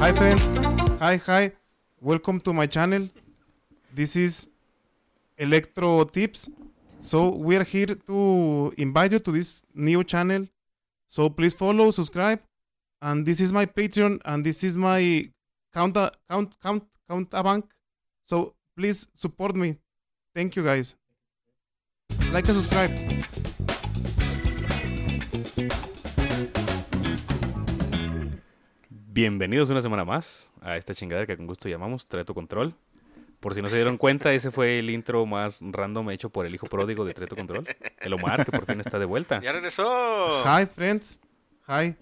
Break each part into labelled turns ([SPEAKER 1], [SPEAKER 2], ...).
[SPEAKER 1] Hi friends. Hi, hi. Welcome to my channel. This is Electro Tips. So we are here to invite you to this new channel. So please follow, subscribe. And this is my Patreon and this is my count count count count bank. So please support me. Thank you guys. Like and subscribe.
[SPEAKER 2] Bienvenidos una semana más a esta chingadera que con gusto llamamos Treto Control. Por si no se dieron cuenta, ese fue el intro más random hecho por el hijo pródigo de Treto Control, el Omar, que por fin está de vuelta.
[SPEAKER 3] ¡Ya regresó!
[SPEAKER 1] Hi friends. Hi.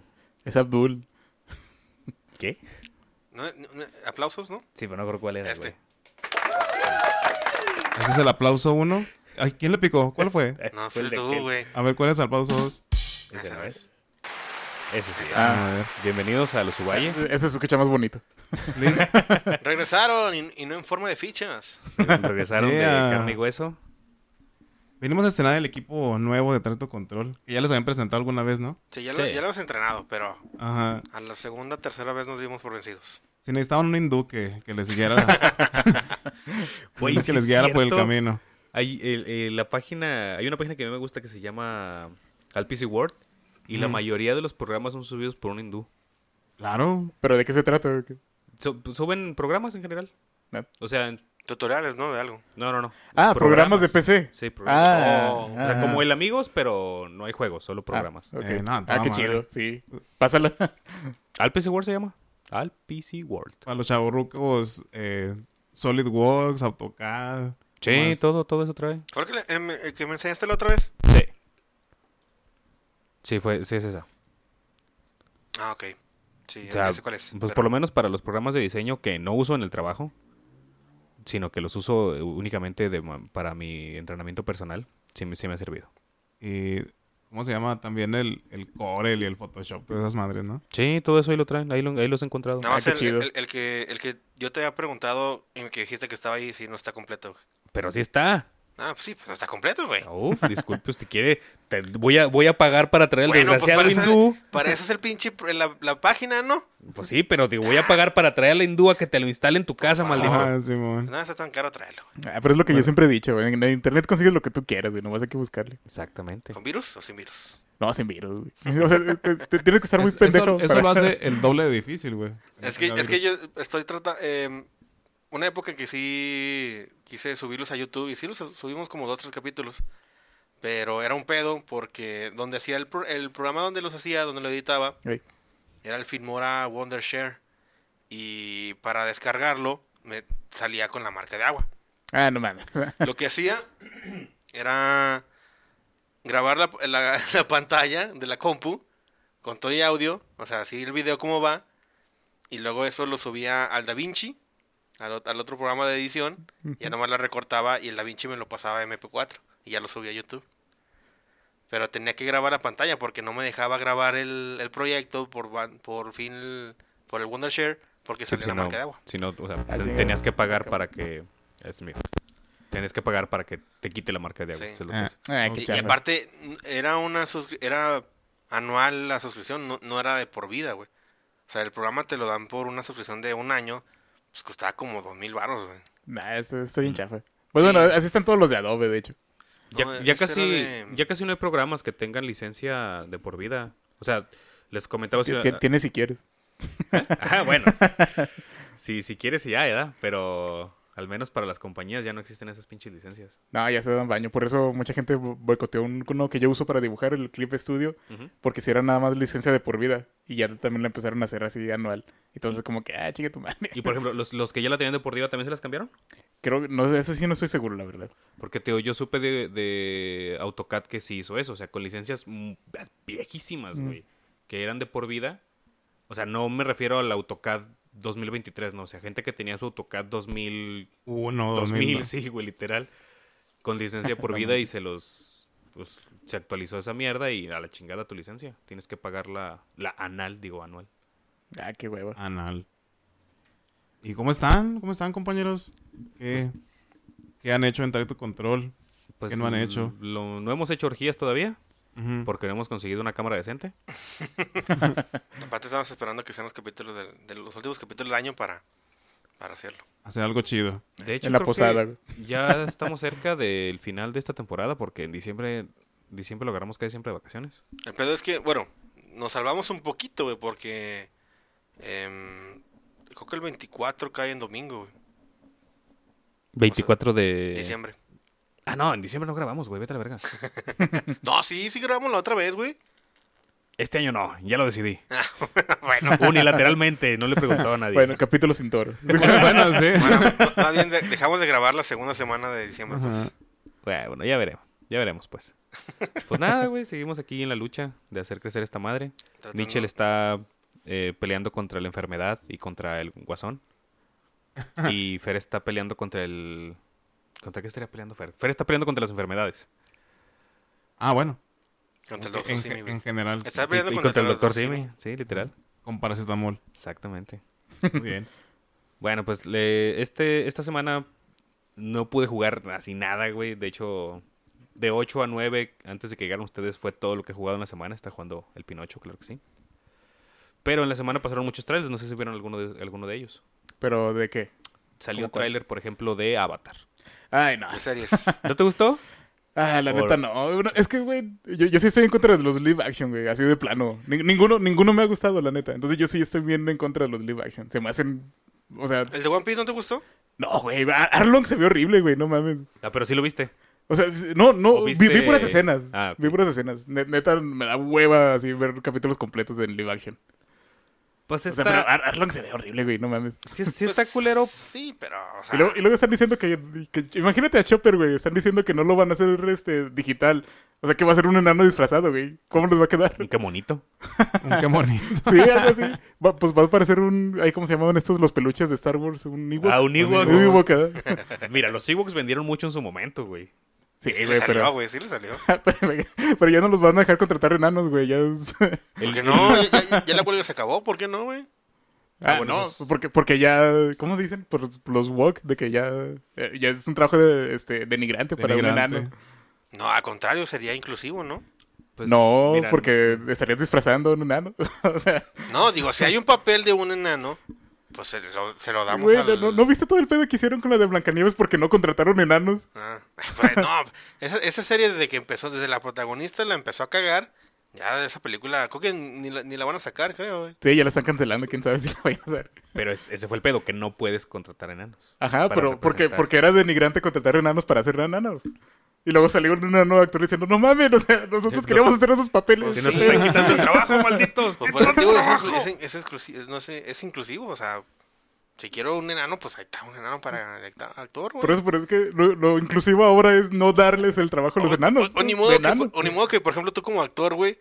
[SPEAKER 4] Es Abdul.
[SPEAKER 2] ¿Qué?
[SPEAKER 3] No, no, no, aplausos, ¿no?
[SPEAKER 2] Sí, pero no recuerdo cuál era,
[SPEAKER 3] Este.
[SPEAKER 2] güey.
[SPEAKER 1] Ese es el aplauso uno. Ay, ¿quién le picó? ¿Cuál fue?
[SPEAKER 2] Ese
[SPEAKER 3] No,
[SPEAKER 2] Este fue el
[SPEAKER 3] fue
[SPEAKER 2] de
[SPEAKER 3] tú,
[SPEAKER 2] aquel.
[SPEAKER 3] güey.
[SPEAKER 1] A ver, ¿cuál es el aplauso dos?
[SPEAKER 2] Ese no
[SPEAKER 3] Ah,
[SPEAKER 2] es. Ese sí es.
[SPEAKER 1] A ver,
[SPEAKER 2] Bienvenidos a los Uvalle.
[SPEAKER 4] Ese se escucha más bonito.
[SPEAKER 1] please.
[SPEAKER 3] Regresaron y, y no en forma de fichas.
[SPEAKER 2] Regresaron
[SPEAKER 1] Yeah.
[SPEAKER 2] de carne y hueso.
[SPEAKER 1] Venimos a estrenar el equipo nuevo de Trato Control, que ya les habían presentado alguna vez, ¿no?
[SPEAKER 3] Sí, ya, Lo,
[SPEAKER 2] Sí.
[SPEAKER 3] ya lo hemos entrenado, pero
[SPEAKER 1] Ajá.
[SPEAKER 3] a la segunda, tercera vez nos dimos por vencidos.
[SPEAKER 1] Si necesitaban un hindú que, que les guiara,
[SPEAKER 2] Güey,
[SPEAKER 1] que
[SPEAKER 2] sí
[SPEAKER 1] les
[SPEAKER 2] es
[SPEAKER 1] guiara por el
[SPEAKER 2] cierto.
[SPEAKER 1] camino.
[SPEAKER 2] Hay, el- eh, la página, hay una página que a mí me gusta que se llama Al PC World. Y la
[SPEAKER 1] Mm.
[SPEAKER 2] mayoría de los programas son subidos por un hindú.
[SPEAKER 1] Claro.
[SPEAKER 4] ¿Pero de qué se trata?
[SPEAKER 2] So- suben programas en general.
[SPEAKER 4] No.
[SPEAKER 2] O sea,
[SPEAKER 3] Tutoriales, ¿no? De algo.
[SPEAKER 2] no, no, no.
[SPEAKER 4] Ah, programas de PC.
[SPEAKER 2] Sí, programas.
[SPEAKER 4] Ah,
[SPEAKER 3] Oh, o
[SPEAKER 2] O sea,
[SPEAKER 4] ah.
[SPEAKER 2] como el Amigos, pero no hay juegos, solo programas.
[SPEAKER 4] Ah, ok.
[SPEAKER 1] Eh, no,
[SPEAKER 4] Ah,
[SPEAKER 1] toda
[SPEAKER 4] qué
[SPEAKER 1] madre.
[SPEAKER 4] chido, sí. Pásala.
[SPEAKER 2] Al PC World se llama. Al PC World.
[SPEAKER 1] Para los chavorrucos, eh, SolidWorks, AutoCAD.
[SPEAKER 2] Sí,
[SPEAKER 1] Más.
[SPEAKER 2] todo, todo eso trae.
[SPEAKER 3] ¿Por qué le- eh, me- eh, que me enseñaste la otra vez?
[SPEAKER 2] Sí. Sí, fue, sí es esa.
[SPEAKER 3] Ah, ok. Sí,
[SPEAKER 2] O sea,
[SPEAKER 3] ya sé cuál es.
[SPEAKER 2] Pues
[SPEAKER 3] pero-
[SPEAKER 2] por lo menos para los programas de diseño que no uso en el trabajo, sino que los uso eh, únicamente de ma- para mi entrenamiento personal, sí, me- sí me ha servido.
[SPEAKER 1] Y, ¿cómo se llama? También el, el Corel y el Photoshop, todas esas madres, ¿no?
[SPEAKER 2] Sí, todo eso ahí lo traen, ahí, lo- ahí los he encontrado.
[SPEAKER 3] Nada más
[SPEAKER 4] Ah, qué
[SPEAKER 3] el,
[SPEAKER 4] chido.
[SPEAKER 3] el- el que, el que yo te había preguntado y que dijiste que estaba ahí, sí, no está completo. güey.
[SPEAKER 2] Pero sí está.
[SPEAKER 3] Ah, pues sí, pues no está completo, güey.
[SPEAKER 2] Uf, disculpe, si quiere, te- voy, a, voy a pagar para traer el
[SPEAKER 3] Bueno, pues
[SPEAKER 2] desgraciado
[SPEAKER 3] para eso,
[SPEAKER 2] hindú.
[SPEAKER 3] para eso es el pinche, pr- la, la página, ¿no?
[SPEAKER 2] Pues sí, pero te voy a pagar para traer al hindú a que te lo instale en tu casa,
[SPEAKER 3] favor.
[SPEAKER 2] maldito.
[SPEAKER 1] Ajá, Simón.
[SPEAKER 3] No, está tan caro traerlo. güey.
[SPEAKER 4] Ah, pero es lo que yo siempre he dicho, güey. En el internet consigues lo que tú quieras, güey. Nomás hay que buscarle.
[SPEAKER 2] Exactamente.
[SPEAKER 3] ¿Con virus o sin virus?
[SPEAKER 4] No, sin virus, güey. O sea, te, te- tienes que estar muy
[SPEAKER 1] Es-
[SPEAKER 4] pendejo.
[SPEAKER 1] eso, eso
[SPEAKER 4] para-
[SPEAKER 1] lo hace el doble de difícil, güey.
[SPEAKER 3] Es que, es que yo estoy tratando. una época en que sí quise subirlos a YouTube y sí los subimos como dos, tres capítulos. Pero era un pedo porque donde hacía el, pro- el programa donde los hacía, donde lo editaba,
[SPEAKER 4] Ey.
[SPEAKER 3] era el Filmora Wondershare. Y para descargarlo, me salía con la marca de agua.
[SPEAKER 4] Ah, no mames.
[SPEAKER 3] Lo que hacía era grabar la, la- la pantalla de la compu con todo y audio, o sea, así el video como va, y luego eso lo subía al DaVinci, al, ot- al otro programa de edición, ya nomás la recortaba y el DaVinci me lo pasaba a MP4 y ya lo subía a YouTube. Pero tenía que grabar la pantalla porque no me dejaba grabar el, el proyecto por, van- por fin por el Wondershare porque
[SPEAKER 2] Sí,
[SPEAKER 3] salía
[SPEAKER 2] si
[SPEAKER 3] la
[SPEAKER 2] no-
[SPEAKER 3] marca de agua.
[SPEAKER 2] si no, o sea,
[SPEAKER 4] Ah,
[SPEAKER 2] ten-
[SPEAKER 4] llega.
[SPEAKER 2] tenías que pagar para que. Es mío. Tenías que pagar para que te quite la marca de agua.
[SPEAKER 3] Sí.
[SPEAKER 2] eso es lo que
[SPEAKER 1] Ah,
[SPEAKER 2] es.
[SPEAKER 4] Ah, qué
[SPEAKER 3] Y, y
[SPEAKER 4] chafa.
[SPEAKER 3] aparte, n- era una suscri- era anual la suscripción, no, no era de por vida, güey. O sea, el programa te lo dan por una suscripción de un año, pues costaba como dos mil baros, güey.
[SPEAKER 4] Nah, eso está bien chafa. Pues bueno, así están todos los de Adobe, de hecho.
[SPEAKER 2] Ya,
[SPEAKER 3] No,
[SPEAKER 2] ya
[SPEAKER 3] ese
[SPEAKER 2] casi,
[SPEAKER 3] era de-
[SPEAKER 2] ya casi no hay programas que tengan licencia de por vida. O sea, les comentaba. Si,
[SPEAKER 4] Que tienes si quieres.
[SPEAKER 2] Ajá, bueno. si, si quieres, sí hay, ¿verdad? Pero al menos para las compañías ya no existen esas pinches licencias.
[SPEAKER 4] No, ya se dan baño. Por eso mucha gente bo- boicoteó un- uno que yo uso para dibujar, el Clip Studio,
[SPEAKER 2] Ujú.
[SPEAKER 4] porque si era nada más licencia de por vida. Y ya también la empezaron a hacer así anual. Entonces, como que, ah, chinga tu madre.
[SPEAKER 2] Y por ejemplo, los, los que ya la tenían de por vida también se las cambiaron.
[SPEAKER 4] Creo que, no, sé, eso sí no estoy seguro, la verdad.
[SPEAKER 2] Porque te, yo supe de, de AutoCAD que sí hizo eso, o sea, con licencias mm, viejísimas, güey, que eran de por vida. O sea, no me refiero al AutoCAD 2023, no, o sea, gente que tenía su AutoCAD 2000,
[SPEAKER 1] Uno,
[SPEAKER 2] 2000
[SPEAKER 1] 2000.
[SPEAKER 2] sí, güey, literal, con licencia por vida y se los, pues, se actualizó esa mierda y a la chingada tu licencia. Tienes que pagar la, la anal, digo, anual.
[SPEAKER 4] Ah, qué hueva.
[SPEAKER 1] Anal. ¿Y cómo están? ¿Cómo están, compañeros? ¿Qué, qué han hecho en Tracto Control?
[SPEAKER 2] Pues,
[SPEAKER 1] ¿Qué no han
[SPEAKER 2] l-
[SPEAKER 4] mm,
[SPEAKER 1] hecho?
[SPEAKER 2] lo- no hemos hecho orgías todavía.
[SPEAKER 1] Ujú.
[SPEAKER 2] porque no hemos conseguido una cámara decente.
[SPEAKER 3] Aparte estamos esperando que sean los capítulos del- de los últimos capítulos del año para, para hacerlo.
[SPEAKER 1] Hacer algo chido.
[SPEAKER 2] De hecho,
[SPEAKER 4] en la
[SPEAKER 2] creo que
[SPEAKER 4] posada, güey.
[SPEAKER 2] ya estamos cerca del final de esta temporada porque en diciembre, diciembre lo agarramos casi siempre de vacaciones.
[SPEAKER 3] El pedo es que, bueno, nos salvamos un poquito, güey, porque em, creo que el 24 cae en domingo, güey,
[SPEAKER 2] 24 de...
[SPEAKER 3] diciembre.
[SPEAKER 2] Ah, no, en diciembre no grabamos, güey, vete a la verga.
[SPEAKER 3] No, sí, sí grabamos la otra vez, güey.
[SPEAKER 2] Este año no, ya lo decidí.
[SPEAKER 3] bueno,
[SPEAKER 2] Unilateralmente, no le preguntaba a nadie.
[SPEAKER 4] Bueno, capítulo sin toro.
[SPEAKER 1] Bueno, bueno, sí.
[SPEAKER 3] bueno, más bien de- dejamos de grabar la segunda semana de diciembre, pues.
[SPEAKER 1] Ajá.
[SPEAKER 2] Bueno, bueno, ya veremos. Ya veremos, pues. Pues nada, güey, seguimos aquí en la lucha de hacer crecer esta madre.
[SPEAKER 3] tratando-
[SPEAKER 2] Mitchell está eh, peleando contra la enfermedad y contra el guasón. Y Fer está peleando contra el. ¿Contra qué estaría peleando Fer? Fer está peleando contra las enfermedades.
[SPEAKER 1] Ah, bueno.
[SPEAKER 3] Contra el
[SPEAKER 1] En,
[SPEAKER 3] doctor
[SPEAKER 1] en-
[SPEAKER 3] Simi, güey.
[SPEAKER 1] en general,
[SPEAKER 3] Está
[SPEAKER 2] Y,
[SPEAKER 3] peleando
[SPEAKER 2] y
[SPEAKER 3] contra, el doctor
[SPEAKER 2] Simi.
[SPEAKER 3] Simi.
[SPEAKER 2] Sí, literal.
[SPEAKER 1] con paracetamol.
[SPEAKER 2] Exactamente.
[SPEAKER 1] Muy bien.
[SPEAKER 2] Bueno, pues le- este, esta semana no pude jugar así nada, güey. De hecho, de 8 a 9, antes de que llegaran ustedes, fue todo lo que he jugado en la semana. Está jugando el Pinocho, claro que sí. Pero en la semana pasaron muchos trailers, no sé si vieron alguno de, alguno de ellos.
[SPEAKER 4] ¿Pero de qué?
[SPEAKER 2] Salió un
[SPEAKER 4] ¿Cómo cuál?
[SPEAKER 2] trailer, por ejemplo, de Avatar.
[SPEAKER 4] Ay, no.
[SPEAKER 3] De series.
[SPEAKER 2] ¿No te gustó?
[SPEAKER 4] Ah, la
[SPEAKER 2] Por-
[SPEAKER 4] neta no. Bueno, es que, güey, yo, yo sí estoy en contra de los live action, güey, así de plano. Ni- ninguno, ninguno me ha gustado, la neta. Entonces yo sí estoy bien en contra de los live action. Se me hacen. O sea,
[SPEAKER 3] ¿El de One Piece no te gustó?
[SPEAKER 4] no, güey. Ar- Arlong se ve horrible, güey, no mames.
[SPEAKER 2] Ah, pero sí lo viste.
[SPEAKER 4] O sea, s- no,
[SPEAKER 2] ¿O
[SPEAKER 4] no, vi,
[SPEAKER 2] viste-
[SPEAKER 4] vi puras escenas.
[SPEAKER 2] Ah, ok.
[SPEAKER 4] Vi puras escenas. Ne- Neta, me da hueva así ver capítulos completos en live action.
[SPEAKER 2] Pues
[SPEAKER 4] O sea,
[SPEAKER 2] está,
[SPEAKER 4] pero ah, Ar- Arlong se ve horrible, güey, no mames.
[SPEAKER 2] sí, sí
[SPEAKER 3] Pues,
[SPEAKER 2] está culero.
[SPEAKER 3] Sí, pero, o
[SPEAKER 2] Ah.
[SPEAKER 3] sea,
[SPEAKER 4] Y luego, y luego están diciendo que, que- Imagínate a Chopper, güey. Están diciendo que no lo van a hacer este, digital. O sea, que va a ser un enano disfrazado, güey. ¿Cómo les va a quedar?
[SPEAKER 2] Qué bonito.
[SPEAKER 1] Un qué bonito.
[SPEAKER 4] Sí, algo así. Va- pues va a parecer un. ay, ¿Cómo se llamaban estos los peluches de Star Wars? Un Ewok.
[SPEAKER 2] Ah, un Ewok.
[SPEAKER 4] Un Ewok, ¿eh?
[SPEAKER 2] Mira, los Ewoks vendieron mucho en su momento, güey.
[SPEAKER 4] Sí,
[SPEAKER 3] sí le
[SPEAKER 4] güey,
[SPEAKER 3] salió,
[SPEAKER 4] pero.
[SPEAKER 3] güey, sí le salió.
[SPEAKER 4] pero ya no los van a dejar contratar enanos, güey. Ya es-
[SPEAKER 3] Porque no, ya, ya- ya la huelga se acabó, ¿por qué no, güey?
[SPEAKER 4] Ah,
[SPEAKER 2] bueno,
[SPEAKER 4] no.
[SPEAKER 2] eso es-
[SPEAKER 4] Porque, porque ya. ¿Cómo dicen? Por los- los Wok. De que ya. eh, ya es un trabajo de, este, denigrante para un
[SPEAKER 1] Denigrante.
[SPEAKER 4] enano.
[SPEAKER 3] No, al contrario, sería inclusivo, ¿no?
[SPEAKER 2] Pues,
[SPEAKER 4] no,
[SPEAKER 2] mira,
[SPEAKER 4] porque estarías disfrazando a un enano. o sea.
[SPEAKER 3] No, digo, si hay un papel de un enano, pues se lo, se lo damos
[SPEAKER 4] Güey,
[SPEAKER 3] al-
[SPEAKER 4] ¿no, no viste todo el pedo que hicieron con la de Blancanieves porque no contrataron enanos?
[SPEAKER 3] Ah, pues, no, esa, esa serie desde que empezó, desde la protagonista la empezó a cagar, ya de esa película, creo que ni la, ni la van a sacar, creo, güey.
[SPEAKER 4] Sí, ya la están cancelando, quién sabe si la vayan a hacer.
[SPEAKER 2] Pero es- ese fue el pedo, que no puedes contratar enanos.
[SPEAKER 4] Ajá,
[SPEAKER 2] Para
[SPEAKER 4] pero porque,
[SPEAKER 2] representar.
[SPEAKER 4] porque era denigrante contratar enanos para hacer enanos. Y luego salió un enano actor diciendo, no mames, o sea, nosotros
[SPEAKER 2] Los-
[SPEAKER 4] queríamos hacer esos papeles.
[SPEAKER 2] Si
[SPEAKER 3] Sí.
[SPEAKER 2] nos están quitando el trabajo, malditos.
[SPEAKER 3] Pues, por
[SPEAKER 2] ¡Quitando
[SPEAKER 3] eso
[SPEAKER 2] el
[SPEAKER 3] te digo, es,
[SPEAKER 2] trabajo!
[SPEAKER 3] inclu- es, in- es exclusi- es- no sé, es inclusivo, o sea, si quiero un enano, pues ahí está un enano para el acta- actor, güey.
[SPEAKER 4] Por eso, por eso es que lo, lo inclusivo ahora es no darles el trabajo a los
[SPEAKER 3] O-
[SPEAKER 4] enanos.
[SPEAKER 3] O, o ni
[SPEAKER 4] De
[SPEAKER 3] modo que,
[SPEAKER 4] enano.
[SPEAKER 3] o ni modo que, por ejemplo, tú como actor, güey,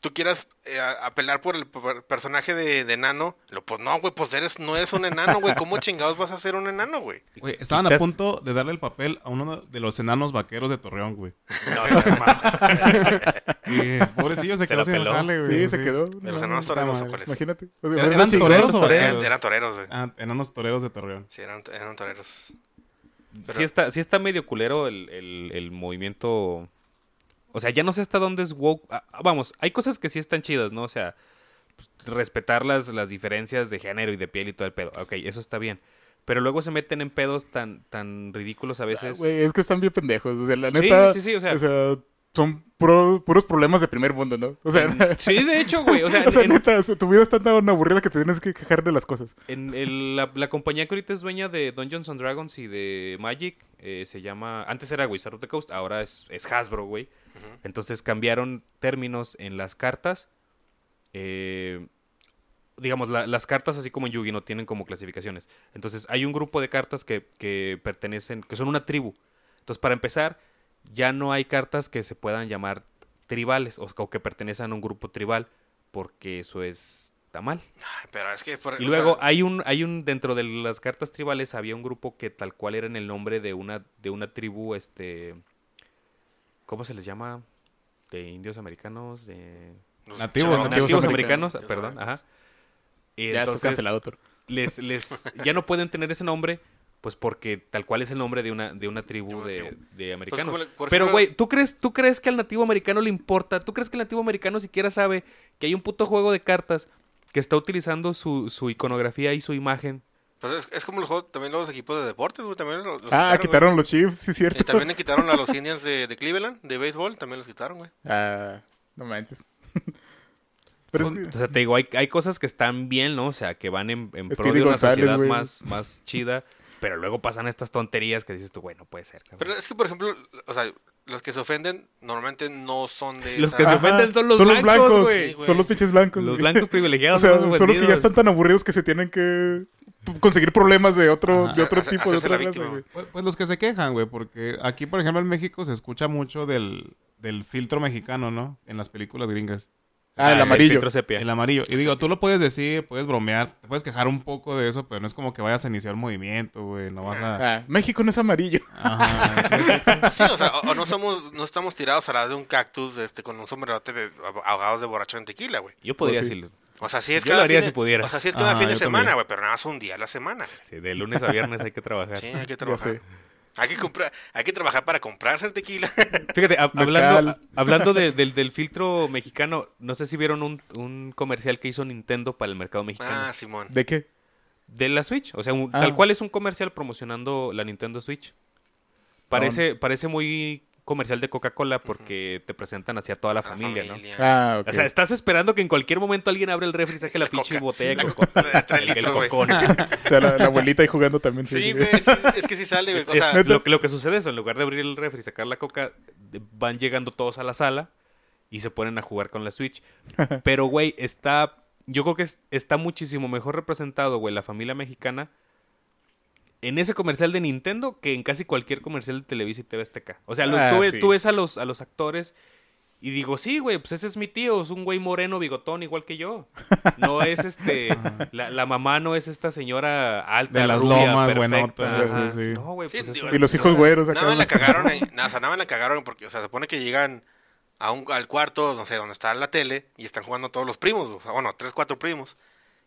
[SPEAKER 3] tú quieras eh, a- apelar por el per- personaje de, de enano. Lo, pues no, güey, pues eres, no eres un enano, güey. ¿Cómo chingados vas a ser un enano, güey?
[SPEAKER 1] Güey, estaban a
[SPEAKER 2] Quitas-
[SPEAKER 1] punto de darle el papel a uno de los enanos vaqueros de Torreón, güey.
[SPEAKER 2] No, seas mamón.
[SPEAKER 1] Y, eh, pobrecillo se
[SPEAKER 2] Se
[SPEAKER 1] quedó
[SPEAKER 2] la
[SPEAKER 1] sin el
[SPEAKER 2] peló.
[SPEAKER 1] jale, güey.
[SPEAKER 4] Sí, se quedó.
[SPEAKER 3] De los enanos toreros, ¿o cuáles?
[SPEAKER 4] Imagínate. O sea, pues,
[SPEAKER 1] ¿Eran-
[SPEAKER 4] esos
[SPEAKER 1] eran
[SPEAKER 4] chingados
[SPEAKER 1] toreros o
[SPEAKER 4] toreros.
[SPEAKER 1] Toreros.
[SPEAKER 3] Eran, eran toreros, güey.
[SPEAKER 1] Ah, enanos toreros de Torreón.
[SPEAKER 3] Sí, eran, eran toreros. Pero-
[SPEAKER 2] Sí está, sí está medio culero el, el- el movimiento. O sea, ya no sé hasta dónde es woke. Ah, ah, vamos, hay cosas que sí están chidas, ¿no? O sea, pues, respetar las, las diferencias de género y de piel y todo el pedo. Ok, eso está bien. Pero luego se meten en pedos tan, tan ridículos a
[SPEAKER 4] Ah,
[SPEAKER 2] veces.
[SPEAKER 4] güey, es que están bien pendejos. O sea, la
[SPEAKER 2] Sí,
[SPEAKER 4] neta.
[SPEAKER 2] sí, sí, o sea-
[SPEAKER 4] son pro- puros problemas de primer mundo, ¿no? O sea,
[SPEAKER 2] sí, de hecho, güey. O sea,
[SPEAKER 4] o sea,
[SPEAKER 2] en- en-
[SPEAKER 4] neta, su- tu vida está tan aburrida que te tienes que quejar de las cosas.
[SPEAKER 2] en el- la, la compañía que ahorita es dueña de Dungeons and Dragons y de Magic eh, se llama. Antes era Wizard of the Coast, ahora es, es Hasbro, güey.
[SPEAKER 3] Ujú.
[SPEAKER 2] Entonces cambiaron términos en las cartas. Eh, digamos, la- las cartas, así como en Yugi, no tienen como clasificaciones. Entonces, hay un grupo de cartas que, que pertenecen, que son una tribu. Entonces, para empezar, ya no hay cartas que se puedan llamar tribales o, o que pertenezcan a un grupo tribal, porque eso es está mal.
[SPEAKER 3] Ay, pero es que. por-
[SPEAKER 2] Y
[SPEAKER 3] o
[SPEAKER 2] luego ah,
[SPEAKER 3] sea,
[SPEAKER 2] hay un, hay un, dentro de las cartas tribales había un grupo que tal cual era en el nombre de una, de una tribu, este, ¿cómo se les llama? De indios americanos, de...
[SPEAKER 3] los
[SPEAKER 1] nativos,
[SPEAKER 3] cholones,
[SPEAKER 1] nativos
[SPEAKER 2] nativos americanos,
[SPEAKER 3] nativos
[SPEAKER 2] perdón,
[SPEAKER 3] americanos.
[SPEAKER 2] ajá. Y
[SPEAKER 4] ya estás
[SPEAKER 2] entonces
[SPEAKER 4] cancelado, Toro.
[SPEAKER 2] les, les, ya no pueden tener ese nombre Pues porque tal cual es el nombre de una, de una tribu
[SPEAKER 3] una
[SPEAKER 2] de,
[SPEAKER 3] tribu.
[SPEAKER 2] de americanos.
[SPEAKER 3] ¿cómo le- por
[SPEAKER 2] Pero,
[SPEAKER 3] ejemplo-
[SPEAKER 2] güey, ¿tú crees, ¿tú crees que al nativo americano le importa? ¿Tú crees que el nativo americano siquiera sabe que hay un puto juego de cartas que está utilizando su, su iconografía y su imagen?
[SPEAKER 3] Pues es, es como los juegos- también los equipos de deportes, güey, también los, los
[SPEAKER 4] Ah,
[SPEAKER 3] güey.
[SPEAKER 4] quitaron los Chiefs, sí, es cierto.
[SPEAKER 3] Y también le quitaron a los Indians de, de Cleveland, de béisbol, también los quitaron, güey.
[SPEAKER 4] Ah, no manches. Pero es
[SPEAKER 2] Son-
[SPEAKER 4] que-
[SPEAKER 2] o sea, te digo, hay, hay cosas que están bien, ¿no? O sea, que van en, en
[SPEAKER 4] Speedy
[SPEAKER 2] pro de una
[SPEAKER 4] González,
[SPEAKER 2] sociedad
[SPEAKER 4] güey.
[SPEAKER 2] más, más chida. Pero luego pasan estas tonterías que dices tú, güey, no puede ser. cabrón".
[SPEAKER 3] Pero es que, por ejemplo, o sea, los que se ofenden normalmente no son de
[SPEAKER 2] Los
[SPEAKER 3] esa-
[SPEAKER 2] que se
[SPEAKER 4] Ajá,
[SPEAKER 2] ofenden son los blancos, güey.
[SPEAKER 3] Sí, güey.
[SPEAKER 4] son los pinches blancos.
[SPEAKER 2] Los
[SPEAKER 4] güey.
[SPEAKER 2] blancos privilegiados
[SPEAKER 4] O sea,
[SPEAKER 2] son
[SPEAKER 4] son
[SPEAKER 2] los
[SPEAKER 4] los que ya
[SPEAKER 2] ofendidos.
[SPEAKER 4] están tan aburridos que se tienen que p- conseguir problemas de otro,
[SPEAKER 1] Ajá.
[SPEAKER 4] de otro
[SPEAKER 3] Hace-
[SPEAKER 4] tipo, de
[SPEAKER 3] hacerse
[SPEAKER 4] otra
[SPEAKER 3] la
[SPEAKER 4] clase,
[SPEAKER 3] víctima.
[SPEAKER 4] güey.
[SPEAKER 1] Pues, pues los que se quejan, güey, porque aquí, por ejemplo, en México se escucha mucho del, del filtro mexicano, ¿no? En las películas gringas.
[SPEAKER 4] Ah, el
[SPEAKER 2] sí,
[SPEAKER 4] amarillo.
[SPEAKER 2] filtro sepia.
[SPEAKER 1] El amarillo. Y digo, tú lo puedes decir, puedes bromear, te puedes quejar un poco de eso, pero no es como que vayas a iniciar un movimiento, güey. No vas a.
[SPEAKER 4] Ah, México no es amarillo.
[SPEAKER 3] Ah.
[SPEAKER 1] Ajá, sí, sí.
[SPEAKER 3] Sí, o sea, o, o no somos, no estamos tirados a la de un cactus este, con un sombrerote de- ahogados de borracho en tequila, güey.
[SPEAKER 2] Yo podría
[SPEAKER 4] Pues sí.
[SPEAKER 2] decirlo.
[SPEAKER 3] O sea, sí es
[SPEAKER 2] Yo lo
[SPEAKER 3] cada
[SPEAKER 2] haría
[SPEAKER 3] fin de-
[SPEAKER 2] si pudiera.
[SPEAKER 3] O sea, sí es cada
[SPEAKER 1] Ah,
[SPEAKER 3] fin de
[SPEAKER 1] yo
[SPEAKER 3] semana,
[SPEAKER 1] también.
[SPEAKER 3] güey, pero nada más un día a la semana.
[SPEAKER 2] Sí, de lunes a viernes hay que trabajar.
[SPEAKER 3] Sí, hay que
[SPEAKER 4] Ya
[SPEAKER 3] trabajar.
[SPEAKER 4] sé.
[SPEAKER 3] Hay que comprar, hay que trabajar para comprarse el tequila.
[SPEAKER 2] Fíjate, hab-
[SPEAKER 4] Mezcal.
[SPEAKER 2] hablando, a- hablando de- del, del filtro mexicano, no sé si vieron un, un comercial que hizo Nintendo para el mercado mexicano.
[SPEAKER 3] Ah, Simón.
[SPEAKER 4] ¿De qué?
[SPEAKER 2] De la Switch. O sea, un-
[SPEAKER 4] Ah.
[SPEAKER 2] tal cual es un comercial promocionando la Nintendo Switch. Parece, parece muy comercial de Coca-Cola porque te presentan hacia toda la
[SPEAKER 3] A la
[SPEAKER 2] familia, ¿no?
[SPEAKER 4] Ah, ok.
[SPEAKER 2] O sea, estás esperando que en cualquier momento alguien abra el refri y saque la,
[SPEAKER 3] La
[SPEAKER 2] pinche
[SPEAKER 3] coca-
[SPEAKER 2] botella
[SPEAKER 3] la
[SPEAKER 2] de
[SPEAKER 3] coca-
[SPEAKER 2] Coca-Cola.
[SPEAKER 3] la de tres
[SPEAKER 2] El- el
[SPEAKER 3] litros, güey.
[SPEAKER 2] cocón.
[SPEAKER 4] la, la abuelita ahí jugando también.
[SPEAKER 3] Sí, güey, sí, es, es que sí sale, güey. O sea,
[SPEAKER 2] Es lo, que- lo que sucede es, en lugar de abrir el refri y sacar la coca, de- van llegando todos a la sala y se ponen a jugar con la Switch. Pero, güey, está... Yo creo que es- está muchísimo mejor representado, güey, la familia mexicana en ese comercial de Nintendo que en casi cualquier comercial de Televisa y TV Azteca. O sea, lo-
[SPEAKER 4] Ah,
[SPEAKER 2] tú, ve-
[SPEAKER 4] sí.
[SPEAKER 2] tú ves a los, a los actores y digo, sí, güey, pues ese es mi tío, es un güey moreno, bigotón, igual que yo. No es este... la, la mamá no es esta señora alta,
[SPEAKER 1] De las
[SPEAKER 2] rubia,
[SPEAKER 1] lomas,
[SPEAKER 2] perfecta,
[SPEAKER 1] buenota,
[SPEAKER 2] ajá.
[SPEAKER 1] sí, sí.
[SPEAKER 2] No, güey,
[SPEAKER 3] Sí,
[SPEAKER 2] pues es
[SPEAKER 3] digo,
[SPEAKER 2] una
[SPEAKER 4] Y los hijos güeros acá.
[SPEAKER 3] Nada más la
[SPEAKER 4] güey.
[SPEAKER 3] cagaron ahí. Nada, o sea, nada más la cagaron porque, o sea, se supone que llegan a un, al cuarto, no sé, donde está la tele y están jugando todos los primos, güey. bueno, tres, cuatro primos.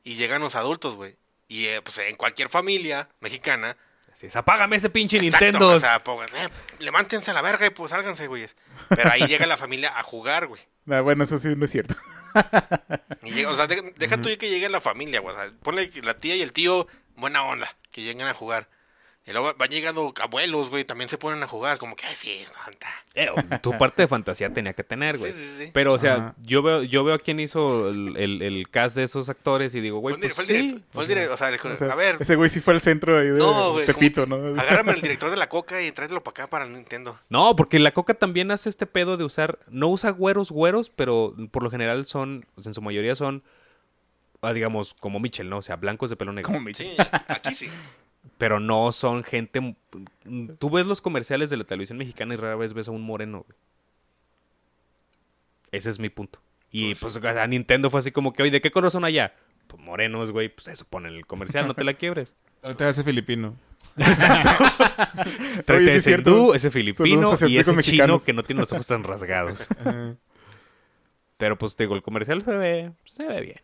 [SPEAKER 3] Y llegan los adultos, güey. Y eh, pues en cualquier familia mexicana.
[SPEAKER 2] Así es, apágame ese pinche
[SPEAKER 3] exacto,
[SPEAKER 2] Nintendo.
[SPEAKER 3] O sea, pues, eh, levántense a la verga y pues sálganse, güeyes. Pero ahí llega la familia a jugar, güey.
[SPEAKER 4] Nah, Ah, bueno, eso sí no es cierto.
[SPEAKER 3] Y llega- o sea, de- deja tú que llegue la familia, güey. O sea, ponle que la tía y el tío, buena onda, que lleguen a jugar. Y luego van llegando abuelos, güey, también se ponen a jugar. Como que, ay, sí, santa.
[SPEAKER 2] Eh, tu parte de fantasía tenía que tener, güey.
[SPEAKER 3] Sí, sí, sí.
[SPEAKER 2] Pero, o sea,
[SPEAKER 1] Ajá.
[SPEAKER 2] yo veo, yo veo a quién hizo el, el, el cast de esos actores y digo, güey,
[SPEAKER 3] Fue el dire-
[SPEAKER 2] pues
[SPEAKER 3] fue el
[SPEAKER 2] sí.
[SPEAKER 3] directo- fue el dire- o sea, le dijo,
[SPEAKER 4] O sea,
[SPEAKER 3] a ver,
[SPEAKER 4] Ese güey sí fue al centro ahí de
[SPEAKER 3] no, güey,
[SPEAKER 4] Tepito,
[SPEAKER 3] como que
[SPEAKER 4] ¿no?
[SPEAKER 3] agárrame el director de la coca y tráetelo para acá, para el Nintendo.
[SPEAKER 2] No, porque la coca también hace este pedo de usar, no usa güeros güeros, pero por lo general son, o sea, en su mayoría son, ah, digamos, como Mitchell, ¿no? O sea, blancos de pelo negro.
[SPEAKER 4] Como mi-
[SPEAKER 3] Sí, aquí sí.
[SPEAKER 2] Pero no son gente... Tú ves los comerciales de la televisión mexicana y rara vez ves a un moreno, güey. Ese es mi punto. Y pues, a Nintendo fue así como que, oye, ¿de qué color son allá? Pues morenos, güey, pues eso pone en el comercial, no te la quiebres.
[SPEAKER 1] Ahorita ese filipino.
[SPEAKER 2] Tráete
[SPEAKER 4] sí es
[SPEAKER 2] ese
[SPEAKER 4] cierto.
[SPEAKER 2] hindú, ese filipino
[SPEAKER 4] Saludos a
[SPEAKER 2] y ese
[SPEAKER 4] científicos
[SPEAKER 2] chino
[SPEAKER 4] mexicanos.
[SPEAKER 2] que no tiene los ojos tan rasgados. Pero pues te digo, el comercial se ve, se ve bien.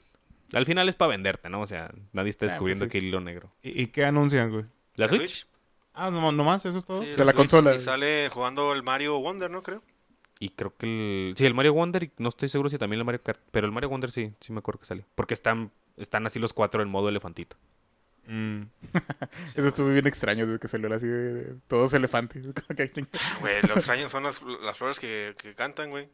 [SPEAKER 2] Al final es para venderte, ¿no? O sea, nadie está
[SPEAKER 4] Ah, pues,
[SPEAKER 2] descubriendo
[SPEAKER 4] sí.
[SPEAKER 2] que hilo negro.
[SPEAKER 1] ¿Y, y qué anuncian, güey?
[SPEAKER 2] ¿La Switch?
[SPEAKER 1] Ah, no- nomás, eso es todo.
[SPEAKER 3] Sí,
[SPEAKER 4] sea, la consola.
[SPEAKER 3] Y sale jugando el Mario Wonder, ¿no? Creo.
[SPEAKER 2] Y creo que el. Sí, el Mario Wonder. y No estoy seguro si también el Mario Kart. Pero el Mario Wonder sí, sí me acuerdo que salió. Porque están, están así los cuatro en modo elefantito.
[SPEAKER 1] Mm.
[SPEAKER 4] Eso estuvo bien extraño desde que salió era así de, de- todos elefantes. Oye,
[SPEAKER 2] Ah,
[SPEAKER 3] Güey, lo extraño son las, las flores que, que cantan, güey.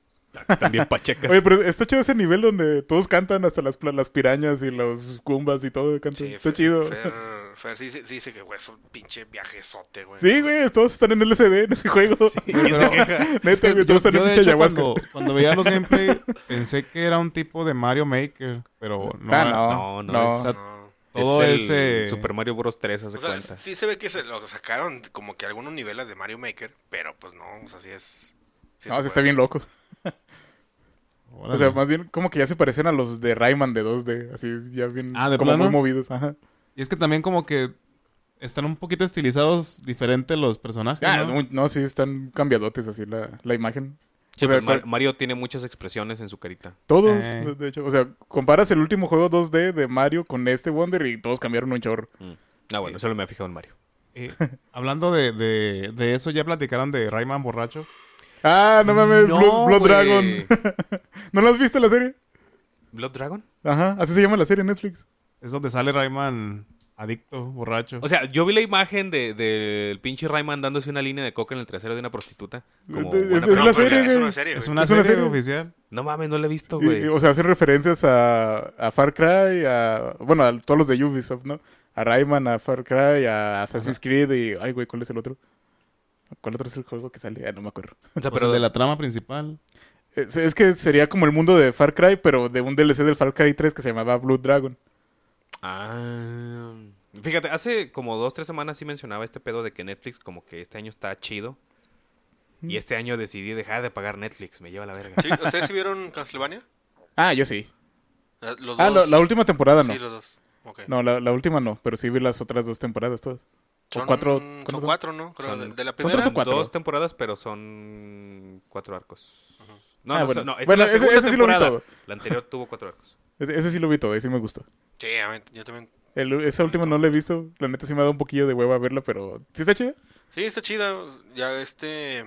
[SPEAKER 2] Están bien pachecas.
[SPEAKER 4] pero está chido ese nivel donde todos cantan, hasta las, pla- las pirañas y los cumbas y todo. Cantan.
[SPEAKER 3] Sí,
[SPEAKER 4] está
[SPEAKER 3] Fer-
[SPEAKER 4] chido.
[SPEAKER 3] Fer, Fer sí, sí, sí dice que, güey, es un pinche viajezote, güey.
[SPEAKER 4] Sí, güey, todos están en LCD en ese juego.
[SPEAKER 2] ¿Quién se queja?
[SPEAKER 4] Neta,
[SPEAKER 1] Es que
[SPEAKER 4] güey,
[SPEAKER 1] yo,
[SPEAKER 4] todos están
[SPEAKER 1] yo
[SPEAKER 4] en
[SPEAKER 1] de
[SPEAKER 4] pinche
[SPEAKER 1] hecho,
[SPEAKER 4] ayahuasca.
[SPEAKER 1] cuando, cuando veía los gameplay pensé que era un tipo de Mario Maker, pero no.
[SPEAKER 4] Ah,
[SPEAKER 2] No,
[SPEAKER 4] no,
[SPEAKER 2] no,
[SPEAKER 4] no.
[SPEAKER 2] es-
[SPEAKER 3] No.
[SPEAKER 1] Todo
[SPEAKER 2] el
[SPEAKER 1] ese-
[SPEAKER 2] Super Mario Bros. 3 hace
[SPEAKER 3] O sea,
[SPEAKER 2] cuenta.
[SPEAKER 3] sí se ve que se lo sacaron como que algunos niveles de Mario Maker, pero pues no, o sea, sí es. sí
[SPEAKER 4] No,
[SPEAKER 3] se
[SPEAKER 4] sí está
[SPEAKER 3] puede.
[SPEAKER 4] bien loco.
[SPEAKER 1] Órale.
[SPEAKER 4] O sea, más bien como que ya se parecen a los de Rayman de 2D. Así, ya bien,
[SPEAKER 1] Ah, ¿de
[SPEAKER 4] como muy
[SPEAKER 1] plano?
[SPEAKER 4] movidos. Ajá.
[SPEAKER 1] Y es que también como que están un poquito estilizados diferente los personajes.
[SPEAKER 4] Ah,
[SPEAKER 1] ¿no?
[SPEAKER 4] muy- no, sí, están cambiadotes así la, la imagen.
[SPEAKER 2] Sí,
[SPEAKER 4] o sea,
[SPEAKER 2] pues, Mar-
[SPEAKER 4] cual-
[SPEAKER 2] Mario tiene muchas expresiones en su carita.
[SPEAKER 4] Todos,
[SPEAKER 1] Eh.
[SPEAKER 4] de- de hecho. O sea, comparas el último juego 2D de Mario con este Wonder y todos cambiaron un chorro.
[SPEAKER 2] Mm. Ah, bueno, eso lo me ha fijado en Mario.
[SPEAKER 1] Eh, hablando de, de- de eso, ya platicaron de Rayman borracho.
[SPEAKER 4] Ah, no mames,
[SPEAKER 2] No,
[SPEAKER 4] Blood, Blood
[SPEAKER 2] güey.
[SPEAKER 4] Dragon. ¿No lo has visto la serie?
[SPEAKER 2] ¿Blood Dragon?
[SPEAKER 4] Ajá, así se llama la serie en Netflix.
[SPEAKER 1] Es donde sale Rayman adicto, borracho.
[SPEAKER 2] O sea, yo vi la imagen de- del pinche Rayman dándose una línea de coca en el trasero de una prostituta. Como
[SPEAKER 4] Es-
[SPEAKER 2] buena
[SPEAKER 4] es
[SPEAKER 3] No,
[SPEAKER 4] la
[SPEAKER 2] persona.
[SPEAKER 3] pero
[SPEAKER 4] serie,
[SPEAKER 3] es
[SPEAKER 4] güey.
[SPEAKER 3] una serie,
[SPEAKER 1] es
[SPEAKER 3] güey.
[SPEAKER 1] una
[SPEAKER 4] es una
[SPEAKER 1] serie,
[SPEAKER 4] serie.
[SPEAKER 1] oficial.
[SPEAKER 2] No mames, no la he visto,
[SPEAKER 4] Y-
[SPEAKER 2] güey.
[SPEAKER 4] y, o sea, hacen referencias a, a Far Cry, a. Bueno, a todos los de Ubisoft, ¿no? A Rayman, a Far Cry, a Assassin's Creed y. Ay, güey, ¿cuál es el otro? ¿Cuál otro es el juego que sale? Ah, no me acuerdo.
[SPEAKER 2] O sea,
[SPEAKER 1] O sea,
[SPEAKER 2] pero
[SPEAKER 1] de la trama principal.
[SPEAKER 4] Es, es que sería como el mundo de Far Cry, pero de un DLC del Far Cry 3 que se llamaba Blue Dragon.
[SPEAKER 2] Ah. Fíjate, hace como dos, tres semanas sí mencionaba este pedo de que Netflix como que este año está chido. Y este año decidí dejar de pagar Netflix, me lleva la verga.
[SPEAKER 3] Sí, ¿Ustedes sí vieron Castlevania?
[SPEAKER 4] Ah, yo sí.
[SPEAKER 3] La- Los
[SPEAKER 4] Ah, la,
[SPEAKER 3] dos.
[SPEAKER 4] la última temporada no.
[SPEAKER 3] Sí, los dos. Ok.
[SPEAKER 4] No, la, la última no, pero sí vi las otras dos temporadas todas.
[SPEAKER 3] Son,
[SPEAKER 4] cuatro-
[SPEAKER 3] son
[SPEAKER 4] ¿cuántos son?
[SPEAKER 3] cuatro, ¿no? Creo,
[SPEAKER 2] Son-
[SPEAKER 3] de, de la
[SPEAKER 4] son tres
[SPEAKER 3] primera.
[SPEAKER 4] o cuatro?
[SPEAKER 2] Dos temporadas, pero son cuatro arcos. No,
[SPEAKER 4] Ah,
[SPEAKER 2] no,
[SPEAKER 4] bueno.
[SPEAKER 2] no, esta
[SPEAKER 4] Bueno,
[SPEAKER 2] es la
[SPEAKER 4] ese-
[SPEAKER 2] segunda
[SPEAKER 4] ese sí lo vi
[SPEAKER 2] temporada.
[SPEAKER 4] todo.
[SPEAKER 2] La anterior tuvo cuatro arcos.
[SPEAKER 4] Ese, ese sí lo vi todo, ese sí me gustó.
[SPEAKER 3] Sí, a mí- yo también.
[SPEAKER 4] El- esa última no la he visto, la neta sí me ha dado un poquillo de hueva verla, pero sí está chida.
[SPEAKER 3] Sí, está chida. Ya este.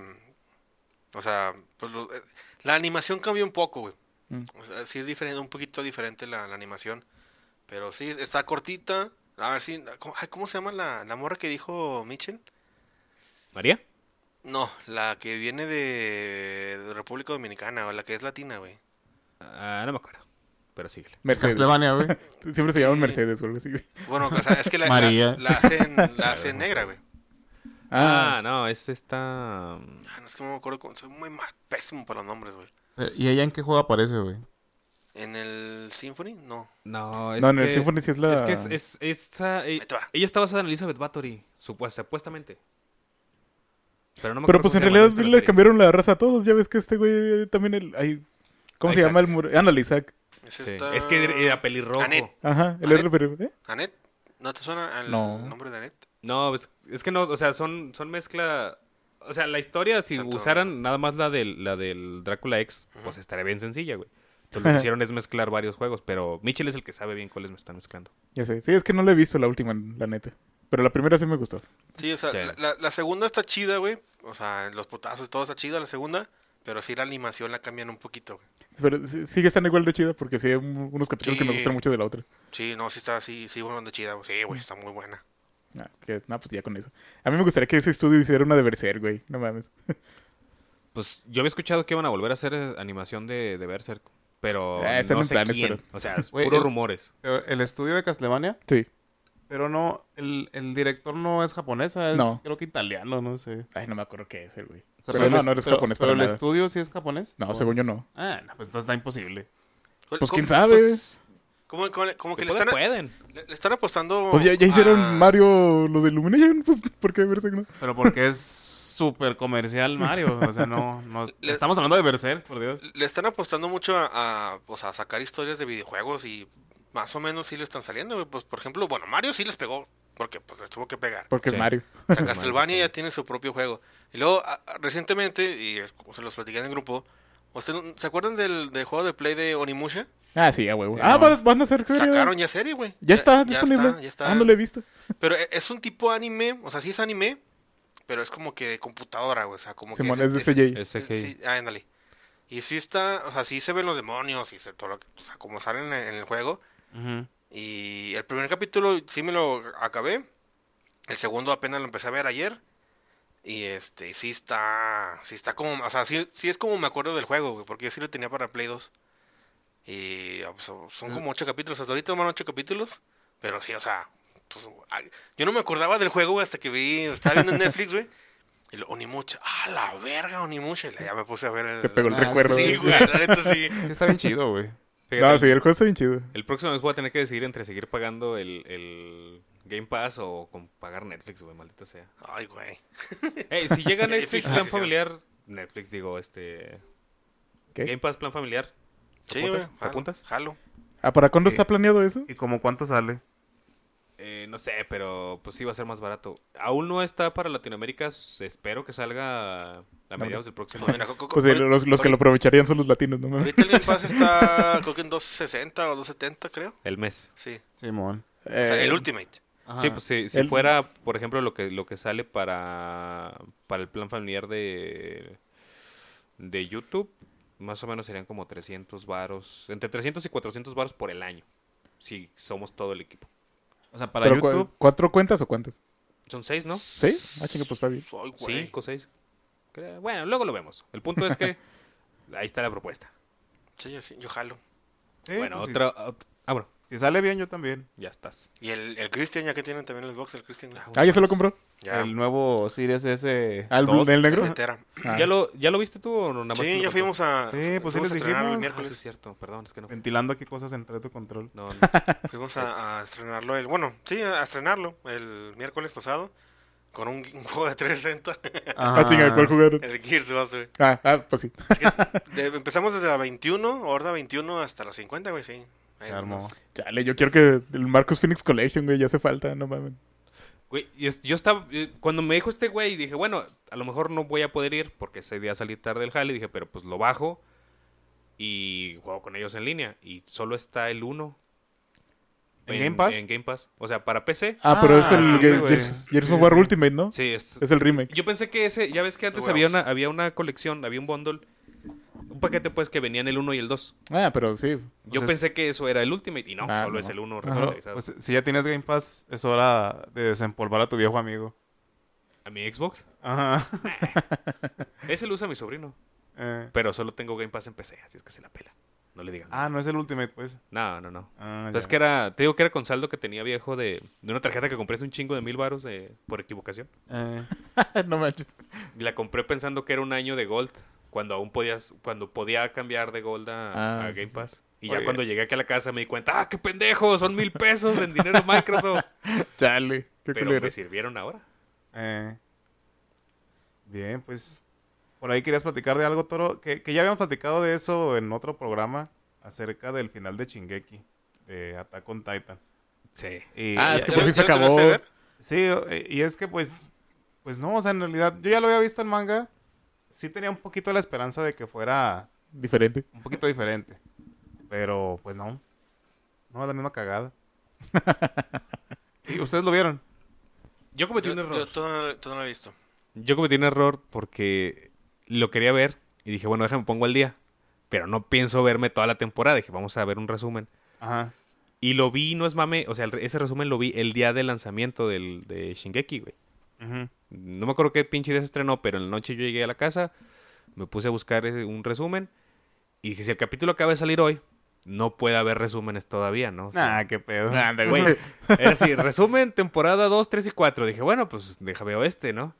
[SPEAKER 3] O sea, pues lo- eh, la animación cambió un poco, güey.
[SPEAKER 4] Mm.
[SPEAKER 3] O sea, sí es diferente, un poquito diferente la, la animación. Pero sí, está cortita. A ver si. ¿Cómo, ay, ¿cómo se llama la, la morra que dijo Mitchell?
[SPEAKER 2] ¿María?
[SPEAKER 3] No, la que viene de, de República Dominicana, o la que es latina, güey.
[SPEAKER 2] Ah, no me acuerdo. Pero síguele.
[SPEAKER 4] Mercedes.
[SPEAKER 1] Castlevania, güey.
[SPEAKER 4] Siempre se llaman
[SPEAKER 3] Sí.
[SPEAKER 4] Mercedes o algo así. güey.
[SPEAKER 3] Bueno, o sea, es que la, la-
[SPEAKER 1] María.
[SPEAKER 3] la hacen, la hacen negra, güey.
[SPEAKER 2] Ah,
[SPEAKER 4] Ah,
[SPEAKER 2] no, es esta. mm,
[SPEAKER 3] Ah, no, es que no me acuerdo. cómo- Soy muy mal, pésimo para los nombres, güey.
[SPEAKER 1] Pero, ¿Y ella en qué juego aparece, güey?
[SPEAKER 3] ¿En el Symphony? No.
[SPEAKER 2] No, es
[SPEAKER 4] Ah, no, en
[SPEAKER 2] que...
[SPEAKER 4] el Symphony sí es la...
[SPEAKER 2] Es que es, es- esta- e-
[SPEAKER 3] Ahí te va.
[SPEAKER 2] ella está basada en Elizabeth Bathory, supu- supuestamente. Pero, no me
[SPEAKER 4] Pero
[SPEAKER 2] acuerdo cómo
[SPEAKER 4] pues en
[SPEAKER 2] se llama
[SPEAKER 4] realidad
[SPEAKER 2] la
[SPEAKER 4] le
[SPEAKER 2] serie.
[SPEAKER 4] cambiaron la raza a todos. Ya ves que este güey eh, también el... ay, ¿Cómo se
[SPEAKER 2] Isaac.
[SPEAKER 4] llama el muro? Ándale, Isaac.
[SPEAKER 3] Es,
[SPEAKER 2] Sí,
[SPEAKER 3] esta-
[SPEAKER 2] Es que era pelirrojo.
[SPEAKER 3] Annette.
[SPEAKER 4] Ajá, el
[SPEAKER 3] Ah,
[SPEAKER 4] R, pero... ¿eh?
[SPEAKER 3] ¿Anet? ¿No te suena el
[SPEAKER 4] No.
[SPEAKER 3] nombre de Anet?
[SPEAKER 2] No, es, es que no, o sea, son, son mezcla. O sea, la historia, si
[SPEAKER 3] Santo.
[SPEAKER 2] usaran nada más la del, la del Drácula X, pues estaría bien sencilla, güey. Entonces lo que hicieron es mezclar varios juegos, pero Mitchell es el que sabe bien cuáles me están mezclando.
[SPEAKER 4] Ya sé. Sí, es que no la he visto la última, la neta. Pero la primera sí me gustó.
[SPEAKER 3] Sí, o sea,
[SPEAKER 2] Sí.
[SPEAKER 3] La, la- la segunda está chida, güey. O sea, los putazos, todo está chido la segunda. Pero sí la animación la cambian un poquito, güey.
[SPEAKER 4] Pero sí- sigue estando igual de chida porque sí hay un- unos capítulos que me
[SPEAKER 3] Sí.
[SPEAKER 4] gustan mucho de la otra.
[SPEAKER 3] Sí, no, sí está, sí, sí, bueno, de chida, güey. Sí, güey, está muy buena.
[SPEAKER 4] Ah, que, no, pues ya con eso. A mí me gustaría que ese estudio hiciera una de Berserk, güey. No mames.
[SPEAKER 2] Pues yo había escuchado que iban a volver a hacer eh, animación de, de Berserk, pero
[SPEAKER 4] Ah, están
[SPEAKER 2] no
[SPEAKER 4] en
[SPEAKER 2] sé
[SPEAKER 4] planes,
[SPEAKER 2] quién.
[SPEAKER 4] pero-
[SPEAKER 2] O sea, es
[SPEAKER 1] Güey,
[SPEAKER 2] puros
[SPEAKER 1] el-
[SPEAKER 2] rumores.
[SPEAKER 1] Pero El estudio de Castlevania,
[SPEAKER 4] Sí.
[SPEAKER 1] pero no, el, el director no es japonesa, es
[SPEAKER 4] No.
[SPEAKER 1] creo que italiano, no sé.
[SPEAKER 4] Ay, no me acuerdo qué es el güey.
[SPEAKER 1] O sea,
[SPEAKER 4] pero no,
[SPEAKER 1] el-
[SPEAKER 4] no eres
[SPEAKER 1] pero-
[SPEAKER 4] japonés
[SPEAKER 1] Pero
[SPEAKER 4] para
[SPEAKER 1] el
[SPEAKER 4] nada.
[SPEAKER 1] estudio sí es japonés.
[SPEAKER 4] No,
[SPEAKER 1] ¿O-
[SPEAKER 4] según yo no.
[SPEAKER 1] Ah, no, pues entonces está imposible.
[SPEAKER 4] Pues
[SPEAKER 3] ¿Cómo-
[SPEAKER 4] quién sabe.
[SPEAKER 2] Pues,
[SPEAKER 3] cómo- cómo- como que
[SPEAKER 2] que
[SPEAKER 3] le están,
[SPEAKER 2] pueden.
[SPEAKER 3] le- le están apostando.
[SPEAKER 4] Pues ya, ya hicieron
[SPEAKER 3] a-
[SPEAKER 4] Mario los de Illumination, pues ¿por qué Berserk no?
[SPEAKER 1] Pero porque es súper comercial Mario. O sea, no, no-
[SPEAKER 3] Le-
[SPEAKER 1] Estamos hablando de Berserk, por Dios.
[SPEAKER 3] Le están apostando mucho a, a, pues, a sacar historias de videojuegos y más o menos sí le están saliendo, güey. Pues, por ejemplo, bueno, Mario sí les pegó, porque pues les tuvo que pegar.
[SPEAKER 4] Porque
[SPEAKER 2] Sí.
[SPEAKER 4] es Mario.
[SPEAKER 3] O sea, Castlevania ya tiene su propio juego. Y luego, a- a- recientemente, y es como se los platicé en el grupo, ¿ustedes no- ¿se acuerdan del, del juego de Play de Onimusha?
[SPEAKER 4] Ah, sí, a huevo.
[SPEAKER 1] Sí,
[SPEAKER 4] ah,
[SPEAKER 1] no.
[SPEAKER 4] van, van a hacer serie,
[SPEAKER 3] Sacaron ya serie, güey.
[SPEAKER 4] Ya está
[SPEAKER 3] Ya
[SPEAKER 4] disponible.
[SPEAKER 3] está, ya está.
[SPEAKER 4] Ah, no lo he visto.
[SPEAKER 3] Pero e- es un tipo anime, o sea, sí es anime, pero es como que de computadora, güey. O sea, como
[SPEAKER 4] Simón
[SPEAKER 3] que...
[SPEAKER 4] es de CJ.
[SPEAKER 2] Es CGI.
[SPEAKER 3] Sí, ah, ándale. Y sí está, o sea, sí se ven los demonios y se, todo lo que- o sea, como salen en, en el juego.
[SPEAKER 1] Ujú.
[SPEAKER 3] Y el primer capítulo sí me lo acabé. El segundo apenas lo empecé a ver ayer. Y este, y sí está, sí está como, o sea, sí, sí es como me acuerdo del juego, güey, porque yo sí lo tenía para Play 2. Y ah, pues, son- son como ocho capítulos, hasta ahorita van ocho capítulos, pero sí, o sea, pues, ay, yo no me acordaba del juego güey, hasta que vi, estaba viendo en Netflix, güey. Y lo, Onimucha, ah, la verga, Onimucha, y ya me puse a ver el...
[SPEAKER 4] Te pegó el
[SPEAKER 1] Ah,
[SPEAKER 4] recuerdo.
[SPEAKER 3] Sí,
[SPEAKER 4] güey.
[SPEAKER 3] güey, la neta sí.
[SPEAKER 1] Sí, está bien chido, güey.
[SPEAKER 2] Fíjate,
[SPEAKER 4] no, sí, el juego está bien chido.
[SPEAKER 2] El próximo mes voy a tener que decidir entre seguir pagando el, el Game Pass o con pagar Netflix, güey, maldita sea.
[SPEAKER 3] Ay, güey.
[SPEAKER 2] Ey, si llega
[SPEAKER 3] Qué
[SPEAKER 2] Netflix
[SPEAKER 3] difícil
[SPEAKER 2] plan
[SPEAKER 3] decisión.
[SPEAKER 2] familiar, Netflix digo, este
[SPEAKER 4] ¿Qué?
[SPEAKER 2] Game Pass plan familiar.
[SPEAKER 3] Sí,
[SPEAKER 2] ¿Apuntas?
[SPEAKER 3] güey. jalo,
[SPEAKER 2] ¿Apuntas?
[SPEAKER 3] Jalo.
[SPEAKER 4] ¿Ah, para cuándo
[SPEAKER 1] Sí.
[SPEAKER 4] está planeado eso?
[SPEAKER 1] ¿Y como cuánto sale?
[SPEAKER 2] eh, no sé, pero pues sí va a ser más barato. Aún no está para Latinoamérica, s- espero que salga a mediados del próximo.
[SPEAKER 3] Pues mira, co- co-
[SPEAKER 4] Pues sí,
[SPEAKER 3] ahorita-
[SPEAKER 4] los, los que lo aprovecharían son los latinos, no mames.
[SPEAKER 3] Ahorita el Game Pass está, creo que en 260 o 270, creo.
[SPEAKER 2] El mes.
[SPEAKER 3] Sí.
[SPEAKER 1] Simón.
[SPEAKER 3] O sea,
[SPEAKER 4] Eh,
[SPEAKER 3] el Ultimate.
[SPEAKER 4] Ajá.
[SPEAKER 2] Sí, pues si, si
[SPEAKER 4] El-
[SPEAKER 2] fuera, por ejemplo, lo que, lo que sale para, para el plan familiar de, de YouTube, más o menos serían como 300 varos, entre 300 y 400 varos por el año, si somos todo el equipo.
[SPEAKER 1] O sea, para
[SPEAKER 4] ¿Pero cu-
[SPEAKER 1] YouTube.
[SPEAKER 4] cuatro cuentas o cuántas?
[SPEAKER 2] Son seis, ¿no?
[SPEAKER 4] ¿Sí? Ah, chinga, pues está bien.
[SPEAKER 3] Ay, güey.
[SPEAKER 2] Cinco, seis. Creo- Bueno, luego lo vemos. El punto es que ahí está la propuesta.
[SPEAKER 3] Sí, yo, sí, yo jalo.
[SPEAKER 1] Sí,
[SPEAKER 2] bueno,
[SPEAKER 1] pues sí.
[SPEAKER 2] otra... ot- Ah, bueno,
[SPEAKER 1] Si sale bien, yo también.
[SPEAKER 2] ya estás.
[SPEAKER 3] Y el, el Christian, ya que tienen también el Xbox, el Christian. güey.
[SPEAKER 4] Ah, ya se lo compró.
[SPEAKER 3] Ya.
[SPEAKER 1] El nuevo Series S.
[SPEAKER 4] ¿Al
[SPEAKER 1] dos.
[SPEAKER 4] del negro?
[SPEAKER 3] Etcétera.
[SPEAKER 4] Ah.
[SPEAKER 2] ¿Ya, lo, ¿Ya lo viste tú o nada más? tú
[SPEAKER 3] Sí,
[SPEAKER 2] lo
[SPEAKER 3] ya
[SPEAKER 2] compró?
[SPEAKER 3] fuimos a.
[SPEAKER 1] Sí, pues sí
[SPEAKER 3] fuimos
[SPEAKER 1] les
[SPEAKER 3] a estrenarlo el
[SPEAKER 1] dijimos.
[SPEAKER 2] Ah, sí, es
[SPEAKER 3] miércoles.
[SPEAKER 2] cierto, perdón, es que no... fui.
[SPEAKER 1] Ventilando qué cosas entre tu control.
[SPEAKER 2] No, no.
[SPEAKER 3] Fuimos a, a estrenarlo el. Bueno, sí, a estrenarlo el miércoles pasado. Con un, un juego de 360.
[SPEAKER 4] Ah, chinga, ¿cuál jugaron?
[SPEAKER 3] el Gears vas, güey.
[SPEAKER 4] Ah, ah, pues sí.
[SPEAKER 3] Es que de- empezamos desde la 21, Horda 21, hasta la 50, güey, sí. Ahí
[SPEAKER 1] Se armó.
[SPEAKER 3] vamos.
[SPEAKER 4] Chale, yo quiero que el Marcus Phoenix Collection, güey, ya hace falta, no mames.
[SPEAKER 2] Güey, y es- yo estaba. eh, Cuando me dijo este güey, dije, bueno, a lo mejor no voy a poder ir porque ese día salí tarde del jale. Dije, pero pues lo bajo y juego con ellos en línea. Y solo está el 1.
[SPEAKER 1] ¿En Game Pass?
[SPEAKER 2] En Game Pass. O sea, para PC.
[SPEAKER 4] Ah, pero es
[SPEAKER 1] Ah,
[SPEAKER 4] el
[SPEAKER 1] sí,
[SPEAKER 4] Ge-
[SPEAKER 1] güey.
[SPEAKER 4] Gears, Gears
[SPEAKER 1] Sí,
[SPEAKER 4] of War
[SPEAKER 1] sí.
[SPEAKER 4] Ultimate, ¿no?
[SPEAKER 2] Sí, es.
[SPEAKER 4] Es el remake.
[SPEAKER 2] Yo pensé que ese. Ya ves que antes
[SPEAKER 3] Huevos.
[SPEAKER 2] había una, había una colección, había un bundle. Un paquete, pues, que venían el 1 y el 2.
[SPEAKER 4] Ah, pero sí.
[SPEAKER 2] Yo
[SPEAKER 1] sea, es-
[SPEAKER 2] pensé que eso era el Ultimate. Y no,
[SPEAKER 4] Ah,
[SPEAKER 2] solo
[SPEAKER 4] no.
[SPEAKER 2] es el 1
[SPEAKER 4] Ajá.
[SPEAKER 2] remasterizado.
[SPEAKER 1] Pues si ya tienes Game Pass, es hora de desempolvar a tu viejo amigo.
[SPEAKER 2] A mi Xbox.
[SPEAKER 1] Ajá.
[SPEAKER 2] Ese lo usa mi sobrino.
[SPEAKER 1] Eh,
[SPEAKER 2] Pero solo tengo Game Pass en PC, así es que se la pela. No le digan.
[SPEAKER 1] Ah, no es el Ultimate, pues.
[SPEAKER 2] No, no, no.
[SPEAKER 1] Ah,
[SPEAKER 2] Pues
[SPEAKER 1] ya.
[SPEAKER 2] es que era, te digo que era con saldo que tenía viejo de, de una tarjeta que compré hace un chingo de mil varos eh, por equivocación.
[SPEAKER 1] Eh,
[SPEAKER 4] no manches.
[SPEAKER 2] Y la compré pensando que era un año de Gold, cuando aún podías, cuando podía cambiar de Gold a,
[SPEAKER 4] Ah,
[SPEAKER 2] a
[SPEAKER 4] sí,
[SPEAKER 2] Game
[SPEAKER 4] sí.
[SPEAKER 2] Pass. Y
[SPEAKER 1] Oye.
[SPEAKER 2] ya cuando llegué aquí a la casa me di cuenta, ¡ah, qué pendejo! Son mil pesos en dinero de Microsoft.
[SPEAKER 4] Chale, qué
[SPEAKER 2] Pero pues,
[SPEAKER 4] culero.
[SPEAKER 2] me sirvieron ahora.
[SPEAKER 1] eh. Bien, pues. Por ahí querías platicar de algo, Toro. Que, que ya habíamos platicado de eso en otro programa. Acerca del final de Chingeki. De Attack on Titan.
[SPEAKER 2] Sí.
[SPEAKER 1] Y-
[SPEAKER 4] Ah,
[SPEAKER 1] y-
[SPEAKER 4] es que
[SPEAKER 3] ¿Ya
[SPEAKER 4] por
[SPEAKER 3] lo-
[SPEAKER 4] fin se
[SPEAKER 3] ya lo
[SPEAKER 4] acabó.
[SPEAKER 3] terminaste de ver?
[SPEAKER 1] Sí, eh, y es que pues, pues no, o sea, en realidad yo ya lo había visto en manga, sí tenía un poquito la esperanza de que fuera
[SPEAKER 4] Diferente.
[SPEAKER 1] un poquito diferente, pero pues no, no es la misma cagada. ¿Y ustedes lo vieron?
[SPEAKER 2] Yo cometí
[SPEAKER 3] Yo,
[SPEAKER 2] un Pues error.
[SPEAKER 3] yo todo, todo no lo he visto.
[SPEAKER 2] Yo cometí un error porque lo quería ver y dije, bueno, déjame pongo al día. Pero no pienso verme toda la temporada. Dije, vamos a ver un resumen.
[SPEAKER 1] Ajá.
[SPEAKER 2] Y lo vi, no es mame, o sea, el- ese resumen lo vi el día del lanzamiento del, de Shingeki, güey.
[SPEAKER 1] ujú.
[SPEAKER 2] No me acuerdo qué pinche día se estrenó, pero en la noche yo llegué a la casa, me puse a buscar eh, un resumen y dije, si el capítulo acaba de salir hoy, no puede haber resúmenes todavía, ¿no? O sea,
[SPEAKER 1] Nah, qué pedo.
[SPEAKER 4] Anda,
[SPEAKER 2] güey. Era así, resumen, temporada 2, 3 y 4. Dije, bueno, pues déjame ver este, ¿no?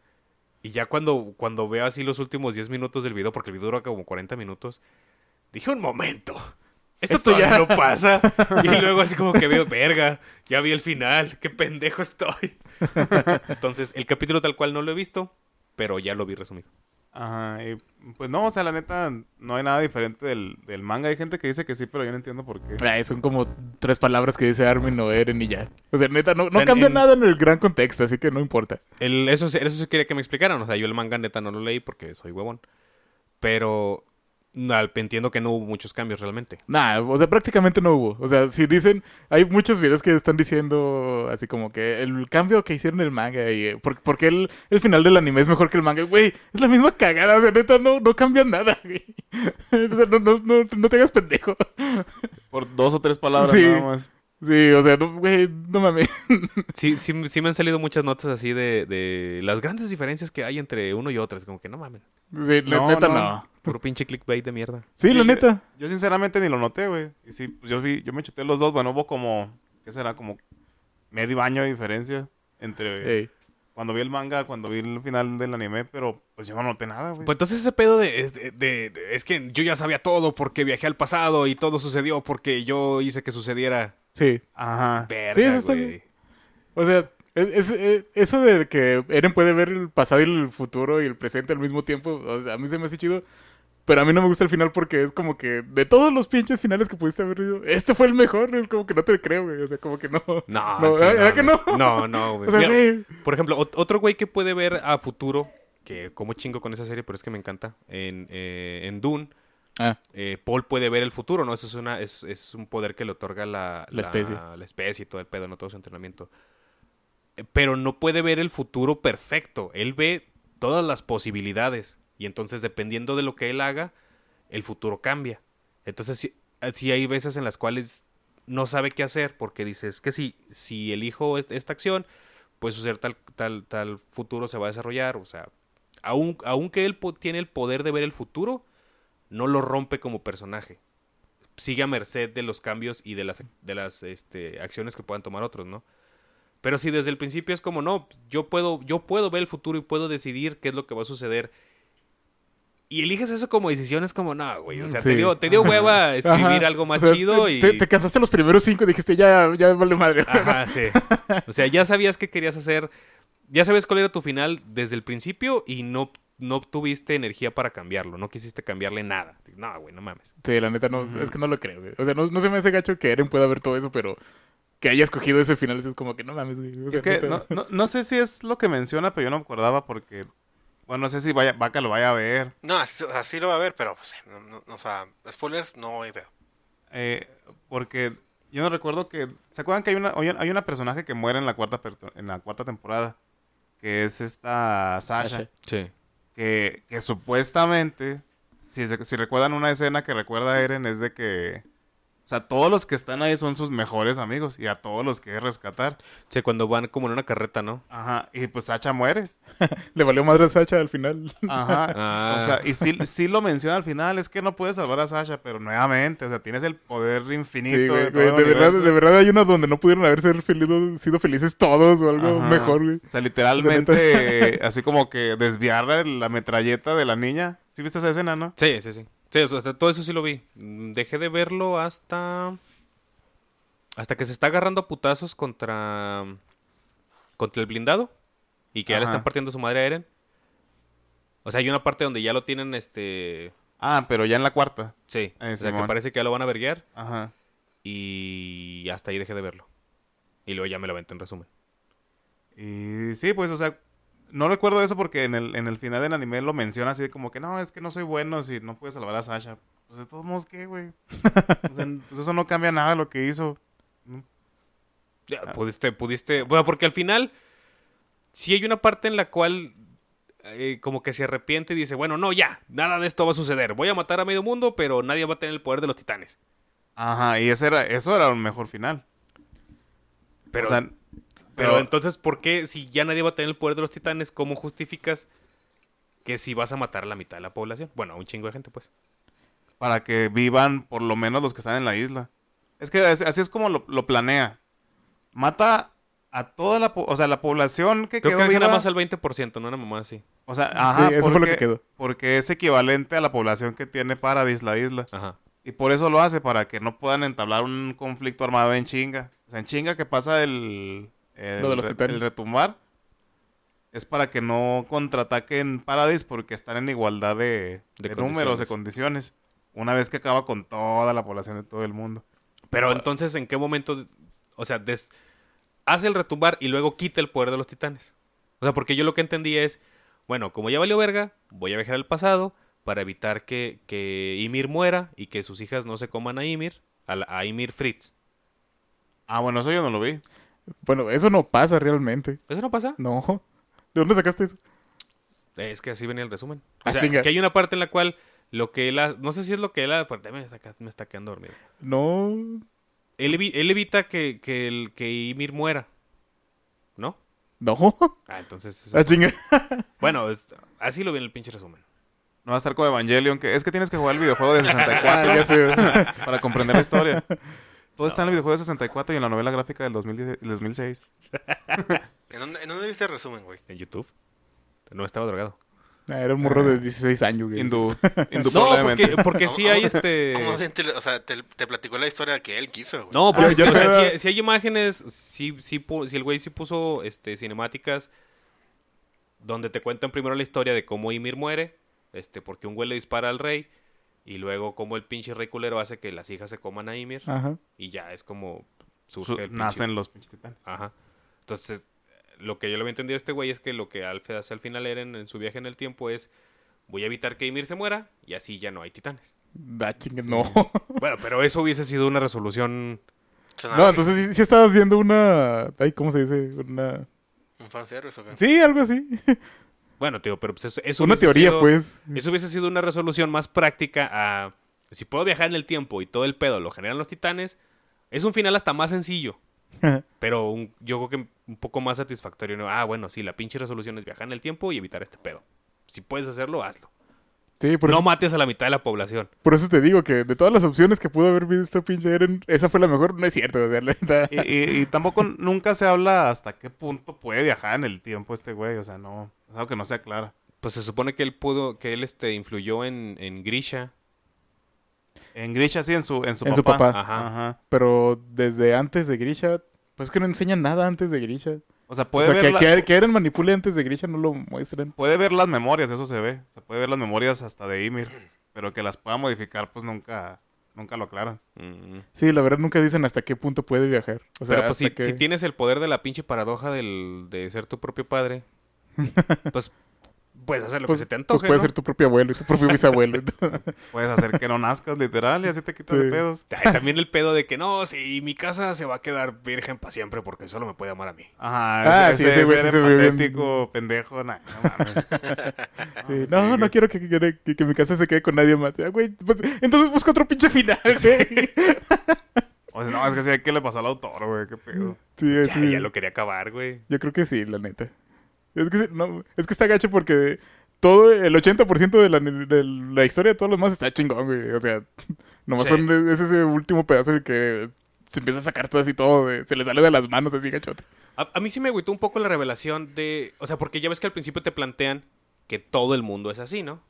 [SPEAKER 2] Y ya cuando, cuando veo así los últimos 10 minutos del video, porque el video dura como 40 minutos, dije, un momento. Esto,
[SPEAKER 4] Esto
[SPEAKER 2] todavía
[SPEAKER 4] ya-
[SPEAKER 2] no pasa. Y luego así como que veo, verga, ya vi el final, qué pendejo estoy. Entonces, el capítulo tal cual no lo he visto, pero ya lo vi resumido.
[SPEAKER 1] Ajá, y pues no, o sea, la neta, no hay nada diferente del, del manga. Hay gente que dice que sí, pero yo no entiendo por qué.
[SPEAKER 4] Ay, son como tres palabras que dice Armin o Eren y ya. O sea, neta, no, no
[SPEAKER 2] O sea,
[SPEAKER 4] cambia
[SPEAKER 2] en-
[SPEAKER 4] nada en el gran contexto, así que no importa.
[SPEAKER 2] El- eso, sí- eso sí quería que me explicaran. O sea, yo el manga neta no lo leí porque soy huevón. Pero al- entiendo que no hubo muchos cambios realmente.
[SPEAKER 4] Nah, o sea, prácticamente no hubo. O sea, si dicen, hay muchos videos que están diciendo así como que el cambio que hicieron el manga y eh, por, porque el, el final del anime es mejor que el manga. Güey, es la misma cagada, o sea, neta, no, no cambia nada, güey. O sea, no, no, no, no te hagas pendejo.
[SPEAKER 1] Por dos o tres palabras
[SPEAKER 4] Sí.
[SPEAKER 1] nada más.
[SPEAKER 4] Sí, o sea, no, güey, no mames.
[SPEAKER 2] Sí, sí, sí me han salido muchas notas así de, de las grandes diferencias que hay entre uno y otro. Es como que no mames.
[SPEAKER 4] Sí, la
[SPEAKER 1] No,
[SPEAKER 4] neta,
[SPEAKER 1] no.
[SPEAKER 4] no.
[SPEAKER 2] Puro pinche clickbait de mierda.
[SPEAKER 4] Sí, la
[SPEAKER 1] Sí,
[SPEAKER 4] neta.
[SPEAKER 1] Yo sinceramente ni lo noté, güey. Y sí, pues yo vi, yo me chuté los dos, bueno, hubo como, ¿qué será? Como medio año de diferencia entre
[SPEAKER 4] Ey.
[SPEAKER 1] cuando vi el manga, cuando vi el final del anime, pero pues yo no noté nada, güey.
[SPEAKER 2] Pues entonces ese pedo de, de- de- Es que yo ya sabía todo porque viajé al pasado y todo sucedió porque yo hice que sucediera.
[SPEAKER 4] Sí.
[SPEAKER 1] Ajá.
[SPEAKER 2] Verga,
[SPEAKER 4] Sí, eso está
[SPEAKER 2] güey.
[SPEAKER 4] bien. O sea, es- es- es- eso de que Eren puede ver el pasado y el futuro y el presente al mismo tiempo, o sea, a mí se me hace chido. Pero a mí no me gusta el final porque es como que de todos los pinches finales que pudiste haber ido, este fue el mejor. Es como que no te creo, güey. O sea, como que no.
[SPEAKER 2] No,
[SPEAKER 4] No,
[SPEAKER 2] sí,
[SPEAKER 4] ¿verdad que no?
[SPEAKER 2] No, no, güey.
[SPEAKER 4] O sea,
[SPEAKER 2] Mira,
[SPEAKER 4] güey.
[SPEAKER 2] Por ejemplo, ot- otro güey que puede ver a futuro, que como chingo con esa serie, pero es que me encanta, en, eh, en Dune,
[SPEAKER 4] Ah,
[SPEAKER 2] eh, Paul puede ver el futuro, ¿no? Eso es, una, es, es un poder que le otorga la,
[SPEAKER 4] La especie.
[SPEAKER 2] la especie y todo el pedo, ¿no? Todo su entrenamiento. Eh, pero no puede ver el futuro perfecto. Él ve todas las posibilidades. Y entonces, dependiendo de lo que él haga, el futuro cambia. Entonces, sí, eh, sí hay veces en las cuales no sabe qué hacer porque dices que si, si elijo est- esta acción, pues suceder tal, tal, tal futuro se va a desarrollar. O sea, aun, aunque él po- tiene el poder de ver el futuro, no lo rompe como personaje. Sigue a merced de los cambios y de las, de las este, acciones que puedan tomar otros, ¿no? Pero si desde el principio es como, no, yo puedo, yo puedo ver el futuro y puedo decidir qué es lo que va a suceder. Y eliges eso como decisión, es como, no, güey. O sea, te
[SPEAKER 4] Sí.
[SPEAKER 2] dio, te dio hueva escribir
[SPEAKER 4] Ajá.
[SPEAKER 2] algo más
[SPEAKER 4] O sea,
[SPEAKER 2] chido
[SPEAKER 4] te-
[SPEAKER 2] y.
[SPEAKER 4] Te, te cansaste los primeros cinco y dijiste, ya, ya vale madre. O sea,
[SPEAKER 2] Ajá, sí. O sea, ya sabías que querías hacer. Ya sabías cuál era tu final desde el principio y no, no tuviste energía para cambiarlo. No quisiste cambiarle nada. No, güey, no mames.
[SPEAKER 4] Sí, la neta, no, es que no lo creo, güey. O sea, no, no se me hace gacho que Eren pueda ver todo eso, pero que haya escogido ese final eso es como que no mames, güey. O sea,
[SPEAKER 1] Es que
[SPEAKER 4] neta.
[SPEAKER 1] no, no- no sé si es lo que menciona, pero yo no me acordaba porque. Bueno, no sé si vaya, Vaca lo vaya a ver.
[SPEAKER 3] No, así, así lo va a ver, pero pues, no, no- no, o sea, spoilers no hay pedo.
[SPEAKER 1] eh, porque yo no recuerdo que. ¿Se acuerdan que hay una, hay una- hay una personaje que muere en la cuarta perto- en la cuarta temporada? Que es esta Sasha.
[SPEAKER 4] Sasha.
[SPEAKER 2] Sí.
[SPEAKER 1] Que, que supuestamente. Si, se- si recuerdan una escena que recuerda a Eren, es de que. O sea, todos los que están ahí son sus mejores amigos y a todos los quiere rescatar.
[SPEAKER 2] Sí, cuando van como en una carreta, ¿no?
[SPEAKER 1] Ajá. Y pues Sasha muere.
[SPEAKER 4] Le valió madre a Sacha al final.
[SPEAKER 1] Ajá.
[SPEAKER 2] Ah.
[SPEAKER 1] O sea, y sí, sí lo menciona al final, es que no puedes salvar a Sasha, pero nuevamente, o sea, tienes el poder infinito.
[SPEAKER 4] Sí, güey,
[SPEAKER 1] de, todo
[SPEAKER 4] güey,
[SPEAKER 1] el
[SPEAKER 4] de, verdad,
[SPEAKER 1] universo.
[SPEAKER 4] de verdad hay una donde no pudieron haber ser feliz- sido felices todos o algo
[SPEAKER 1] Ajá.
[SPEAKER 4] mejor, güey.
[SPEAKER 1] O sea, literalmente, así como que desviar la- la metralleta de la niña. ¿Sí viste esa escena, no?
[SPEAKER 2] Sí, sí, sí. Sí, o sea, todo eso sí lo vi. Mm, Dejé de verlo hasta. Hasta que se está agarrando a putazos contra. Contra el blindado. Y que ya le
[SPEAKER 1] Ajá.
[SPEAKER 2] están partiendo su madre a Eren. O sea, hay una parte donde ya lo tienen, este.
[SPEAKER 1] Ah, pero ya en la cuarta.
[SPEAKER 2] Sí.
[SPEAKER 1] Eh,
[SPEAKER 2] o sea, que
[SPEAKER 1] Simón.
[SPEAKER 2] parece que ya lo van a verguear.
[SPEAKER 1] Ajá.
[SPEAKER 2] Y hasta ahí dejé de verlo. Y luego ya me lo aventé en resumen.
[SPEAKER 1] Y sí, pues, o sea, no recuerdo eso porque en el, en el final del anime lo menciona así como que no, es que no soy bueno si no puedes salvar a Sasha. Pues de todos modos, ¿qué, güey? O sea, pues eso no cambia nada lo que hizo.
[SPEAKER 2] Ya,
[SPEAKER 1] Ah.
[SPEAKER 2] Pudiste, pudiste. Bueno, porque al final. Sí hay una parte en la cual. eh, como que se arrepiente y dice: Bueno, no, ya, nada de esto va a suceder. Voy a matar a medio mundo, pero nadie va a tener el poder de los titanes.
[SPEAKER 1] Ajá, y ese era, eso era un mejor final.
[SPEAKER 2] Pero,
[SPEAKER 1] o sea,
[SPEAKER 2] pero
[SPEAKER 1] pero-
[SPEAKER 2] entonces, ¿por qué, si ya nadie va a tener el poder de los titanes, cómo justificas que si vas a matar a la mitad de la población? Bueno, a un chingo de gente, pues.
[SPEAKER 1] para que vivan por lo menos los que están en la isla. Es que as- así es como lo, lo planea. Mata a toda la, po- o sea, la población que
[SPEAKER 2] Creo que
[SPEAKER 1] quedó
[SPEAKER 2] deja
[SPEAKER 1] viva.
[SPEAKER 2] nada más al 20%, no una mamá así.
[SPEAKER 1] O sea, ajá,
[SPEAKER 4] eso fue lo que
[SPEAKER 1] porque-
[SPEAKER 4] quedó.
[SPEAKER 1] Porque es equivalente a la población que tiene Paradis la isla.
[SPEAKER 2] Ajá.
[SPEAKER 1] Y por eso lo hace, para que no puedan entablar un conflicto armado en chinga. O sea, en chinga que pasa el, el,
[SPEAKER 4] Lo de los
[SPEAKER 1] re-
[SPEAKER 4] titanes.
[SPEAKER 1] el retumbar. Es para que no contraataquen Paradis porque están en igualdad de,
[SPEAKER 2] De
[SPEAKER 1] de números, de condiciones. Una vez que acaba con toda la población de todo el mundo.
[SPEAKER 2] Pero
[SPEAKER 4] Ah.
[SPEAKER 2] entonces, ¿en qué momento? O sea, des- hace el retumbar y luego quita el poder de los titanes. O sea, porque yo lo que entendí es, bueno, como ya valió verga, voy a viajar al pasado para evitar que, que Ymir muera y que sus hijas no se coman a Ymir, a, la- a Ymir Fritz.
[SPEAKER 1] Ah, bueno, eso yo no lo vi.
[SPEAKER 4] Bueno, eso no pasa realmente.
[SPEAKER 2] ¿Eso no pasa?
[SPEAKER 4] No. ¿De dónde sacaste eso?
[SPEAKER 2] Eh, Es que así venía el resumen. O
[SPEAKER 4] Ah,
[SPEAKER 2] sea,
[SPEAKER 4] chinga.
[SPEAKER 2] que hay una parte en la cual lo que él... ha- No sé si es lo que él... ha- Pero me está, ca- me está quedando dormido.
[SPEAKER 4] No.
[SPEAKER 2] Él, evi- él evita que, que, el, que Ymir muera. ¿No?
[SPEAKER 4] No.
[SPEAKER 2] Ah, entonces...
[SPEAKER 4] Ah, chinga.
[SPEAKER 2] Bueno, es- así lo vi en el pinche resumen.
[SPEAKER 1] No va a estar con Evangelion, que es que tienes que jugar el videojuego de 64
[SPEAKER 4] Ah, ya sé, güey.
[SPEAKER 1] para comprender la historia. Todo está en el videojuego de 64 y en la novela gráfica del 2010 del 2006.
[SPEAKER 3] ¿En dónde, en dónde viste el resumen, güey?
[SPEAKER 2] ¿En YouTube? No estaba drogado.
[SPEAKER 4] Ah, Era un morro de 16 años, güey.
[SPEAKER 1] Hindú. Hindú
[SPEAKER 2] No,
[SPEAKER 1] probablemente.
[SPEAKER 2] porque, porque sí hay este...
[SPEAKER 3] ¿Cómo bien te- o sea, te, te platicó la historia que él quiso, güey?
[SPEAKER 2] No, porque
[SPEAKER 4] yo
[SPEAKER 2] sí, o
[SPEAKER 4] sé.
[SPEAKER 2] sea, si, si hay imágenes, si, el güey sí puso este, cinemáticas donde te cuentan primero la historia de cómo Ymir muere, este, porque un güey le dispara al rey, y luego cómo el pinche rey culero hace que las hijas se coman a Ymir,
[SPEAKER 4] Ajá.
[SPEAKER 2] y ya es como surge
[SPEAKER 1] Su-
[SPEAKER 2] el pinche-
[SPEAKER 1] nacen los pinches titanes.
[SPEAKER 2] Ajá. Entonces, lo que yo le había entendido a este güey es que lo que Alfred hace al final Eren en su viaje en el tiempo es voy a evitar que Ymir se muera, y así ya no hay titanes.
[SPEAKER 4] Ah, chinga, no.
[SPEAKER 2] bueno, pero eso hubiese sido una resolución
[SPEAKER 3] Sonaba
[SPEAKER 4] No,
[SPEAKER 1] Ah.
[SPEAKER 3] que-
[SPEAKER 4] entonces sí, sí estabas viendo una... Ay, ¿cómo se dice? Una...
[SPEAKER 3] ¿Un fanservice o qué?
[SPEAKER 4] Sí, algo así.
[SPEAKER 2] Bueno, tío, pero pues eso, eso
[SPEAKER 4] Una
[SPEAKER 2] hubiese
[SPEAKER 4] teoría,
[SPEAKER 2] sido-
[SPEAKER 4] pues.
[SPEAKER 2] Eso hubiese sido una resolución más práctica a... Si puedo viajar en el tiempo y todo el pedo lo generan los titanes, es un final hasta más sencillo. Pero un- yo creo que un poco más satisfactorio. ¿no? Ah, bueno, sí, la pinche resolución es viajar en el tiempo y evitar este pedo. Si puedes hacerlo, hazlo.
[SPEAKER 4] Sí, por,
[SPEAKER 2] no
[SPEAKER 4] eso,
[SPEAKER 2] mates a la mitad de la población.
[SPEAKER 4] por eso te digo que de todas las opciones que pudo haber visto pinche Eren, esa fue la mejor. No es cierto, o sea, la neta.
[SPEAKER 1] Y, y- y tampoco nunca se habla hasta qué punto puede viajar en el tiempo este güey. O sea, no. Es algo que no sea clara.
[SPEAKER 2] Pues se supone que él pudo, que él este, influyó en, en Grisha.
[SPEAKER 1] En Grisha sí, en su, en su
[SPEAKER 4] En
[SPEAKER 1] papá.
[SPEAKER 4] su papá.
[SPEAKER 2] Ajá.
[SPEAKER 1] Ajá.
[SPEAKER 4] Pero desde antes de Grisha, pues es que no enseñan nada antes de Grisha.
[SPEAKER 1] O sea,
[SPEAKER 4] O
[SPEAKER 1] puede,
[SPEAKER 4] sea, que,
[SPEAKER 1] ver la-
[SPEAKER 4] que- que Eren manipule antes de Grisha no lo muestran.
[SPEAKER 1] puede ver las memorias, eso se ve. Se puede ver las memorias hasta de Ymir. Pero que las pueda modificar, pues nunca, nunca lo aclaran.
[SPEAKER 2] Mm.
[SPEAKER 4] Sí, la verdad nunca dicen hasta qué punto puede viajar. O sea,
[SPEAKER 2] Pero pues
[SPEAKER 4] hasta
[SPEAKER 2] si,
[SPEAKER 4] que-
[SPEAKER 2] si tienes el poder de la pinche paradoja del, de ser tu propio padre, pues puedes hacer lo
[SPEAKER 4] pues,
[SPEAKER 2] que se te antoje.
[SPEAKER 4] pues puede
[SPEAKER 2] ¿no?
[SPEAKER 4] ser tu propio abuelo y tu propio bisabuelo. y todo.
[SPEAKER 1] Puedes hacer que no nazcas, literal, y así te quitas
[SPEAKER 4] Sí.
[SPEAKER 1] de pedos.
[SPEAKER 2] Ay, también el pedo de que no, si mi casa se va a quedar virgen para siempre porque solo me puede amar a mí.
[SPEAKER 1] Ajá,
[SPEAKER 4] Ah,
[SPEAKER 1] ese,
[SPEAKER 4] sí, ese
[SPEAKER 1] ese
[SPEAKER 4] güey sí
[SPEAKER 1] era
[SPEAKER 4] se ve bien-
[SPEAKER 1] patético, pendejo, nah, no mames.
[SPEAKER 2] Ah,
[SPEAKER 4] Sí, no, no quiero que, que- que- que mi casa se quede con nadie más. Ah, güey, pues, entonces busca otro pinche final. güey.
[SPEAKER 1] O sea, no, es que sí, ¿qué le pasó al autor, güey? ¿Qué pedo?
[SPEAKER 4] Sí,
[SPEAKER 2] Ya,
[SPEAKER 4] sí.
[SPEAKER 2] ya lo quería acabar, güey.
[SPEAKER 4] Yo creo que sí, la neta. Es que, sí, no, es que está gacho porque todo el 80% de la, de la historia de todos los demás está chingón, güey. O sea, nomás
[SPEAKER 2] Sí.
[SPEAKER 4] son, es ese último pedazo de que se empieza a sacar todo así todo, güey. se le sale de las manos así gachote.
[SPEAKER 2] A, a mí sí me agüitó un poco la revelación de. O sea, porque ya ves que al principio te plantean que todo el mundo es así, ¿no?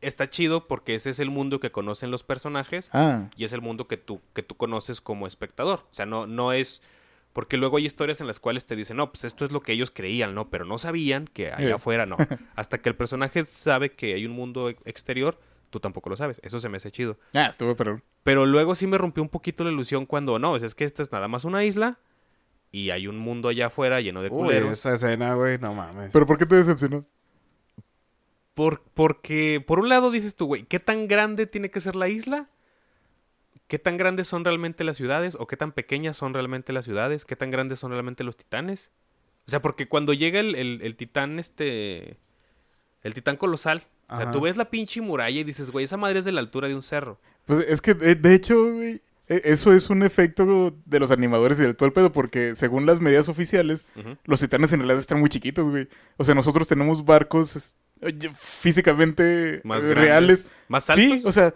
[SPEAKER 2] Está chido porque ese es el mundo que conocen los personajes
[SPEAKER 4] Ah.
[SPEAKER 2] y es el mundo que tú, que tú conoces como espectador. O sea, no, no es. Porque luego hay historias en las cuales te dicen, no, pues esto es lo que ellos creían, ¿no? Pero no sabían que allá
[SPEAKER 4] Sí.
[SPEAKER 2] afuera no. Hasta que el personaje sabe que hay un mundo e- exterior, tú tampoco lo sabes. Eso se me hace chido.
[SPEAKER 4] Ah, estuvo, pero...
[SPEAKER 2] Pero luego sí me rompió un poquito la ilusión cuando no, pues es que esta es nada más una isla y hay un mundo allá afuera lleno de
[SPEAKER 1] Uy,
[SPEAKER 2] culeros.
[SPEAKER 1] esa escena, güey, no mames.
[SPEAKER 4] ¿Pero por qué te decepcionó?
[SPEAKER 2] Por- porque, por un lado dices tú, güey, ¿qué tan grande tiene que ser la isla? ¿Qué tan grandes son realmente las ciudades? ¿O qué tan pequeñas son realmente las ciudades? ¿Qué tan grandes son realmente los titanes? O sea, porque cuando llega el, el- el titán, este. El titán colosal. O sea,
[SPEAKER 1] Ajá.
[SPEAKER 2] tú ves la pinche muralla y dices, güey, esa madre es de la altura de un cerro.
[SPEAKER 4] Pues es que, de, de hecho, güey, e- eso es un efecto de los animadores y del todo el pedo, porque según las medidas oficiales,
[SPEAKER 2] Ujú.
[SPEAKER 4] los titanes en realidad están muy chiquitos, güey. O sea, nosotros tenemos barcos es- oye, físicamente
[SPEAKER 2] Más
[SPEAKER 4] eh,
[SPEAKER 2] grandes.
[SPEAKER 4] reales.
[SPEAKER 2] ¿Más altos?
[SPEAKER 4] Sí, o sea,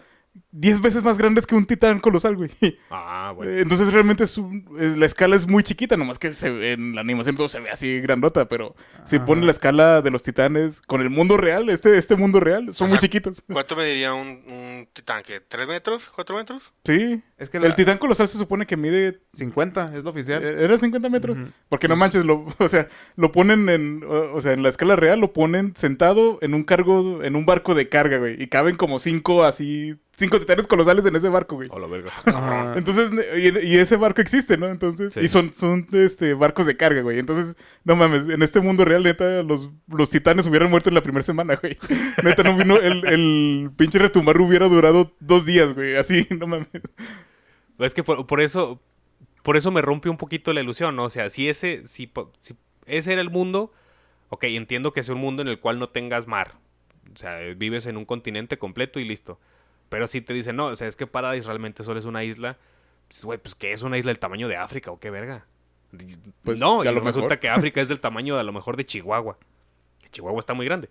[SPEAKER 4] 10 veces más grandes que un titán colosal, güey. Eh,
[SPEAKER 2] ah, bueno.
[SPEAKER 4] Entonces realmente es un- es- la escala es muy chiquita, nomás que se- en la animación todo se ve así grandota, pero si
[SPEAKER 1] Ajá.
[SPEAKER 4] ponen la escala de los titanes con el mundo real, este, este mundo real, son
[SPEAKER 3] O
[SPEAKER 4] muy
[SPEAKER 3] sea,
[SPEAKER 4] chiquitos.
[SPEAKER 3] ¿Cuánto me diría un, un titán? ¿Qué? ¿Tres metros? ¿Cuatro metros?
[SPEAKER 4] Sí.
[SPEAKER 1] es que
[SPEAKER 4] El
[SPEAKER 1] el
[SPEAKER 4] titán colosal se supone que mide
[SPEAKER 1] 50 es lo oficial.
[SPEAKER 4] Eh, Era 50 metros.
[SPEAKER 1] Ujú.
[SPEAKER 4] Porque no manches, lo, o sea, lo ponen en, o, o sea, en la escala real, lo ponen sentado en un cargo, en un barco de carga, güey. Y caben como cinco así, cinco titanes colosales en ese barco, güey.
[SPEAKER 2] O la verga.
[SPEAKER 1] Ajá.
[SPEAKER 4] Entonces, ne- y, y ese barco existe, ¿no? Entonces,
[SPEAKER 2] Sí.
[SPEAKER 4] y son, son este, barcos de carga, güey. Entonces, no mames, en este mundo real, neta, los, los titanes hubieran muerto en la primera semana, güey. Neta, no vino, el, el pinche retumbar hubiera durado dos días, güey. Así, no mames.
[SPEAKER 2] Es que por, por eso por eso me rompe un poquito la ilusión, ¿no? O sea, si ese si, po- si ese era el mundo, ok, entiendo que es un mundo en el cual no tengas mar. O sea, vives en un continente completo y listo. Pero si te dicen, no, o sea, es que Paradise realmente solo es una isla, pues, güey, pues que es una isla del tamaño de África o qué verga.
[SPEAKER 4] Pues,
[SPEAKER 2] no, y
[SPEAKER 4] a lo
[SPEAKER 2] resulta
[SPEAKER 4] mejor.
[SPEAKER 2] que África es del tamaño a lo mejor de Chihuahua. Que Chihuahua está muy grande.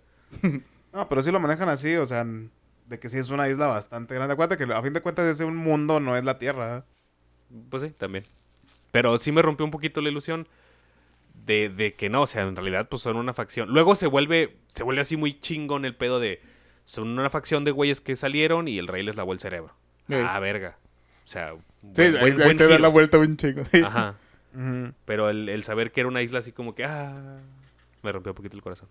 [SPEAKER 1] No, pero sí lo manejan así, o sea, de que sí es una isla bastante grande. Acuérdate que a fin de cuentas es un mundo, no es la Tierra.
[SPEAKER 2] Pues sí, también. Pero sí me rompió un poquito la ilusión de, de que no, o sea, en realidad pues son una facción. Luego se vuelve, se vuelve así muy chingón el pedo de son una facción de güeyes que salieron y el rey les lavó el cerebro.
[SPEAKER 4] Ey.
[SPEAKER 2] Ah, verga. O sea,
[SPEAKER 4] Sí,
[SPEAKER 2] buen,
[SPEAKER 4] ahí-
[SPEAKER 2] buen-
[SPEAKER 4] ahí
[SPEAKER 2] buen
[SPEAKER 4] te da
[SPEAKER 2] giro. Ah.
[SPEAKER 4] la vuelta un chingo. sí.
[SPEAKER 2] Ajá.
[SPEAKER 1] Ujú.
[SPEAKER 2] Pero el, el saber que era una isla así como que ah, me rompió un poquito el corazón.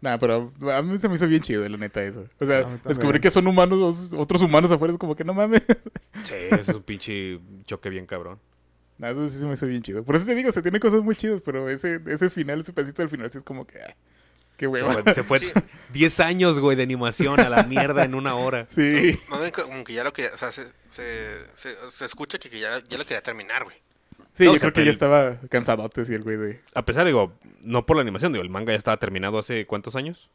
[SPEAKER 4] Nah, pero a mí se me hizo bien chido, la neta, eso. O
[SPEAKER 1] Sí, a mí
[SPEAKER 4] sea,
[SPEAKER 1] también.
[SPEAKER 4] descubrir que son humanos, dos- otros humanos afuera es como que no mames.
[SPEAKER 2] Sí, eso es un pinche choque bien cabrón.
[SPEAKER 4] Nah, eso sí se me hizo bien chido. Por eso te digo, se tiene cosas muy chidas, pero ese, ese final, ese pedacito del final, sí es como que, ah, qué
[SPEAKER 2] Se
[SPEAKER 4] hueva.
[SPEAKER 2] fue- Se fue
[SPEAKER 3] Sí.
[SPEAKER 2] 10 años, güey, de animación a la mierda en una hora.
[SPEAKER 4] Sí.
[SPEAKER 3] Más bien co- como que ya lo que, o sea, se, se, se, se escucha que, que ya, ya lo quería terminar, güey.
[SPEAKER 4] Sí,
[SPEAKER 2] No,
[SPEAKER 4] yo
[SPEAKER 2] o sea,
[SPEAKER 4] creo que
[SPEAKER 2] pero el-
[SPEAKER 4] ya estaba cansadote, sí, el güey de...
[SPEAKER 2] A pesar, digo, no por la animación, digo, el manga ya estaba terminado hace cuántos años.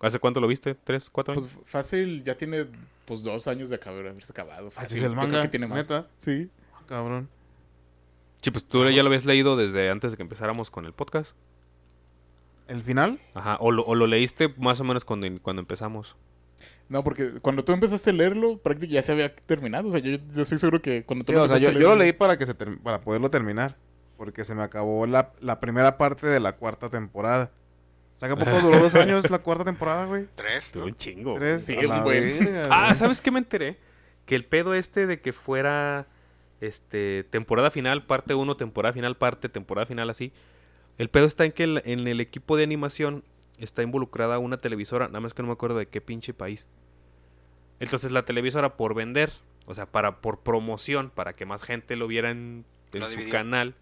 [SPEAKER 2] ¿Hace cuánto lo viste? ¿Tres, cuatro años?
[SPEAKER 4] Pues fácil, ya tiene pues dos años de acabar, haberse acabado. Fácil,
[SPEAKER 1] es el
[SPEAKER 4] yo
[SPEAKER 1] manga,
[SPEAKER 4] creo que tiene más.
[SPEAKER 1] neta.
[SPEAKER 4] Sí.
[SPEAKER 1] Cabrón.
[SPEAKER 2] sí, pues tú ya lo habías leído desde antes de que empezáramos con el podcast.
[SPEAKER 1] ¿El final?
[SPEAKER 2] Ajá, o lo, o lo leíste más o menos cuando, cuando empezamos.
[SPEAKER 4] No, porque cuando tú empezaste a leerlo, prácticamente ya se había terminado. O sea, yo, yo estoy seguro que cuando tú
[SPEAKER 1] Sí, o sea,
[SPEAKER 4] empezaste
[SPEAKER 1] yo,
[SPEAKER 4] a
[SPEAKER 1] yo lo
[SPEAKER 4] leerlo-
[SPEAKER 1] leí para, que se term- para poderlo terminar. Porque se me acabó la, la primera parte de la cuarta temporada. O sea, que a poco duró dos años la cuarta temporada, güey.
[SPEAKER 3] Tres,
[SPEAKER 2] Tuve
[SPEAKER 3] ¿no?
[SPEAKER 2] un chingo. güey.
[SPEAKER 1] Tres.
[SPEAKER 4] Sí,
[SPEAKER 1] a la
[SPEAKER 4] un buen.
[SPEAKER 1] verga,
[SPEAKER 2] Ah,
[SPEAKER 1] güey.
[SPEAKER 2] ¿sabes qué me enteré? Que el pedo este de que fuera este temporada final, parte 1, temporada final, parte, temporada final, así. El pedo está en que el- en el equipo de animación está involucrada una televisora, nada más que no me acuerdo de qué pinche país. Entonces la televisora por vender, o sea, para por promoción, para que más gente lo viera en, en
[SPEAKER 3] Lo
[SPEAKER 2] su
[SPEAKER 3] dividió.
[SPEAKER 2] canal.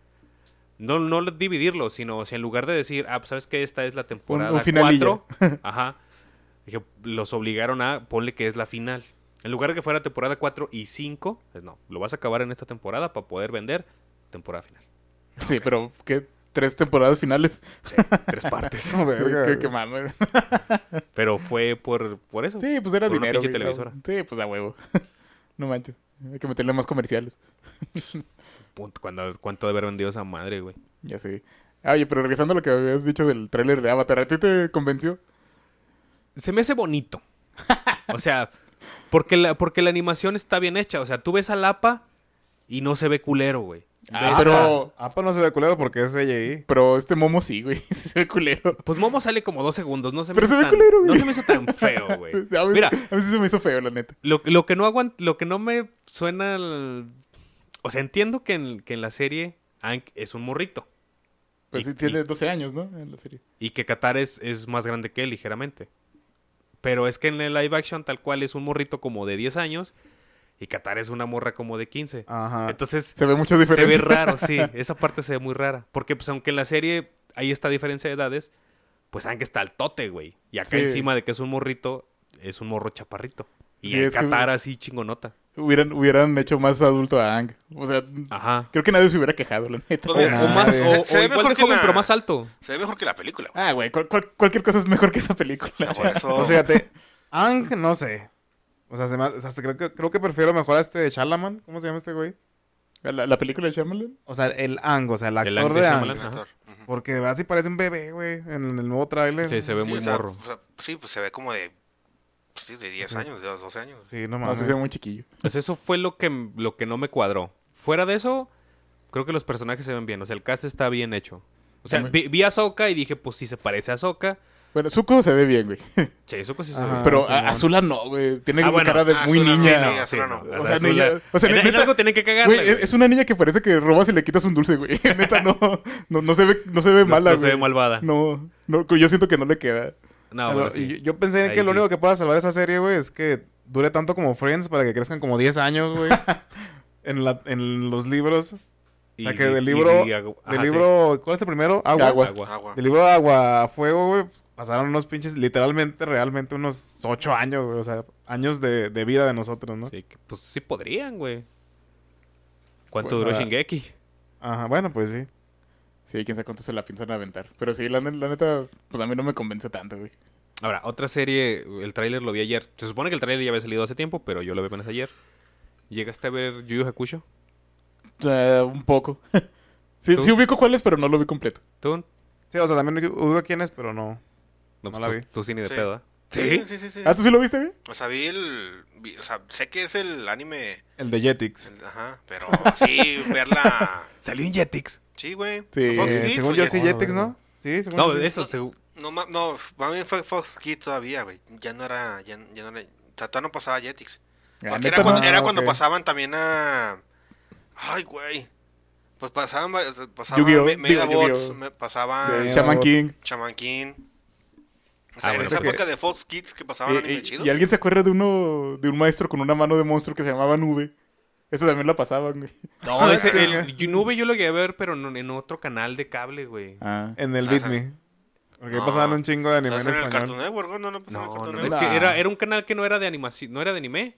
[SPEAKER 2] No, no lo- dividirlo, sino o sea, en lugar de decir, ah, pues sabes que esta es la temporada
[SPEAKER 4] un finalillo.
[SPEAKER 2] 4. Ajá. Dije, los obligaron a ponle que es la final. En lugar de que fuera temporada 4 y 5, pues no, lo vas a acabar en esta temporada para poder vender temporada final.
[SPEAKER 4] Sí, pero ¿qué? Tres temporadas finales.
[SPEAKER 2] Sí, tres partes.
[SPEAKER 1] No, verga,
[SPEAKER 4] Qué-
[SPEAKER 1] güey.
[SPEAKER 4] qué, qué mames.
[SPEAKER 2] Pero fue por, por eso.
[SPEAKER 4] Sí, pues era
[SPEAKER 2] Por una
[SPEAKER 4] dinero.
[SPEAKER 2] pinche
[SPEAKER 4] güey.
[SPEAKER 2] televisora.
[SPEAKER 4] Sí, pues a huevo. no manches. Hay que meterle más comerciales.
[SPEAKER 2] Punto. Cuando, ¿Cuánto de haber vendido esa madre, güey?
[SPEAKER 4] Ya sé. Ah, Oye, pero regresando a lo que habías dicho del tráiler de Avatar, ¿a ti te convenció?
[SPEAKER 2] Se me hace bonito. O sea, porque la, porque la animación está bien hecha. O sea, tú ves a Lapa y no se ve culero, güey.
[SPEAKER 4] Ah,
[SPEAKER 1] Ves
[SPEAKER 4] pero,
[SPEAKER 1] a- Apa no se ve culero porque es CGI.
[SPEAKER 4] pero este momo sí, güey. Sí se ve culero.
[SPEAKER 2] Pues Momo sale como dos segundos. No se me,
[SPEAKER 4] Pero
[SPEAKER 2] hizo,
[SPEAKER 4] se ve
[SPEAKER 2] tan,
[SPEAKER 4] culero, güey.
[SPEAKER 2] no se me hizo tan feo, güey.
[SPEAKER 4] A mí-
[SPEAKER 2] Mira,
[SPEAKER 4] a mí sí se me hizo feo, la neta.
[SPEAKER 2] Lo, lo que no aguant lo que no me suena al- o sea, entiendo que en, que en la serie Ank es un morrito
[SPEAKER 4] Pues
[SPEAKER 2] Y-
[SPEAKER 4] sí, tiene
[SPEAKER 2] y-
[SPEAKER 4] 12 años, ¿no? En la serie.
[SPEAKER 2] y que Qatar es, es más grande que él ligeramente. Pero es que en el live action tal cual es un morrito como de 10 años y Qatar es una morra como de 15.
[SPEAKER 1] Ajá.
[SPEAKER 2] Entonces
[SPEAKER 4] Se ve mucho
[SPEAKER 2] se ve
[SPEAKER 4] diferencia.
[SPEAKER 2] raro, sí, esa parte se ve muy rara, porque pues aunque en la serie hay esta diferencia de edades, pues Ank está al tote, güey, y acá
[SPEAKER 4] Sí.
[SPEAKER 2] encima de que es un morrito es un morro chaparrito. Y
[SPEAKER 4] Sí,
[SPEAKER 2] en
[SPEAKER 4] es que-
[SPEAKER 2] Qatar así chingonota.
[SPEAKER 4] Hubieran, hubieran hecho más adulto a Ang. O sea,
[SPEAKER 2] Ajá.
[SPEAKER 4] creo que nadie se hubiera quejado, la neta.
[SPEAKER 3] Pues mira,
[SPEAKER 2] O
[SPEAKER 1] Ah,
[SPEAKER 2] más,
[SPEAKER 1] sí.
[SPEAKER 2] o,
[SPEAKER 3] Se-
[SPEAKER 2] o
[SPEAKER 3] se ve
[SPEAKER 2] igual
[SPEAKER 3] mejor
[SPEAKER 2] de
[SPEAKER 3] que
[SPEAKER 2] joven,
[SPEAKER 3] la-
[SPEAKER 2] pero más alto.
[SPEAKER 3] Se ve mejor que la película, güey.
[SPEAKER 4] Ah, güey, cual- cual- cualquier cosa es mejor que esa
[SPEAKER 2] Ah,
[SPEAKER 4] película.
[SPEAKER 3] Por eso.
[SPEAKER 1] O sea, fíjate, Ang, no sé. O sea, se me ha- o sea, creo, que, creo que prefiero mejor a este de Shalaman. ¿Cómo se llama este güey?
[SPEAKER 4] ¿La, la película de Shyamalan?
[SPEAKER 1] O sea, el Ang, o sea, el actor
[SPEAKER 2] El Aang de
[SPEAKER 1] de
[SPEAKER 3] el
[SPEAKER 2] Shyamalan.
[SPEAKER 1] Ang.
[SPEAKER 3] actor. Ujú.
[SPEAKER 1] Porque de verdad sí parece un bebé, güey, en el nuevo tráiler.
[SPEAKER 2] Sí, se ve
[SPEAKER 3] Sí,
[SPEAKER 2] muy
[SPEAKER 3] o sea,
[SPEAKER 2] morro.
[SPEAKER 3] o sea, sí, pues se ve como de, pues, sí, de 10 años, de 12 años.
[SPEAKER 1] Sí, no
[SPEAKER 2] Ah,
[SPEAKER 4] No
[SPEAKER 1] mames.
[SPEAKER 4] sé, se ve muy chiquillo.
[SPEAKER 2] Pues eso fue lo que, m- lo que no me cuadró. Fuera de eso, creo que los personajes se ven bien. O sea, el cast está bien hecho. O sea,
[SPEAKER 4] Hombre.
[SPEAKER 2] vi, vi a Ahsoka y dije, pues si se parece a Ahsoka.
[SPEAKER 4] Bueno, Zuko se ve bien, güey.
[SPEAKER 2] Sí, Ahsoka Ah, sí se
[SPEAKER 1] Ajá.
[SPEAKER 2] ve.
[SPEAKER 4] Pero
[SPEAKER 1] sí,
[SPEAKER 4] a-
[SPEAKER 1] no.
[SPEAKER 4] Azula no, güey. Tiene
[SPEAKER 2] Ah,
[SPEAKER 4] una
[SPEAKER 2] bueno,
[SPEAKER 4] cara de muy
[SPEAKER 3] Azula sí,
[SPEAKER 4] niña.
[SPEAKER 3] sí,
[SPEAKER 4] No,
[SPEAKER 3] Azula no.
[SPEAKER 2] O
[SPEAKER 4] O
[SPEAKER 2] sea,
[SPEAKER 4] sea,
[SPEAKER 2] Azula-
[SPEAKER 4] niña- o sea,
[SPEAKER 2] en, en
[SPEAKER 4] neta-
[SPEAKER 2] algo tienen que cagarle.
[SPEAKER 4] Güey, es, es una niña que parece que robas y le quitas un dulce, güey. Neta, no, no, no se ve, no se ve
[SPEAKER 2] No-
[SPEAKER 4] mala,
[SPEAKER 2] no se ve
[SPEAKER 4] güey.
[SPEAKER 2] malvada.
[SPEAKER 4] No, no, yo siento que no le queda.
[SPEAKER 1] Pero
[SPEAKER 2] No, Ah, bueno, sí.
[SPEAKER 1] yo, yo pensé
[SPEAKER 2] Ahí
[SPEAKER 1] que lo
[SPEAKER 2] sí.
[SPEAKER 1] único que pueda salvar esa serie, güey, es que dure tanto como Friends para que crezcan como 10 años, güey. en, la- en los libros. O sea,
[SPEAKER 2] Y-
[SPEAKER 1] que del
[SPEAKER 2] y-
[SPEAKER 1] libro...
[SPEAKER 2] y- ajá,
[SPEAKER 1] del
[SPEAKER 2] sí.
[SPEAKER 1] libro... ¿Cuál es el primero? Agua.
[SPEAKER 4] Agua.
[SPEAKER 2] Agua.
[SPEAKER 3] Agua.
[SPEAKER 1] Del libro Agua a Fuego, güey, pues, pasaron unos pinches, literalmente, realmente unos 8 años, güey. O sea, años de, de vida de nosotros, ¿no?
[SPEAKER 2] Sí, que, pues sí podrían, güey. ¿Cuánto
[SPEAKER 4] Bueno,
[SPEAKER 2] duró
[SPEAKER 4] ah.
[SPEAKER 2] Shingeki?
[SPEAKER 1] Ajá, bueno, pues sí.
[SPEAKER 4] Sí, quién sabe cuánto se la piensan aventar. Pero sí, la, ne- la neta, pues a mí no me convence tanto, güey.
[SPEAKER 2] Ahora, otra serie, el tráiler lo vi ayer. Se supone que el tráiler ya había salido hace tiempo, pero yo lo vi apenas ayer. ¿Llegaste a ver Yu Yu Hakusho?
[SPEAKER 4] Eh, un poco. sí,
[SPEAKER 2] ¿Tú?
[SPEAKER 4] sí ubico cuáles, pero no lo vi completo.
[SPEAKER 2] ¿Tú?
[SPEAKER 1] Sí, o sea, también hubo quienes, pero no.
[SPEAKER 2] No, pues
[SPEAKER 1] la
[SPEAKER 2] tú,
[SPEAKER 1] vi.
[SPEAKER 2] tú sí ni de
[SPEAKER 3] Sí.
[SPEAKER 2] pedo, ¿verdad?
[SPEAKER 3] Sí, sí, sí, sí.
[SPEAKER 4] Ah, ¿tú sí lo viste, güey?
[SPEAKER 3] O sea, vi el, vi- o sea, sé que es el anime,
[SPEAKER 1] El de Jetix.
[SPEAKER 3] el- ajá, pero así verla,
[SPEAKER 2] Salió en Jetix.
[SPEAKER 3] sí, güey.
[SPEAKER 4] Sí,
[SPEAKER 3] Fox
[SPEAKER 1] Eh,
[SPEAKER 3] Kids,
[SPEAKER 1] según
[SPEAKER 3] o
[SPEAKER 1] yo
[SPEAKER 3] ya-
[SPEAKER 1] sí, Jetix, ¿no? Sí, según
[SPEAKER 2] No,
[SPEAKER 1] yo sí.
[SPEAKER 2] eso, segu-
[SPEAKER 3] No, ma- no, más bien fue Fox Kids todavía, güey. Ya no era, ya, ya no le, Tata no pasaba Jetix.
[SPEAKER 4] Ah,
[SPEAKER 3] Porque
[SPEAKER 4] neta,
[SPEAKER 3] era cuando,
[SPEAKER 4] no.
[SPEAKER 3] era
[SPEAKER 1] Ah,
[SPEAKER 3] cuando
[SPEAKER 1] ok.
[SPEAKER 3] pasaban también a. Ay, güey. Pues pasaban. varios- pasaban
[SPEAKER 4] Yu-Gi-Oh,
[SPEAKER 3] Me-
[SPEAKER 4] digo,
[SPEAKER 3] Megabots,
[SPEAKER 4] Yu-Gi-Oh.
[SPEAKER 3] me- pasaban
[SPEAKER 1] De-
[SPEAKER 4] El Shaman King.
[SPEAKER 3] Shaman King. O sea,
[SPEAKER 2] Ah,
[SPEAKER 3] en
[SPEAKER 2] bueno,
[SPEAKER 3] esa
[SPEAKER 2] porque-
[SPEAKER 3] época de Fox Kids que pasaban
[SPEAKER 4] Eh, eh,
[SPEAKER 3] anime chidos.
[SPEAKER 4] y alguien se acuerda de uno, de un maestro con una mano de monstruo que se llamaba Nube. Eso también la pasaban, güey.
[SPEAKER 3] Ah,
[SPEAKER 2] No, ese,
[SPEAKER 1] sí.
[SPEAKER 2] el Yunube yo lo llegué a ver, pero en, en otro canal de cable, güey.
[SPEAKER 4] Ah.
[SPEAKER 1] En el
[SPEAKER 3] O sea,
[SPEAKER 1] Beat Me. Porque ahí
[SPEAKER 3] no.
[SPEAKER 1] pasaban un chingo de
[SPEAKER 3] O
[SPEAKER 1] anime
[SPEAKER 3] sea,
[SPEAKER 1] en
[SPEAKER 3] eso era pues en el Cartoon ¿eh?
[SPEAKER 1] español.
[SPEAKER 3] Network, ¿no? No, no pasaba en
[SPEAKER 2] No,
[SPEAKER 3] el Cartoon
[SPEAKER 2] no, es
[SPEAKER 3] Network.
[SPEAKER 2] que
[SPEAKER 4] Nah.
[SPEAKER 2] era, era un canal que no era de animación, no era de anime.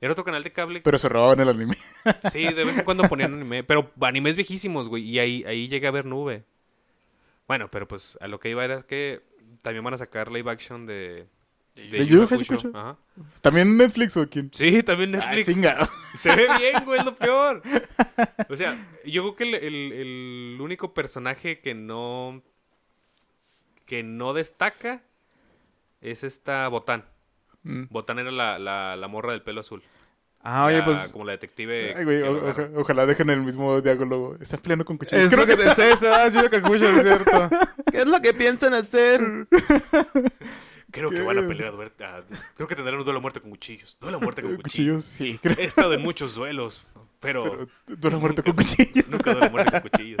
[SPEAKER 2] Era otro canal de cable.
[SPEAKER 4] Pero se robaban el anime.
[SPEAKER 2] Sí, de vez en cuando ponían anime. Pero animes viejísimos, güey. Y ahí, ahí llegué a ver nube. Bueno, pero pues a lo que iba era que también van a sacar live action de.
[SPEAKER 3] De
[SPEAKER 4] Yu Yu Hakusho.
[SPEAKER 2] Ajá.
[SPEAKER 4] ¿También Netflix o quién?
[SPEAKER 2] Sí, también
[SPEAKER 4] Ah,
[SPEAKER 2] Netflix.
[SPEAKER 4] chinga.
[SPEAKER 2] Se ve bien, güey, es lo peor. O sea, yo creo que el, el- el único personaje que no. que no destaca es esta Botán.
[SPEAKER 4] Mm.
[SPEAKER 2] Botán era la, la, la morra del pelo azul.
[SPEAKER 1] Ah, oye,
[SPEAKER 2] La-
[SPEAKER 1] pues.
[SPEAKER 2] Como la detective.
[SPEAKER 4] Ay, güey,
[SPEAKER 2] que
[SPEAKER 4] o-
[SPEAKER 2] lo agarra.
[SPEAKER 4] oja- ojalá dejen el mismo diálogo. Estás peleando con cuchillos.
[SPEAKER 1] Es
[SPEAKER 4] Creo
[SPEAKER 1] lo que
[SPEAKER 4] que
[SPEAKER 1] te es yo es cierto. ¿Qué es lo que piensan hacer?
[SPEAKER 2] Creo que van a pelear. a duer- a- creo que tendrán un duelo a muerte con cuchillos. Duelo a muerte con
[SPEAKER 4] eh,
[SPEAKER 2] cuchillos.
[SPEAKER 4] cuchillos, sí. Creo.
[SPEAKER 2] He estado en muchos duelos, pero
[SPEAKER 4] Dura muerte
[SPEAKER 2] Nunca.
[SPEAKER 4] con cuchillos.
[SPEAKER 2] nunca duelo a muerte con cuchillos.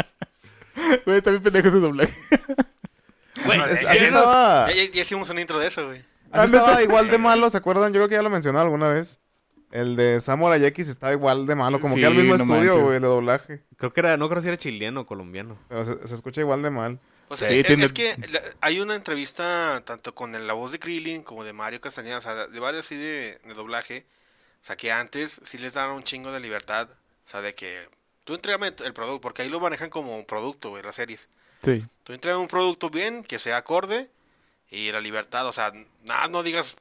[SPEAKER 4] Güey, también pendejo ese doblaje.
[SPEAKER 2] Güey,
[SPEAKER 3] Vale,
[SPEAKER 1] Es-
[SPEAKER 2] ya
[SPEAKER 1] así
[SPEAKER 2] es-
[SPEAKER 1] estaba,
[SPEAKER 3] Ya, ya- ya hicimos un intro de eso, güey.
[SPEAKER 1] así estaba igual de malo, ¿se acuerdan? Yo creo que ya lo mencioné alguna vez. El de Samurai X estaba igual de malo, como
[SPEAKER 4] Sí,
[SPEAKER 1] que al mismo
[SPEAKER 4] no
[SPEAKER 1] estudio,
[SPEAKER 4] manches.
[SPEAKER 1] güey, el doblaje.
[SPEAKER 2] creo que era, no creo si era chileno o colombiano.
[SPEAKER 1] Pero se, se escucha igual de mal.
[SPEAKER 3] O sea,
[SPEAKER 4] Sí,
[SPEAKER 3] es,
[SPEAKER 4] tiene-
[SPEAKER 3] es que la- hay una entrevista tanto con el- la voz de Krillin como de Mario Castañeda, o sea, de varios así de, de doblaje. O sea, que antes sí les daban un chingo de libertad. O sea, de que tú entrégame el producto, porque ahí lo manejan como un producto, güey, las series.
[SPEAKER 4] Sí.
[SPEAKER 3] Tú entregas un producto bien, que sea acorde, y la libertad, o sea, nada, no digas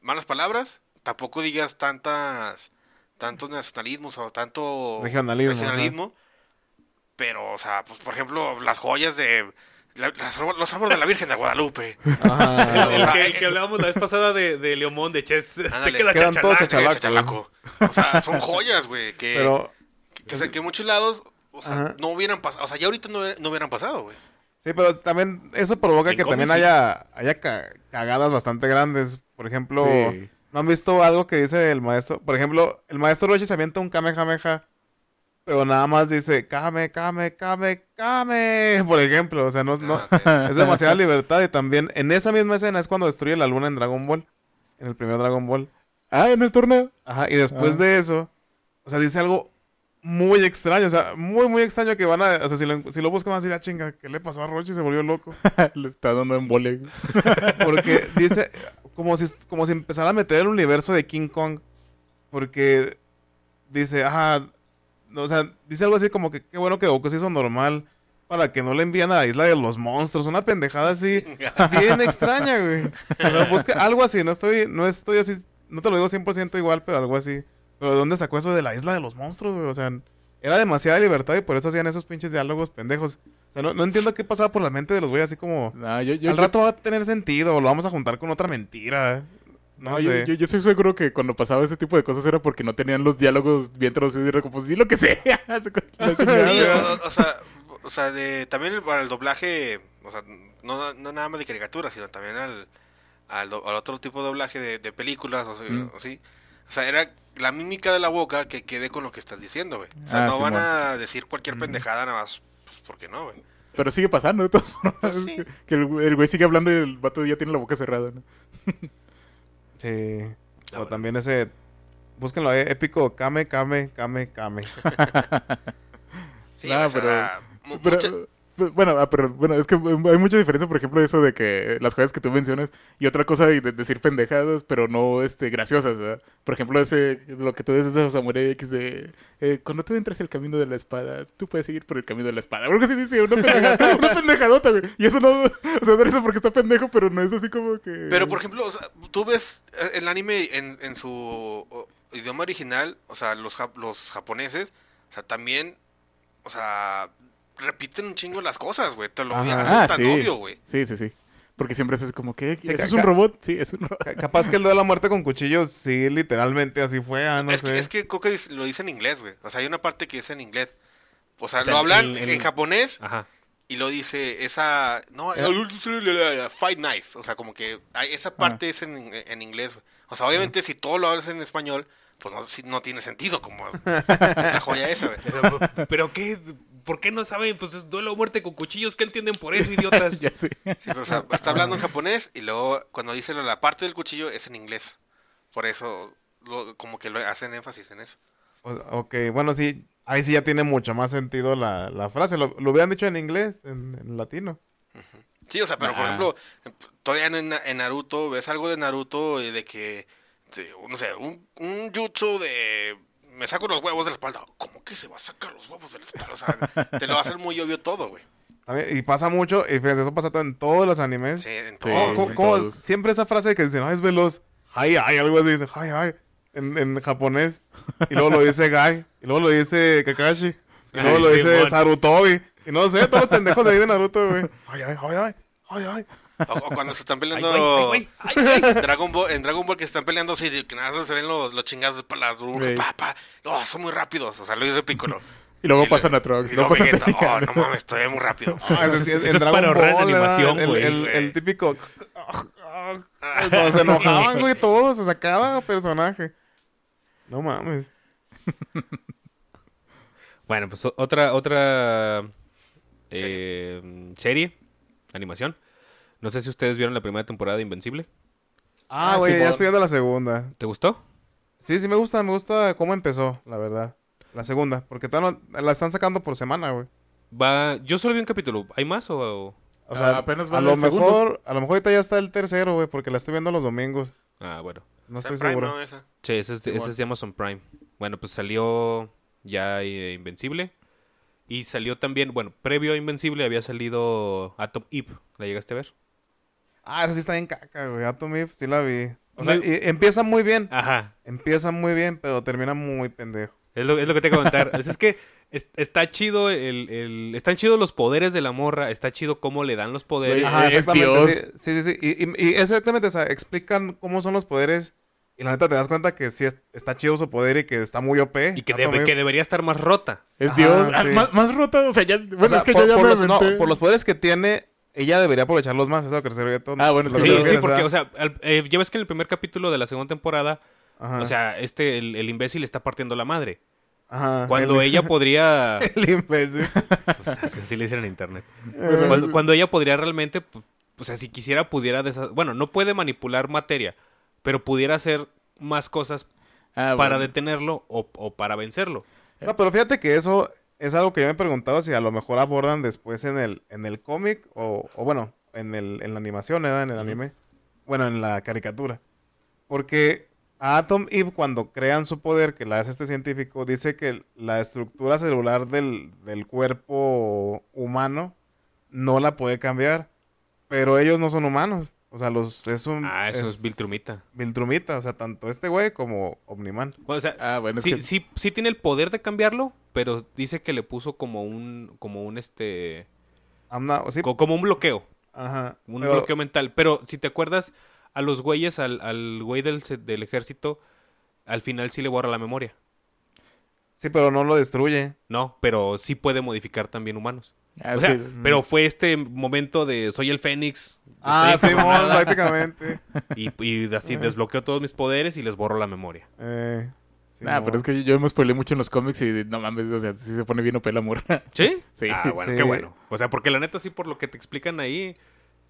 [SPEAKER 3] malas palabras, tampoco digas tantas, tantos nacionalismos o tanto
[SPEAKER 1] Regionalismo, ajá.
[SPEAKER 3] regionalismo, pero, o sea, pues, por ejemplo, las joyas de... la- las árbol- los árboles de la Virgen de Guadalupe.
[SPEAKER 1] Ajá.
[SPEAKER 2] el,
[SPEAKER 3] O sea,
[SPEAKER 2] que, el
[SPEAKER 3] eh,
[SPEAKER 2] que hablábamos la vez pasada de, de Leomón, de Chess. te
[SPEAKER 3] Ándale.
[SPEAKER 2] queda
[SPEAKER 1] Quedan todos
[SPEAKER 2] chachalaca.
[SPEAKER 1] chachalaca.
[SPEAKER 3] Chachalaco. O sea, son joyas, güey, que,
[SPEAKER 1] Pero
[SPEAKER 3] que, o sea, que en muchos lados, o sea,
[SPEAKER 1] Ajá.
[SPEAKER 3] no hubieran pasado, o sea, ya ahorita no, hubiera- no hubieran pasado, güey.
[SPEAKER 1] Sí, pero también eso provoca
[SPEAKER 2] En
[SPEAKER 1] que también
[SPEAKER 2] cómics, sí.
[SPEAKER 1] haya, haya ca- cagadas bastante grandes. Por ejemplo,
[SPEAKER 4] Sí.
[SPEAKER 1] ¿no han visto algo que dice el maestro? Por ejemplo, el maestro Roshi se avienta un Kamehameha, pero nada más dice Kame, Kame, Kame, Kame. Por ejemplo, o sea, no, no-
[SPEAKER 3] Ah, ok.
[SPEAKER 1] es demasiada libertad. Y también en esa misma escena es cuando destruye la luna en Dragon Ball, en el primer Dragon Ball.
[SPEAKER 4] Ah, en el torneo.
[SPEAKER 1] Ajá, y después
[SPEAKER 4] Ah.
[SPEAKER 1] de eso, o sea, dice algo muy extraño, o sea, muy, muy extraño que van a, o sea, si lo, si lo buscan van a decir, ah, chinga, ¿qué le pasó a Rochi? Se volvió loco.
[SPEAKER 4] Le está dando en vole.
[SPEAKER 1] Porque dice, como si, como si empezara a meter el universo de King Kong. Porque dice, ajá, no, o sea, dice algo así como que qué bueno que Goku se hizo normal para que no le envíen a la isla de los monstruos. Una pendejada así, bien extraña, güey. O sea, busca algo así, no estoy, no estoy así, no te lo digo 100% igual, pero algo así. Pero ¿de dónde sacó eso de la isla de los monstruos, güey? O sea, era demasiada libertad y por eso hacían esos pinches diálogos pendejos. O sea, no, no entiendo qué pasaba por la mente de los güeyes así como...
[SPEAKER 4] No, yo, yo,
[SPEAKER 1] Al
[SPEAKER 4] yo-
[SPEAKER 1] rato va a tener sentido, o lo vamos a juntar con otra mentira. No,
[SPEAKER 4] no, yo-
[SPEAKER 1] sé.
[SPEAKER 4] yo- yo estoy seguro que cuando pasaba ese tipo de cosas era porque no tenían los diálogos bien traducidos y era como, sí, lo que sea. La chingada.
[SPEAKER 3] Sí, o, o- o sea, o sea, de, también el- para el doblaje, o sea, no, no nada más de caricaturas, sino también al, al, do- al otro tipo de doblaje de, de películas, o sea,
[SPEAKER 4] Mm.
[SPEAKER 3] o sí. O sea, era la mímica de la boca que quede con lo que estás diciendo, güey. O sea,
[SPEAKER 4] Ah,
[SPEAKER 3] no van
[SPEAKER 4] Simón.
[SPEAKER 3] a decir cualquier pendejada nada más, pues, porque no, güey.
[SPEAKER 4] Pero sigue pasando, de todas formas.
[SPEAKER 3] Pues sí.
[SPEAKER 4] Que el, el güey sigue hablando y el vato ya tiene la boca cerrada, ¿no?
[SPEAKER 1] Sí. o
[SPEAKER 2] bueno.
[SPEAKER 1] también ese. Búsquenlo, eh, épico. Kame, Kame, Kame, Kame.
[SPEAKER 3] Sí,
[SPEAKER 4] Nah,
[SPEAKER 3] o sea,
[SPEAKER 4] pero-
[SPEAKER 3] mu-
[SPEAKER 4] Pero,
[SPEAKER 3] mucha-
[SPEAKER 4] pero, bueno, ah, pero, bueno, es que mm, hay mucha diferencia, por ejemplo, eso de que las cosas que tú mencionas y otra cosa de, de decir pendejadas, pero no este, graciosas, ¿verdad? Por ejemplo, ese, lo que tú dices de Samurai X de eh, cuando tú entras el camino de la espada, tú puedes seguir por el camino de la espada. Algo así dice, una, pendejada, una pendejadota, güey. Y eso no, o sea, no eso porque está pendejo, pero no es así como que.
[SPEAKER 3] Pero, por ejemplo, o sea, tú ves eh, el anime en, en su o, idioma original, o sea, los, jap- los japoneses, o sea, también, o sea, repiten un chingo las cosas, güey. Te lo
[SPEAKER 1] Ajá.
[SPEAKER 3] hacen
[SPEAKER 4] Ah,
[SPEAKER 3] tan
[SPEAKER 4] sí.
[SPEAKER 3] obvio, güey.
[SPEAKER 4] Sí, sí, sí. Porque siempre es así como que.
[SPEAKER 1] Se
[SPEAKER 4] ¿Eso es
[SPEAKER 1] caca-
[SPEAKER 4] un robot? Sí, es un robot.
[SPEAKER 1] Ca- Capaz que el de la muerte con cuchillos, sí, literalmente así fue. Ah, no
[SPEAKER 3] es,
[SPEAKER 1] sé.
[SPEAKER 3] que, es que creo que dice- lo dice en inglés, güey. O sea, hay una parte que es en inglés. O sea,
[SPEAKER 2] O sea,
[SPEAKER 3] lo hablan
[SPEAKER 2] en- en-
[SPEAKER 3] en japonés
[SPEAKER 2] Ajá.
[SPEAKER 3] y lo dice esa... No, Fight Knife. O sea, como que hay- esa parte es en, en inglés. güey. O sea, obviamente si todo lo hablas en español, pues no, si- no tiene sentido como la joya esa, güey.
[SPEAKER 2] Pero, pero qué, ¿por qué no saben? Pues es duelo a muerte con cuchillos. ¿Qué entienden por eso, idiotas?
[SPEAKER 4] ya sé.
[SPEAKER 3] Sí, pero o sea, está hablando en japonés y luego cuando dice lo- la parte del cuchillo es en inglés. Por eso, lo- como que lo hacen énfasis en eso.
[SPEAKER 1] O- ok, bueno, sí. Ahí sí ya tiene mucho más sentido la, la frase. Lo, lo hubieran dicho en inglés, en, en latino.
[SPEAKER 3] Sí, o sea, pero por
[SPEAKER 4] Ah.
[SPEAKER 3] ejemplo, todavía en, en Naruto, ves algo de Naruto y de que sí, no sé, un, un jutsu de me saco los huevos de la espalda. ¿Cómo que se va a sacar los huevos de la espalda? O sea, te lo va a hacer muy obvio todo, güey.
[SPEAKER 1] También- y pasa mucho, y fíjate, eso pasa todo en todos los animes.
[SPEAKER 3] Sí, en
[SPEAKER 4] Sí.
[SPEAKER 1] ¿Cómo-
[SPEAKER 3] todos,
[SPEAKER 1] cómo-
[SPEAKER 3] güey.
[SPEAKER 1] cómo-
[SPEAKER 4] todos.
[SPEAKER 1] siempre esa frase que dicen, no, es veloz. Hi, hi, algo así, dice, hi, hi, en, en japonés. Y luego lo dice Guy, y luego lo dice Kakashi, y luego lo
[SPEAKER 2] Ay,
[SPEAKER 1] dice
[SPEAKER 2] Simón.
[SPEAKER 1] Sarutobi. Y no sé, todos los pendejos ahí de Naruto, güey. Hi, hi, hi, hi, hi, hi.
[SPEAKER 3] O, o cuando se están
[SPEAKER 2] Ay,
[SPEAKER 3] peleando
[SPEAKER 2] güey, ay, güey, ay, güey.
[SPEAKER 3] Dragon Ball, en Dragon Ball que se están peleando así, de que nada más se ven los, los chingados para las burbujas,
[SPEAKER 4] Güey.
[SPEAKER 3] pa, pa. No, son muy rápidos. O sea, lo dice Piccolo.
[SPEAKER 4] Y luego
[SPEAKER 3] Y
[SPEAKER 4] pasan
[SPEAKER 3] le-
[SPEAKER 4] a Trunks.
[SPEAKER 3] Y
[SPEAKER 4] No
[SPEAKER 3] luego
[SPEAKER 4] pasan
[SPEAKER 3] Vegeta,
[SPEAKER 4] a-
[SPEAKER 3] oh, no mames, estoy muy
[SPEAKER 1] Ah,
[SPEAKER 3] rápido.
[SPEAKER 2] Eso
[SPEAKER 1] ese sí,
[SPEAKER 2] es-
[SPEAKER 1] en
[SPEAKER 2] eso es para
[SPEAKER 1] Dragon
[SPEAKER 2] ahorrar en
[SPEAKER 1] Ball, ¿verdad?
[SPEAKER 2] animación,
[SPEAKER 1] El-
[SPEAKER 2] güey.
[SPEAKER 1] El, el típico.
[SPEAKER 3] Ah,
[SPEAKER 1] No, se enojaban, güey, todos. O sea, cada personaje. No mames.
[SPEAKER 2] Bueno, pues o- otra, otra eh, serie, animación. No sé si ustedes vieron la primera temporada de Invencible.
[SPEAKER 1] Ah,
[SPEAKER 4] Ah,
[SPEAKER 1] güey, ya
[SPEAKER 4] Simón.
[SPEAKER 1] estoy viendo la segunda.
[SPEAKER 2] ¿Te gustó?
[SPEAKER 1] Sí, sí me gusta, me gusta cómo empezó, la verdad. La segunda, porque todavía no- la están sacando por semana, güey.
[SPEAKER 2] Va, yo solo vi un capítulo. ¿Hay más o...? o-
[SPEAKER 1] O sea,
[SPEAKER 4] Ah, apenas va
[SPEAKER 1] a lo
[SPEAKER 4] el segundo.
[SPEAKER 1] mejor, a lo mejor ahorita ya está el tercero, güey, porque la estoy viendo los domingos.
[SPEAKER 2] Ah, bueno.
[SPEAKER 1] No
[SPEAKER 3] está
[SPEAKER 1] estoy
[SPEAKER 3] en Prime,
[SPEAKER 1] seguro.
[SPEAKER 3] ¿no? Esa.
[SPEAKER 2] Sí, ese es, de, ese es de Amazon Prime. Bueno, pues salió ya eh, Invencible. Y salió también, bueno, previo a Invencible había salido Atom Eve. ¿La llegaste a ver?
[SPEAKER 1] Ah, esa sí está bien caca, güey. Atom Eve, sí la vi. O
[SPEAKER 2] No.
[SPEAKER 1] sea, y- empieza muy bien.
[SPEAKER 2] Ajá.
[SPEAKER 1] Empieza muy bien, pero termina muy pendejo.
[SPEAKER 2] Es lo, es lo que te voy a contar. Pues es que es- está chido el, el- Están chidos los poderes de la morra. Está chido cómo le dan los poderes.
[SPEAKER 4] Güey, Ajá, es
[SPEAKER 1] exactamente. Sí, sí, sí. sí. Y, y- y exactamente, o sea, explican cómo son los poderes. Y la neta te das cuenta que sí es- está chido su poder y que está muy OP.
[SPEAKER 2] Y que,
[SPEAKER 1] Atom
[SPEAKER 2] debe-
[SPEAKER 1] Eve.
[SPEAKER 2] que debería estar más rota.
[SPEAKER 4] Es
[SPEAKER 1] Ajá,
[SPEAKER 4] Dios. Ah,
[SPEAKER 1] sí.
[SPEAKER 4] más, más rota. O sea, ya. Bueno,
[SPEAKER 1] O sea,
[SPEAKER 4] es que
[SPEAKER 1] por,
[SPEAKER 4] yo ya
[SPEAKER 1] por
[SPEAKER 4] me
[SPEAKER 1] los, no,
[SPEAKER 4] aventé.
[SPEAKER 1] por los poderes que tiene, ella debería aprovecharlos más. Es a lo que se refiere todo.
[SPEAKER 4] Ah, bueno, es
[SPEAKER 1] Lo
[SPEAKER 4] que
[SPEAKER 2] Sí,
[SPEAKER 1] me
[SPEAKER 4] creo
[SPEAKER 2] sí,
[SPEAKER 1] refiero,
[SPEAKER 2] porque, o sea, al- eh, ya ves que en el primer capítulo de la segunda temporada,
[SPEAKER 1] ajá,
[SPEAKER 2] o sea, este, el, el imbécil está partiendo la madre.
[SPEAKER 1] ajá,
[SPEAKER 2] Cuando
[SPEAKER 1] el-
[SPEAKER 2] ella podría.
[SPEAKER 1] el imbécil.
[SPEAKER 2] pues, así, así le dicen en internet. Cuando, cuando ella podría realmente, pu- o sea, si quisiera, pudiera. desa- Bueno, no puede manipular materia, pero pudiera hacer más cosas
[SPEAKER 4] Ah,
[SPEAKER 2] para
[SPEAKER 4] bueno.
[SPEAKER 2] detenerlo o, o para vencerlo.
[SPEAKER 1] No, pero fíjate que eso es algo que yo me he preguntado si a lo mejor abordan después en el, en el cómic o, o bueno, en, el, en la animación, ¿verdad? En el
[SPEAKER 2] Ujú.
[SPEAKER 1] anime. Bueno, en la caricatura. Porque a Atom Eve, cuando crean su poder, que la hace este científico, dice que la estructura celular del, del cuerpo humano no la puede cambiar. Pero ellos no son humanos. O sea, los es un...
[SPEAKER 2] Ah, eso es, Viltrumita.
[SPEAKER 1] Viltrumita, o sea, tanto este güey como Omniman.
[SPEAKER 2] Bueno, o sea,
[SPEAKER 4] Ah, bueno, es
[SPEAKER 2] sí,
[SPEAKER 4] que-
[SPEAKER 2] sí, sí tiene el poder de cambiarlo, pero dice que le puso como un, como un este,
[SPEAKER 1] I'm not- sí,
[SPEAKER 2] co- como un bloqueo,
[SPEAKER 1] ajá,
[SPEAKER 2] un
[SPEAKER 1] pero-
[SPEAKER 2] bloqueo mental. Pero si te acuerdas, a los güeyes, al, al güey del, se- del ejército, al final sí le borra la memoria.
[SPEAKER 1] Sí, pero no lo destruye.
[SPEAKER 2] No, pero sí puede modificar también humanos.
[SPEAKER 4] Ah,
[SPEAKER 2] o
[SPEAKER 4] es
[SPEAKER 2] sea,
[SPEAKER 4] que-
[SPEAKER 2] pero fue este momento de soy el Fénix.
[SPEAKER 1] Ah,
[SPEAKER 2] estoy
[SPEAKER 1] sí, mon,
[SPEAKER 2] encarnada,
[SPEAKER 1] prácticamente.
[SPEAKER 2] y, y así desbloqueo todos mis poderes y les borro la memoria.
[SPEAKER 1] Eh, sí,
[SPEAKER 4] Nah,
[SPEAKER 1] mon.
[SPEAKER 4] pero es que yo me spoilé mucho en los cómics y no mames, o sea, sí se pone bien OP la morra.
[SPEAKER 2] ¿Sí?
[SPEAKER 4] Sí.
[SPEAKER 2] Ah, bueno,
[SPEAKER 1] Sí.
[SPEAKER 2] qué bueno. O sea, porque la neta sí, por lo que te explican ahí,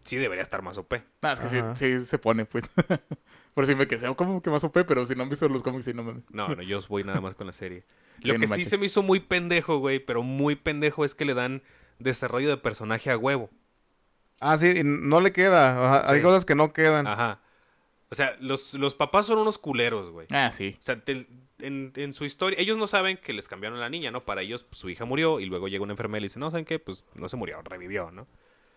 [SPEAKER 2] sí debería estar más OP.
[SPEAKER 4] No, es que sí,
[SPEAKER 1] Ajá.
[SPEAKER 4] sí se pone, pues. Por si me que sea como que más OP, pero si no han visto los cómics, sí, no mames.
[SPEAKER 2] No, no, yo voy nada más con la serie. Lo
[SPEAKER 4] Sí, no
[SPEAKER 2] que sí
[SPEAKER 4] manches.
[SPEAKER 2] se me hizo muy pendejo, güey, pero muy pendejo es que le dan desarrollo de personaje a huevo.
[SPEAKER 1] Ah, sí, y no le queda. Ajá, Hay
[SPEAKER 2] Sí. Ah.
[SPEAKER 1] cosas que no quedan.
[SPEAKER 2] Ajá. O sea, los, los papás son unos culeros, güey.
[SPEAKER 4] Ah, sí.
[SPEAKER 2] O sea, te- en, en su historia, ellos no saben que les cambiaron a la niña, ¿no? Para ellos, pues, su hija murió y luego llega una enfermera y le dice, no, ¿saben qué? Pues no se murió, revivió, ¿no?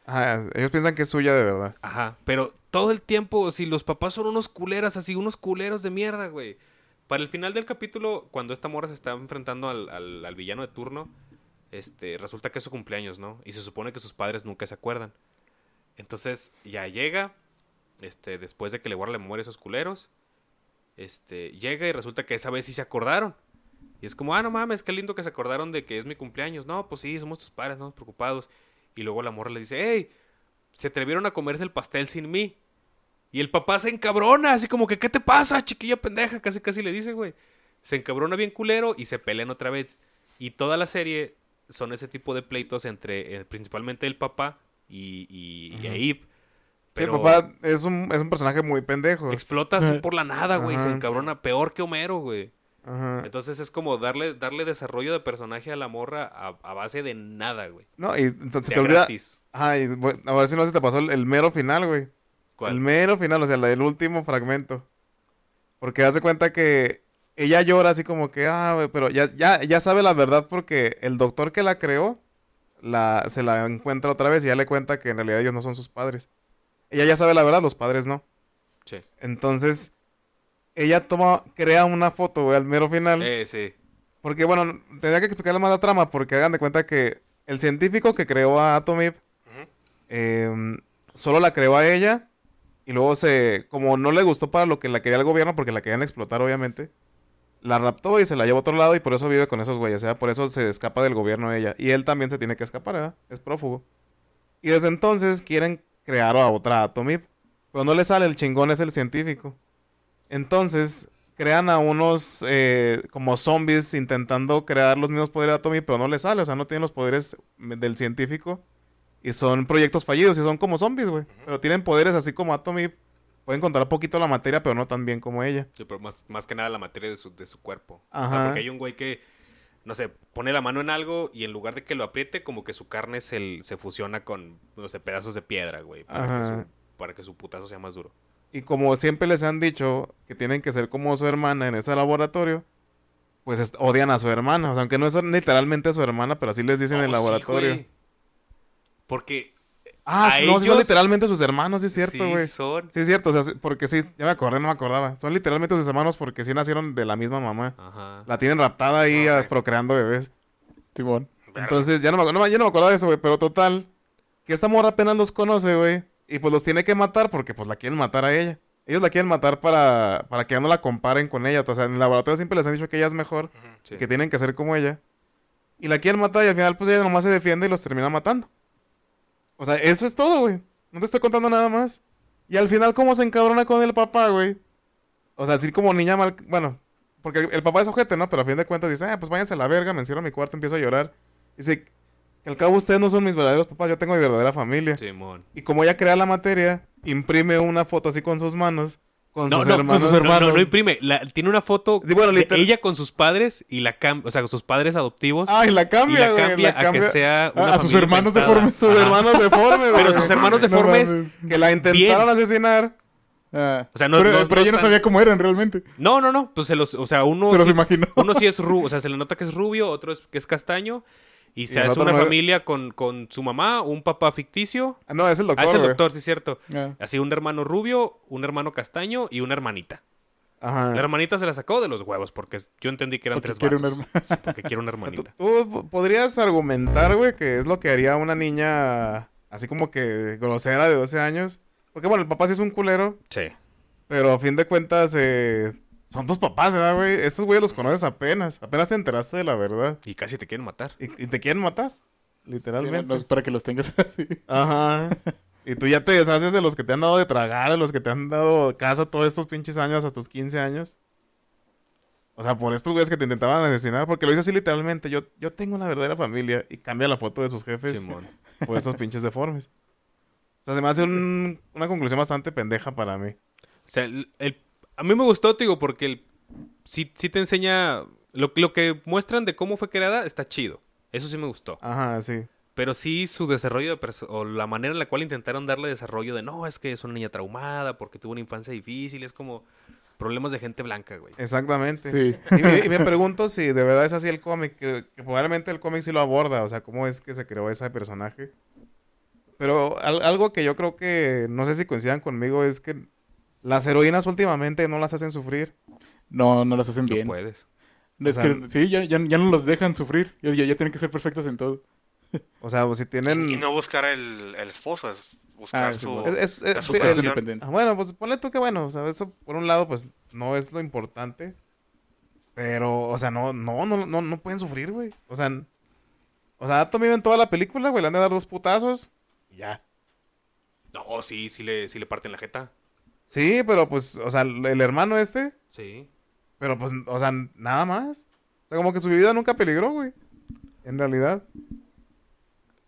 [SPEAKER 1] Ajá, ellos piensan que es suya de verdad.
[SPEAKER 2] Ajá, pero todo el tiempo, si los papás son unos culeras, así unos culeros de mierda, güey. Para el final del capítulo, cuando esta morra se está enfrentando al, al- al villano de turno, este, resulta que es su cumpleaños, ¿no? Y se supone que sus padres nunca se acuerdan. Entonces, ya llega, este, después de que le borra la memoria a esos culeros, este, llega y resulta que esa vez sí se acordaron. Y es como, ah, no mames, qué lindo que se acordaron de que es mi cumpleaños. No, pues sí, somos tus padres, estamos preocupados. Y luego la morra le dice, hey, se atrevieron a comerse el pastel sin mí. Y el papá se encabrona, así como que, ¿qué te pasa, chiquilla pendeja? Casi, casi le dice, güey. Se encabrona bien culero y se pelean otra vez. Y toda la serie son ese tipo de pleitos entre, eh, principalmente el papá y, y, y
[SPEAKER 1] Ajá.
[SPEAKER 2] Abe.
[SPEAKER 1] Sí, papá es un, es un personaje muy pendejo.
[SPEAKER 2] Explota así por la nada, güey. y Se
[SPEAKER 1] Ajá.
[SPEAKER 2] encabrona peor que Homero, güey.
[SPEAKER 1] Ajá.
[SPEAKER 2] Entonces es como darle, darle desarrollo de personaje a la morra a, a base de nada, güey.
[SPEAKER 1] No, y entonces
[SPEAKER 2] De
[SPEAKER 1] te
[SPEAKER 2] a
[SPEAKER 1] olvida.
[SPEAKER 2] gratis.
[SPEAKER 1] Ajá, y bueno, a ver si no se te pasó el, el mero final, güey.
[SPEAKER 2] ¿Cuál?
[SPEAKER 1] El mero final, o sea, la- el último fragmento. Porque hace cuenta que ella llora así como que, ah, güey, pero ya, ya, ya sabe la verdad porque el doctor que la creó la, se la encuentra otra vez y ya le cuenta que en realidad ellos no son sus padres. Ella ya sabe la verdad, los padres no.
[SPEAKER 2] Sí.
[SPEAKER 1] Entonces, ella toma, crea una foto, güey, al mero final.
[SPEAKER 2] Eh, sí.
[SPEAKER 1] Porque, bueno, tendría que explicarle más la trama, porque hagan de cuenta que el científico que creó a Atomib
[SPEAKER 3] Ujú.
[SPEAKER 1] em, solo la creó a ella y luego se, como no le gustó para lo que la quería el gobierno, porque la querían explotar, obviamente, la raptó y se la llevó a otro lado y por eso vive con esos güeyes, o sea, por eso se escapa del gobierno ella. Y él también se tiene que escapar, ¿verdad? Es prófugo. Y desde entonces quieren crear a otra Atomib, pero no le sale, el chingón es el científico. Entonces crean a unos eh, como zombies intentando crear los mismos poderes de Atomy, pero no les sale, o sea, no tienen los poderes mm, del científico. Y son proyectos fallidos y son como zombies, güey. Pero tienen poderes así como Atomy. Pueden controlar poquito la materia, pero no tan bien como ella.
[SPEAKER 2] Sí, pero más, más que nada la materia de su, de su cuerpo. O sea,
[SPEAKER 1] Ajá.
[SPEAKER 2] porque hay un güey que, no sé, pone la mano en algo y en lugar de que lo apriete, como que su carne se, l- se fusiona con, no sé, pedazos de piedra, güey. Para que,
[SPEAKER 1] Ajá.
[SPEAKER 2] su, para que su putazo sea más duro.
[SPEAKER 1] Y como siempre les han dicho que tienen que ser como su hermana en ese laboratorio, pues est- odian a su hermana. O sea, aunque no es literalmente su hermana, pero así les dicen en el
[SPEAKER 2] Oh, sí,
[SPEAKER 1] laboratorio.
[SPEAKER 2] güey. porque...
[SPEAKER 1] ah,
[SPEAKER 2] A
[SPEAKER 1] no, sí son
[SPEAKER 2] ellos-
[SPEAKER 1] literalmente sus hermanos, sí es cierto,
[SPEAKER 2] sí
[SPEAKER 1] güey.
[SPEAKER 2] son.
[SPEAKER 1] Sí, es cierto, o sea, sí- porque sí, ya me acordé, no me acordaba. Son literalmente sus hermanos porque sí nacieron de la misma mamá.
[SPEAKER 2] Ajá.
[SPEAKER 1] La tienen raptada ahí
[SPEAKER 3] Ah,
[SPEAKER 1] ah,
[SPEAKER 3] ok.
[SPEAKER 1] procreando bebés.
[SPEAKER 4] Simón.
[SPEAKER 3] Verga.
[SPEAKER 1] Entonces, ya no me, acu- no, me- ya no me acordaba de eso, güey, pero total. Que esta morra apenas los conoce, güey. Y pues los tiene que matar porque pues la quieren matar a ella. Ellos la quieren matar para, para que ya no la comparen con ella. O sea, en el laboratorio siempre les han dicho que ella es mejor,
[SPEAKER 3] Ujú.
[SPEAKER 2] Sí.
[SPEAKER 1] que tienen que ser como ella. Y la quieren matar y al final pues ella nomás se defiende y los termina matando. O sea, eso es todo, güey. No te estoy contando nada más. Y al final, como se encabrona con el papá, güey. O sea, así como niña mal. Bueno, porque el, el papá es ojete, ¿no? Pero a fin de cuentas dice, ah, pues váyanse a la verga, me encierro en mi cuarto, empiezo a llorar. Dice, que al cabo ustedes no son mis verdaderos papás, yo tengo mi verdadera familia.
[SPEAKER 2] Simón.
[SPEAKER 1] Y como ella crea la materia, imprime una foto así con sus manos, con
[SPEAKER 2] No,
[SPEAKER 1] sus
[SPEAKER 2] no,
[SPEAKER 1] hermanos.
[SPEAKER 2] con sus hermanos. No, no, no imprime. La- tiene una foto
[SPEAKER 1] Di- bueno,
[SPEAKER 2] de
[SPEAKER 1] literal-
[SPEAKER 2] ella con sus padres y la cambia, o sea, con sus padres adoptivos.
[SPEAKER 1] Ay, la
[SPEAKER 2] y
[SPEAKER 1] Ah, cambia,
[SPEAKER 2] la
[SPEAKER 1] güey.
[SPEAKER 2] cambia,
[SPEAKER 1] la cambia.
[SPEAKER 2] a que sea una
[SPEAKER 4] a sus
[SPEAKER 2] familia
[SPEAKER 4] hermanos
[SPEAKER 2] inventada.
[SPEAKER 4] deformes.
[SPEAKER 1] Sus
[SPEAKER 2] Ajá.
[SPEAKER 1] hermanos deformes, güey.
[SPEAKER 2] Pero sus hermanos deformes.
[SPEAKER 4] mames.
[SPEAKER 1] Que la intentaron asesinar.
[SPEAKER 4] Ah.
[SPEAKER 2] O sea, no-
[SPEAKER 4] pero
[SPEAKER 2] no-
[SPEAKER 4] pero
[SPEAKER 2] no
[SPEAKER 4] yo no
[SPEAKER 2] están-
[SPEAKER 4] sabía cómo eran realmente.
[SPEAKER 2] No, no, no. Pues se los, o sea, uno
[SPEAKER 4] Se los
[SPEAKER 2] sí,
[SPEAKER 4] imaginó.
[SPEAKER 2] uno sí es rubio, o sea, se le nota que es rubio, otro es que es castaño. Y se
[SPEAKER 1] el
[SPEAKER 2] hace
[SPEAKER 1] otro
[SPEAKER 2] una
[SPEAKER 1] no-
[SPEAKER 2] familia con, con su mamá, un papá ficticio.
[SPEAKER 1] Ah, no, es el
[SPEAKER 2] Ah,
[SPEAKER 1] doctor.
[SPEAKER 2] es el
[SPEAKER 1] güey.
[SPEAKER 2] doctor, sí, cierto.
[SPEAKER 4] Ah.
[SPEAKER 2] Así un hermano rubio, un hermano castaño y una hermanita.
[SPEAKER 1] Ajá.
[SPEAKER 2] La hermanita se la sacó de los huevos porque yo entendí que eran
[SPEAKER 4] Porque
[SPEAKER 2] tres
[SPEAKER 4] quiere
[SPEAKER 2] vatos.
[SPEAKER 4] una
[SPEAKER 2] Sí, porque quiere una
[SPEAKER 1] Tú,
[SPEAKER 2] hermanita.
[SPEAKER 1] tú po- podrías argumentar, güey, que es lo que haría una niña así como que grosera de 12 años. Porque, bueno, el papá sí es un culero,
[SPEAKER 2] Sí.
[SPEAKER 1] pero a fin de cuentas eh, son tus papás, ¿verdad, güey? Estos güeyes los conoces apenas. Apenas te enteraste de la verdad.
[SPEAKER 2] Y casi te quieren matar.
[SPEAKER 1] Y, y te quieren matar,
[SPEAKER 4] Sí,
[SPEAKER 1] literalmente.
[SPEAKER 4] no, no es para que los tengas así.
[SPEAKER 1] Ajá. Y tú ya te deshaces de los que te han dado de tragar, de los que te han dado casa todos estos pinches años, hasta tus 15 años. O sea, por estos güeyes que te intentaban asesinar, porque lo dice así literalmente, yo, yo tengo una verdadera familia y cambia la foto de sus jefes
[SPEAKER 2] Simón.
[SPEAKER 1] por estos pinches deformes. O sea, se me hace un- una conclusión bastante pendeja para mí.
[SPEAKER 2] O sea, el- el- a mí me gustó, te digo, porque el, sí, sí te enseña. Lo, lo que muestran de cómo fue creada está chido. Eso sí me gustó.
[SPEAKER 1] Ajá, sí.
[SPEAKER 2] Pero sí su desarrollo de perso- o la manera en la cual intentaron darle desarrollo de no, es que es una niña traumada porque tuvo una infancia difícil, es como problemas de gente blanca, güey.
[SPEAKER 1] Exactamente.
[SPEAKER 4] Sí.
[SPEAKER 1] Y, me- y me pregunto si de verdad es así el cómic, que, que probablemente el cómic sí lo aborda, o sea, cómo es que se creó ese personaje. Pero al- algo que yo creo que, no sé si coincidan conmigo, es que las heroínas últimamente no las hacen sufrir.
[SPEAKER 4] No, no las hacen
[SPEAKER 2] No
[SPEAKER 4] bien.
[SPEAKER 2] puedes.
[SPEAKER 4] No, es
[SPEAKER 1] O sea,
[SPEAKER 4] que sí, ya, ya, ya no los dejan sufrir. Ya, ya- ya tienen que ser perfectos en todo.
[SPEAKER 1] O sea, si tienen...
[SPEAKER 3] Y, y no buscar el, el esposo, es buscar
[SPEAKER 4] Ah, sí,
[SPEAKER 3] su...
[SPEAKER 4] bueno.
[SPEAKER 1] es- es- es-
[SPEAKER 3] la
[SPEAKER 1] sí,
[SPEAKER 4] Pero es
[SPEAKER 1] el-
[SPEAKER 3] superación.
[SPEAKER 1] Ah,
[SPEAKER 4] independencia.
[SPEAKER 1] Bueno, pues ponle tú que bueno, o sea, eso por un lado, pues no es lo importante. Pero, o sea, no, no, no, no, no pueden sufrir, güey. O sea, n- o sea, Tommy en toda la película, güey, le han de dar dos putazos y ya.
[SPEAKER 2] No, sí, sí le, sí le parten la jeta.
[SPEAKER 1] Sí, pero pues, o sea, el el hermano este,
[SPEAKER 2] Sí.
[SPEAKER 1] pero pues, o sea, nada más. O sea, como que su vida nunca peligró, güey. En realidad.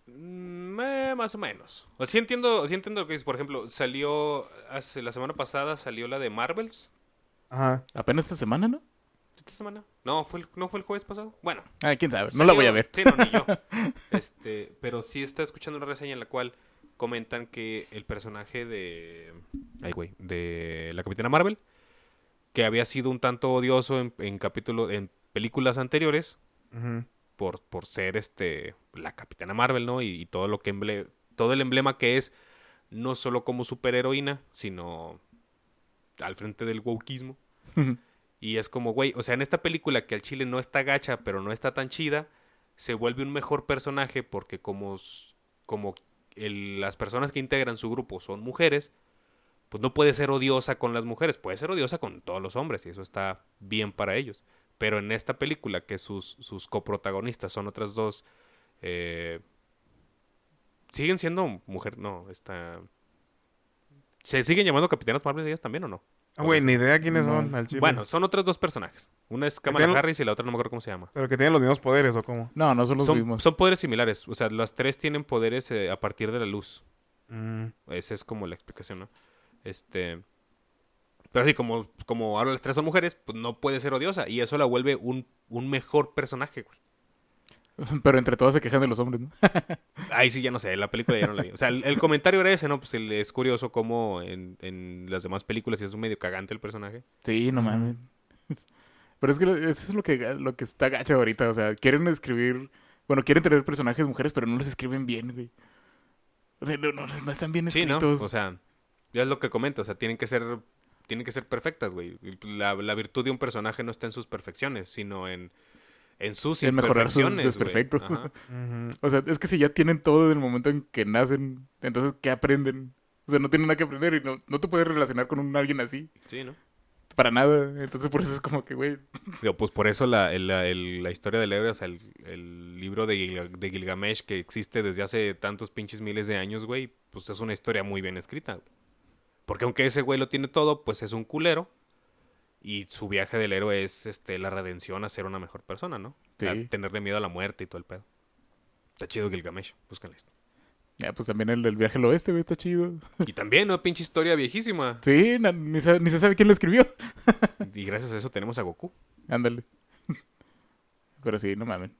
[SPEAKER 2] Mm, eh, más o menos. O sea, sí entiendo, sí entiendo lo que dices. Por ejemplo, salió hace, la semana pasada salió la de Marvels.
[SPEAKER 1] Ajá.
[SPEAKER 4] Apenas esta semana, ¿no?
[SPEAKER 2] ¿Esta semana? No, fue el, no fue el jueves pasado. Bueno.
[SPEAKER 4] Ah, quién sabe. No la voy a ver.
[SPEAKER 2] Sí, no, ni yo. Este, pero sí está escuchando una reseña en la cual comentan que el personaje de. Ay, güey. De la Capitana Marvel. que había sido un tanto odioso en, en capítulo- en películas anteriores
[SPEAKER 1] Ujú.
[SPEAKER 2] por, por ser este la Capitana Marvel, ¿no? Y, y todo lo que emble- todo el emblema que es no solo como superheroína, sino al frente del wokismo. Y es como, güey, o sea, en esta película que al chile no está gacha, pero no está tan chida, se vuelve un mejor personaje porque como, s- como el- las personas que integran su grupo son mujeres, pues no puede ser odiosa con las mujeres, puede ser odiosa con todos los hombres y eso está bien para ellos. Pero en esta película que sus, sus coprotagonistas son otras dos, eh, siguen siendo mujer, no, está... ¿Se siguen llamando Capitanas Marvel ellas también o no?
[SPEAKER 1] Ah, güey, ni idea quiénes
[SPEAKER 4] No.
[SPEAKER 1] son al chile.
[SPEAKER 2] Bueno, son otros dos personajes. Una es Kamala
[SPEAKER 1] Pero-
[SPEAKER 2] Harris y la otra no me acuerdo cómo se llama.
[SPEAKER 1] Pero que tienen los mismos poderes o cómo.
[SPEAKER 4] No, no son los
[SPEAKER 2] Son,
[SPEAKER 4] mismos.
[SPEAKER 2] son poderes similares. O sea, las tres tienen poderes eh, a partir de la luz.
[SPEAKER 1] Mm,
[SPEAKER 2] Esa es como la explicación, ¿no? Este. Pero sí, como, como ahora las tres son mujeres, pues no puede ser odiosa. Y eso la vuelve un, un mejor personaje, güey.
[SPEAKER 4] Pero entre todos se quejan de los hombres, ¿no?
[SPEAKER 2] Ahí sí ya no sé, la película ya no la vi. O sea, el, el comentario era ese, ¿no? Pues el- es curioso cómo en, en las demás películas sí es un medio cagante el personaje.
[SPEAKER 4] Sí, no mames. Pero es que lo- eso es lo que, lo que está gacha ahorita. O sea, quieren escribir. Bueno, quieren tener personajes mujeres, pero no los escriben bien, güey. O sea, No, no, no están bien
[SPEAKER 2] Sí, ¿no?
[SPEAKER 4] escritos.
[SPEAKER 2] O sea, ya es lo que comento, o sea, tienen que ser, tienen que ser perfectas, güey. La, la virtud de un personaje no está en sus perfecciones, sino en, en sus
[SPEAKER 4] En mejorar sus
[SPEAKER 2] imperfecciones, güey.
[SPEAKER 4] desperfectos.
[SPEAKER 2] Ajá.
[SPEAKER 1] Ujú.
[SPEAKER 4] O sea, es que si ya tienen todo desde el momento en que nacen, entonces, ¿qué aprenden? O sea, no tienen nada que aprender y no, no te puedes relacionar con un alguien así.
[SPEAKER 2] Sí, ¿no?
[SPEAKER 4] Para nada. Entonces, por eso es como que, güey.
[SPEAKER 2] Digo, pues por eso la, el- la- el- la historia del héroe, o sea, el, el libro de, Gil- de Gilgamesh que existe desde hace tantos pinches miles de años, güey, pues es una historia muy bien escrita. güey. Porque aunque ese güey lo tiene todo, pues es un culero. Y su viaje del héroe es este, la redención a ser una mejor persona, ¿no? O sea,
[SPEAKER 4] Sí.
[SPEAKER 2] tenerle miedo a la muerte y todo el pedo. Está chido Gilgamesh, búscale esto.
[SPEAKER 4] Ya, pues también el del viaje al oeste, güey, está chido.
[SPEAKER 2] Y también una pinche historia viejísima.
[SPEAKER 4] Sí, na- ni, sa- ni se sabe quién lo escribió.
[SPEAKER 2] Y gracias a eso tenemos a Goku.
[SPEAKER 4] Ándale. Pero sí, no mamen.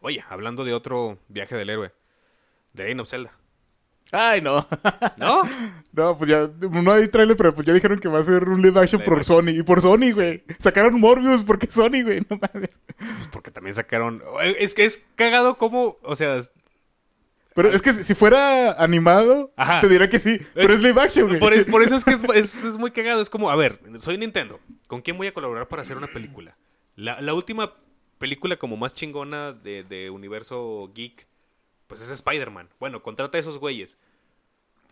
[SPEAKER 2] Oye, hablando de otro viaje del héroe. De Reino Zelda.
[SPEAKER 4] Ay, no.
[SPEAKER 2] ¿No?
[SPEAKER 4] No, pues ya, no hay trailer, pero pues ya dijeron que va a ser un live action
[SPEAKER 2] Live
[SPEAKER 4] por
[SPEAKER 2] action.
[SPEAKER 4] Sony. Y por Sony, güey. Sacaron Morbius porque Sony, güey. No mames.
[SPEAKER 2] Porque también sacaron. eh, Es que es cagado como. O sea, es-
[SPEAKER 4] Pero es que si si fuera animado,
[SPEAKER 2] Ajá.
[SPEAKER 4] te diría que sí. Pero es live action, güey.
[SPEAKER 2] por, es- por eso es que es, es- es muy cagado. Es como, a ver, soy Nintendo. ¿Con quién voy a colaborar para hacer una película? La, la última película como más chingona de, de universo geek, pues es Spider-Man. Bueno, contrata a esos güeyes.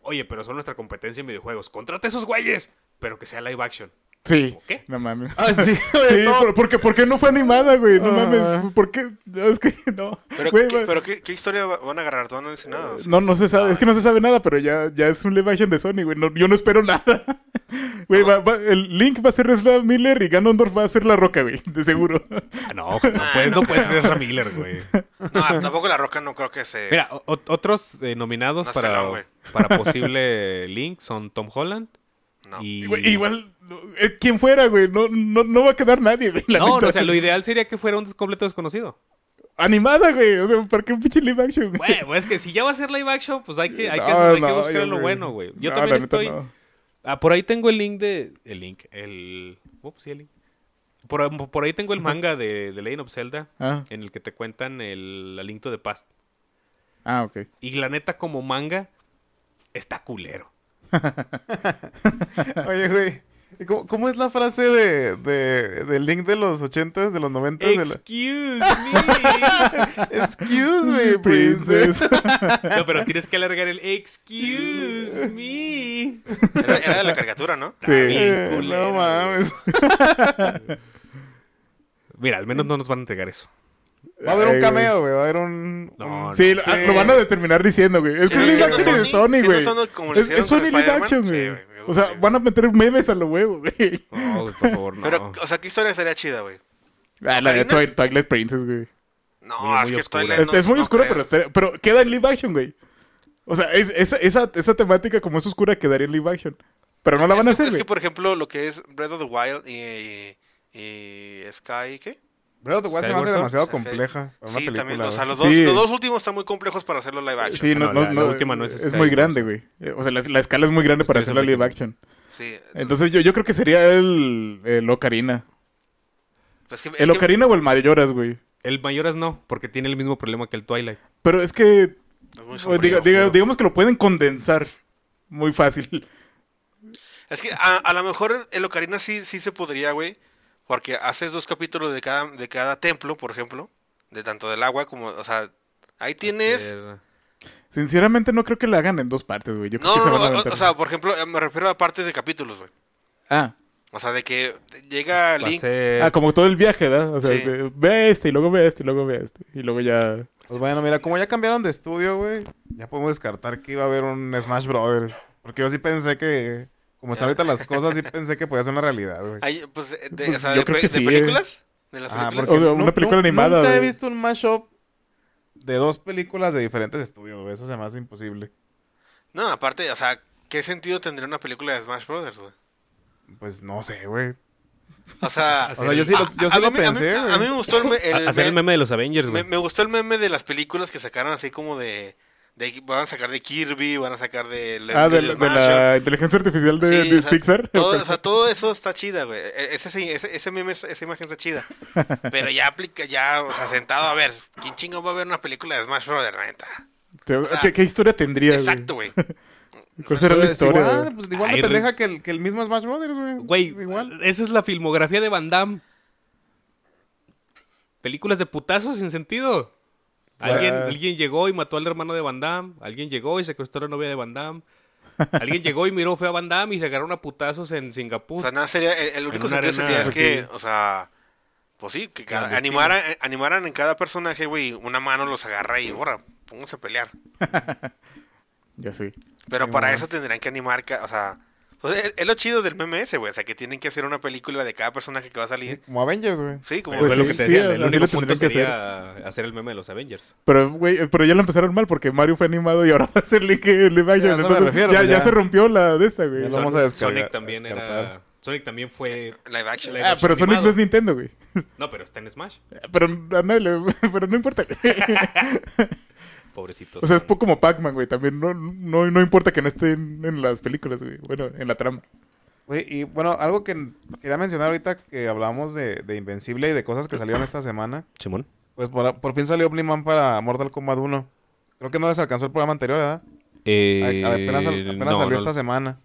[SPEAKER 2] Oye, pero son nuestra competencia en videojuegos. Contrata a esos güeyes, pero que sea live action.
[SPEAKER 4] Sí.
[SPEAKER 2] ¿Por qué?
[SPEAKER 4] No mames.
[SPEAKER 1] Ah, sí, güey,
[SPEAKER 4] Sí,
[SPEAKER 1] no.
[SPEAKER 4] por- porque, porque no fue animada, güey. No
[SPEAKER 1] Ah.
[SPEAKER 4] mames. ¿Por qué? No, es que no.
[SPEAKER 3] Pero,
[SPEAKER 4] Güey,
[SPEAKER 3] ¿qué,
[SPEAKER 4] güey.
[SPEAKER 3] pero qué, qué historia va- van a agarrar? Todavía no dicen nada. o sea.
[SPEAKER 4] No, no se sabe. Es que no se sabe nada, pero ya, ya es un live action de Sony, güey. No- yo no espero nada. Güey, va- va- el Link va a ser Ezra Miller y Ganondorf va a ser La Roca, güey. De seguro.
[SPEAKER 2] Ah, No, no puedes, no puedes ser Ezra Miller, güey.
[SPEAKER 3] No, tampoco La Roca no creo que se...
[SPEAKER 2] Mira, o- o- otros eh, nominados
[SPEAKER 3] No es
[SPEAKER 2] para,
[SPEAKER 3] pelón, güey.
[SPEAKER 2] para posible link son Tom Holland.
[SPEAKER 3] no.
[SPEAKER 2] Y...
[SPEAKER 4] Güey, igual, no, eh, quien fuera, güey. No, no, no va a quedar nadie, güey. la
[SPEAKER 2] No,
[SPEAKER 4] neta.
[SPEAKER 2] no, o sea, lo ideal sería que fuera un des- completo desconocido.
[SPEAKER 4] Animada, güey. O sea, ¿para qué un pinche live action? güey?
[SPEAKER 2] Güey, pues es que si ya va a ser live action, pues hay que, hay que,
[SPEAKER 4] No,
[SPEAKER 2] hacer- hay que
[SPEAKER 4] no,
[SPEAKER 2] buscar
[SPEAKER 4] yo
[SPEAKER 2] lo
[SPEAKER 4] creo-
[SPEAKER 2] bueno, güey. Yo
[SPEAKER 4] No, la
[SPEAKER 2] también
[SPEAKER 4] neta,
[SPEAKER 2] estoy.
[SPEAKER 4] no.
[SPEAKER 2] Ah, por ahí tengo el link de. El link, el. Ups, sí, el link. Por, por ahí tengo el manga de, de Legend of Zelda,
[SPEAKER 4] Ah,
[SPEAKER 2] en el que te cuentan el, la Link to the Past.
[SPEAKER 4] ah, ok.
[SPEAKER 2] Y la neta, como manga, está culero.
[SPEAKER 1] Oye, güey. ¿y ¿Cómo, cómo es la frase de, de, del link de los 80s, de los 90s? De la...
[SPEAKER 2] Excuse me.
[SPEAKER 1] Excuse me, princess.
[SPEAKER 2] No, pero tienes que alargar el excuse me.
[SPEAKER 3] Era, era de la caricatura, ¿no?
[SPEAKER 4] Sí.
[SPEAKER 2] bien
[SPEAKER 1] Eh,
[SPEAKER 2] culero,
[SPEAKER 1] no mames.
[SPEAKER 2] Mira, al menos no nos van a entregar eso.
[SPEAKER 1] Va a haber
[SPEAKER 4] Ay,
[SPEAKER 1] un
[SPEAKER 4] güey.
[SPEAKER 1] cameo, güey. Va a haber un.
[SPEAKER 2] No,
[SPEAKER 1] un-
[SPEAKER 2] no.
[SPEAKER 4] Sí, lo, ah, lo van a determinar diciendo, güey. Es
[SPEAKER 3] Sí,
[SPEAKER 4] que es
[SPEAKER 1] sí,
[SPEAKER 4] live
[SPEAKER 1] sí,
[SPEAKER 4] action de
[SPEAKER 3] sí,
[SPEAKER 4] Sony,
[SPEAKER 3] sí,
[SPEAKER 4] güey.
[SPEAKER 3] no son como lo
[SPEAKER 4] es,
[SPEAKER 3] hicieron
[SPEAKER 4] es
[SPEAKER 3] con
[SPEAKER 4] Sony live
[SPEAKER 3] Spider-Man.
[SPEAKER 4] action,
[SPEAKER 3] Sí,
[SPEAKER 4] güey.
[SPEAKER 3] güey, yo
[SPEAKER 4] o sea,
[SPEAKER 3] creo que sí.
[SPEAKER 4] van a meter memes a lo huevo, güey.
[SPEAKER 2] No, por favor, no.
[SPEAKER 3] Pero, o sea, ¿qué historia estaría chida, güey?
[SPEAKER 4] Ah, la de
[SPEAKER 3] Ocarina.
[SPEAKER 4] Twi- Twilight Princess, güey.
[SPEAKER 3] No,
[SPEAKER 2] Muy- muy
[SPEAKER 3] es que
[SPEAKER 2] oscura.
[SPEAKER 3] Twilight
[SPEAKER 4] Es,
[SPEAKER 3] Eh, no-
[SPEAKER 4] Este, es muy
[SPEAKER 3] no
[SPEAKER 4] oscura,
[SPEAKER 3] creo.
[SPEAKER 4] pero, estaría- pero queda en live action, güey. O sea, es- esa, esa, esa temática como es oscura quedaría en live action. Pero no la
[SPEAKER 3] es
[SPEAKER 4] van a
[SPEAKER 3] que,
[SPEAKER 4] hacer,
[SPEAKER 3] Es que,
[SPEAKER 4] güey.
[SPEAKER 3] por ejemplo, lo que es Breath of the Wild y, y- y Sky, ¿qué?
[SPEAKER 1] Breath of the Wild pues, se me hace
[SPEAKER 2] Skyward
[SPEAKER 1] demasiado
[SPEAKER 3] Sword.
[SPEAKER 1] compleja. para una
[SPEAKER 3] Sí,
[SPEAKER 1] película,
[SPEAKER 3] también. O
[SPEAKER 1] güey.
[SPEAKER 3] sea, los dos,
[SPEAKER 4] güey. Sí.
[SPEAKER 3] los dos últimos están muy complejos para hacerlo live action.
[SPEAKER 4] Sí, no,
[SPEAKER 2] Bueno,
[SPEAKER 4] no,
[SPEAKER 2] la-
[SPEAKER 4] no,
[SPEAKER 2] la última Ah, no es
[SPEAKER 4] es
[SPEAKER 2] Sky,
[SPEAKER 4] muy
[SPEAKER 2] ¿no?
[SPEAKER 4] grande, güey. Eh, O sea, la, la escala es muy grande para
[SPEAKER 2] Ustedes
[SPEAKER 4] hacerla
[SPEAKER 2] son
[SPEAKER 4] live
[SPEAKER 2] pequeños.
[SPEAKER 4] action.
[SPEAKER 3] Sí.
[SPEAKER 4] Entonces yo, yo creo que sería el, el Ocarina.
[SPEAKER 3] Pues que- es
[SPEAKER 4] ¿El
[SPEAKER 3] que-
[SPEAKER 4] Ocarina o el Mayoras, güey?
[SPEAKER 2] El Mayoras no, porque tiene el mismo problema que el Twilight.
[SPEAKER 4] Pero es que,
[SPEAKER 3] es muy
[SPEAKER 4] o
[SPEAKER 3] sombrío,
[SPEAKER 4] diga- diga-
[SPEAKER 3] oscuro.
[SPEAKER 4] digamos que lo pueden condensar muy fácil.
[SPEAKER 3] Es que a, a lo mejor el Ocarina sí, sí se podría, güey. Porque haces dos capítulos de cada, de cada templo, por ejemplo. De tanto del agua como. O sea, ahí tienes.
[SPEAKER 2] Era-
[SPEAKER 4] Sinceramente no creo que la hagan en dos partes, güey. Yo creo
[SPEAKER 3] No,
[SPEAKER 4] que
[SPEAKER 3] no,
[SPEAKER 4] se
[SPEAKER 3] no.
[SPEAKER 4] van a
[SPEAKER 3] o- O,
[SPEAKER 4] aventar-
[SPEAKER 3] sea, por ejemplo, eh, me refiero a partes de capítulos, güey.
[SPEAKER 4] ah,
[SPEAKER 3] O sea, de que llega
[SPEAKER 2] Va a
[SPEAKER 3] Link.
[SPEAKER 2] ser-
[SPEAKER 4] ah, como todo el viaje, ¿verdad? O sea,
[SPEAKER 3] Sí.
[SPEAKER 4] de- ve a este y luego ve a este y luego ve a este. Y luego ya...
[SPEAKER 1] Pues bueno, mira, como ya cambiaron de estudio, güey, ya podemos descartar que iba a haber un Smash Brothers. Porque yo sí pensé que, como están ahorita las cosas, sí pensé que podía ser una realidad, güey.
[SPEAKER 3] Ahí, pues, eh, de,
[SPEAKER 4] Pues
[SPEAKER 3] o sea,
[SPEAKER 4] yo
[SPEAKER 3] de,
[SPEAKER 4] creo
[SPEAKER 3] pe-
[SPEAKER 4] que
[SPEAKER 3] de
[SPEAKER 4] sí, eh.
[SPEAKER 3] películas. De las
[SPEAKER 1] Ah,
[SPEAKER 3] películas.
[SPEAKER 1] porque
[SPEAKER 4] O sea,
[SPEAKER 1] nu-
[SPEAKER 4] una película
[SPEAKER 1] nu-
[SPEAKER 4] animada,
[SPEAKER 1] Nunca he
[SPEAKER 4] güey.
[SPEAKER 1] visto un mashup de dos películas de diferentes estudios, güey. Eso se me hace imposible.
[SPEAKER 3] No, aparte, o sea, ¿qué sentido tendría una película de Smash Brothers, güey?
[SPEAKER 1] Pues no sé, güey.
[SPEAKER 3] O sea,
[SPEAKER 1] O sea, yo sí lo, yo
[SPEAKER 3] a- a
[SPEAKER 1] sí lo
[SPEAKER 3] mí me- a mí-
[SPEAKER 1] pensé,
[SPEAKER 3] a,
[SPEAKER 1] güey.
[SPEAKER 3] a mí me gustó el, me-
[SPEAKER 2] a-
[SPEAKER 3] el
[SPEAKER 2] hacer el
[SPEAKER 3] me-
[SPEAKER 2] meme de los Avengers,
[SPEAKER 3] Me,
[SPEAKER 2] güey.
[SPEAKER 3] me gustó el meme de las películas que sacaron así como de, de- van a sacar de Kirby, van a sacar de, de-
[SPEAKER 4] Ah, de,
[SPEAKER 3] del
[SPEAKER 4] la- de
[SPEAKER 3] Smash.
[SPEAKER 4] la inteligencia artificial de,
[SPEAKER 3] Sí,
[SPEAKER 4] de
[SPEAKER 3] o sea,
[SPEAKER 4] Pixar.
[SPEAKER 3] Todo, o sea, todo eso está chida, güey. E- Ese, sí- ese, ese meme, esa esa imagen está chida. Pero ya aplica, ya, o sea, sentado a ver, ¿quién chingo va a ver una película de Smash Bros. de la neta?
[SPEAKER 4] Te-
[SPEAKER 3] sea,
[SPEAKER 4] ¿qué, qué historia tendría? güey?
[SPEAKER 3] Exacto, güey.
[SPEAKER 4] ¿Cuál será la
[SPEAKER 1] Pues
[SPEAKER 4] historia?
[SPEAKER 1] igual,
[SPEAKER 4] güey?
[SPEAKER 1] pues igual
[SPEAKER 2] Ay,
[SPEAKER 1] de
[SPEAKER 2] re-
[SPEAKER 1] pendeja que el, que el mismo Smash Brothers, güey.
[SPEAKER 2] Güey,
[SPEAKER 1] Igual.
[SPEAKER 2] esa es la filmografía de Van Damme. Películas de putazos sin sentido. Alguien,
[SPEAKER 4] Ah.
[SPEAKER 2] alguien llegó y mató al hermano de Van Damme. Alguien llegó y secuestró a la novia de Van Damme. Alguien llegó y miró feo a Van Damme y se agarraron a putazos en
[SPEAKER 3] O
[SPEAKER 2] Singapur.
[SPEAKER 3] sea, nada sería, el, el único
[SPEAKER 2] una
[SPEAKER 3] sentido
[SPEAKER 2] arena,
[SPEAKER 3] sería es que,
[SPEAKER 2] sí.
[SPEAKER 3] o sea, pues sí, que cada-
[SPEAKER 2] Clandestino.
[SPEAKER 3] animaran, animaran en cada personaje, güey, una mano los agarra y, borra, pónganse a pelear.
[SPEAKER 4] Ya sí.
[SPEAKER 3] Pero
[SPEAKER 1] Sí,
[SPEAKER 3] para
[SPEAKER 1] bueno.
[SPEAKER 3] eso tendrían que animar, ca- o sea, pues, es- es lo chido del meme ese, güey, o sea, que tienen que hacer una película de cada personaje que va a
[SPEAKER 2] eh,
[SPEAKER 3] salir.
[SPEAKER 1] Como Avengers, güey.
[SPEAKER 3] Sí, como
[SPEAKER 2] Pero
[SPEAKER 4] Pues
[SPEAKER 2] es lo
[SPEAKER 4] sí,
[SPEAKER 2] que te
[SPEAKER 4] sí,
[SPEAKER 2] decía, el
[SPEAKER 4] así
[SPEAKER 2] único
[SPEAKER 4] lo
[SPEAKER 2] punto
[SPEAKER 4] tendrían que
[SPEAKER 2] sería hacer. el meme de los Avengers.
[SPEAKER 4] Pero, güey, pero ya lo empezaron mal porque Mario fue animado y ahora va a ser Link en live action.
[SPEAKER 1] a eso me
[SPEAKER 4] Entonces,
[SPEAKER 1] refiero,
[SPEAKER 4] ya,
[SPEAKER 1] pues,
[SPEAKER 4] ya
[SPEAKER 1] ya.
[SPEAKER 4] se rompió la de esta, güey.
[SPEAKER 1] Ya Lo
[SPEAKER 2] Son-
[SPEAKER 1] vamos a descargar-
[SPEAKER 2] Sonic también era...
[SPEAKER 1] descartar.
[SPEAKER 2] Sonic también fue...
[SPEAKER 3] live action.
[SPEAKER 2] live
[SPEAKER 4] Ah, pero
[SPEAKER 2] action
[SPEAKER 4] Sonic
[SPEAKER 2] animado.
[SPEAKER 4] no es Nintendo, güey.
[SPEAKER 2] No, pero está en Smash.
[SPEAKER 4] Pero, a nadie le- pero no importa. güey.
[SPEAKER 2] Pobrecito.
[SPEAKER 4] O sea, es
[SPEAKER 2] Sonic.
[SPEAKER 4] po- como Pac-Man, güey. También no, no, no importa que no esté en, en las películas, güey. Bueno, en la trama.
[SPEAKER 1] Güey, y bueno, algo que n- quería mencionar ahorita que hablamos de, de Invencible y de cosas que salieron esta semana.
[SPEAKER 2] Simón.
[SPEAKER 1] Pues por, por fin salió Bliman para Mortal Kombat 1. Creo que no les alcanzó el programa anterior, ¿verdad?
[SPEAKER 2] Eh,
[SPEAKER 1] A- apenas al- apenas
[SPEAKER 2] no,
[SPEAKER 1] salió
[SPEAKER 2] no,
[SPEAKER 1] esta semana.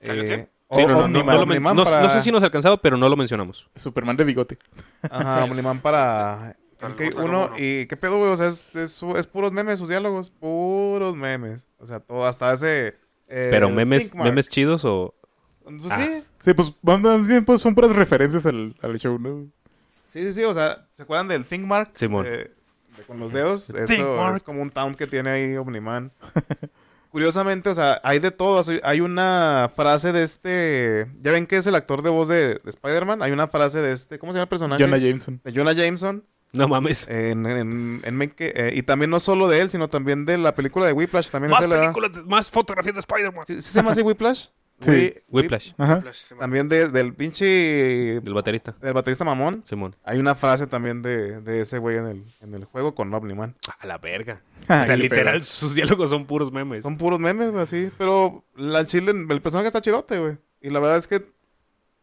[SPEAKER 1] Eh, oh,
[SPEAKER 3] ¿Salió qué?
[SPEAKER 1] o-
[SPEAKER 2] Sí, no,
[SPEAKER 1] o-
[SPEAKER 2] no, no,
[SPEAKER 1] Omniman-
[SPEAKER 2] no lo men-
[SPEAKER 1] Omniman
[SPEAKER 2] no-
[SPEAKER 1] para-
[SPEAKER 2] no sé si nos alcanzaba, pero no lo mencionamos.
[SPEAKER 4] Superman de bigote.
[SPEAKER 1] Ajá, Omniman para
[SPEAKER 3] Para el
[SPEAKER 1] MK1.
[SPEAKER 3] Mortal Kombat
[SPEAKER 1] Y qué pedo, güey. O sea, es, es, es puros memes sus diálogos. Puros memes. O sea, todo hasta ese. eh,
[SPEAKER 2] Pero memes,
[SPEAKER 1] Think Mark.
[SPEAKER 2] memes chidos o.
[SPEAKER 1] Pues
[SPEAKER 2] Ah.
[SPEAKER 1] sí.
[SPEAKER 4] Sí, pues van- van- sí, pues, son puras referencias al, al show, ¿no?
[SPEAKER 1] Sí, sí, sí. O sea, ¿se acuerdan del Think Mark?
[SPEAKER 2] Simón.
[SPEAKER 1] Eh, de- con los dedos.
[SPEAKER 2] Think
[SPEAKER 1] Eso
[SPEAKER 2] Mark.
[SPEAKER 1] es como un taunt que tiene ahí Omniman. Curiosamente, o sea, hay de todo. o sea, Hay una frase de este. Ya ven que es el actor de voz de, de Spider-Man. Hay una frase de este. ¿Cómo se llama el personaje?
[SPEAKER 4] Jonah Jameson.
[SPEAKER 1] de Jonah Jameson.
[SPEAKER 2] No mames.
[SPEAKER 1] en- en- en Make- eh, y también no solo de él, sino también de la película de Whiplash. También
[SPEAKER 2] Más
[SPEAKER 1] es de la-
[SPEAKER 2] películas, de- más fotografías de Spider-Man.
[SPEAKER 1] ¿Sí, sí se llama así Whiplash?
[SPEAKER 4] Sí.
[SPEAKER 1] Whi-
[SPEAKER 2] Whiplash,
[SPEAKER 4] Ajá.
[SPEAKER 3] Flash, se
[SPEAKER 1] Whip-
[SPEAKER 3] llama.
[SPEAKER 1] También de- del pinche.
[SPEAKER 2] del baterista.
[SPEAKER 1] del baterista mamón.
[SPEAKER 2] Simón.
[SPEAKER 1] Hay una frase también de, de ese güey en el, en el juego con Omniman.
[SPEAKER 2] A la verga.
[SPEAKER 4] Ah,
[SPEAKER 2] o sea,
[SPEAKER 4] qué
[SPEAKER 2] literal,
[SPEAKER 4] pedo.
[SPEAKER 2] sus diálogos son puros memes.
[SPEAKER 1] Son puros memes, güey, así. Pero la chile, el personaje está chidote, güey. Y la verdad es que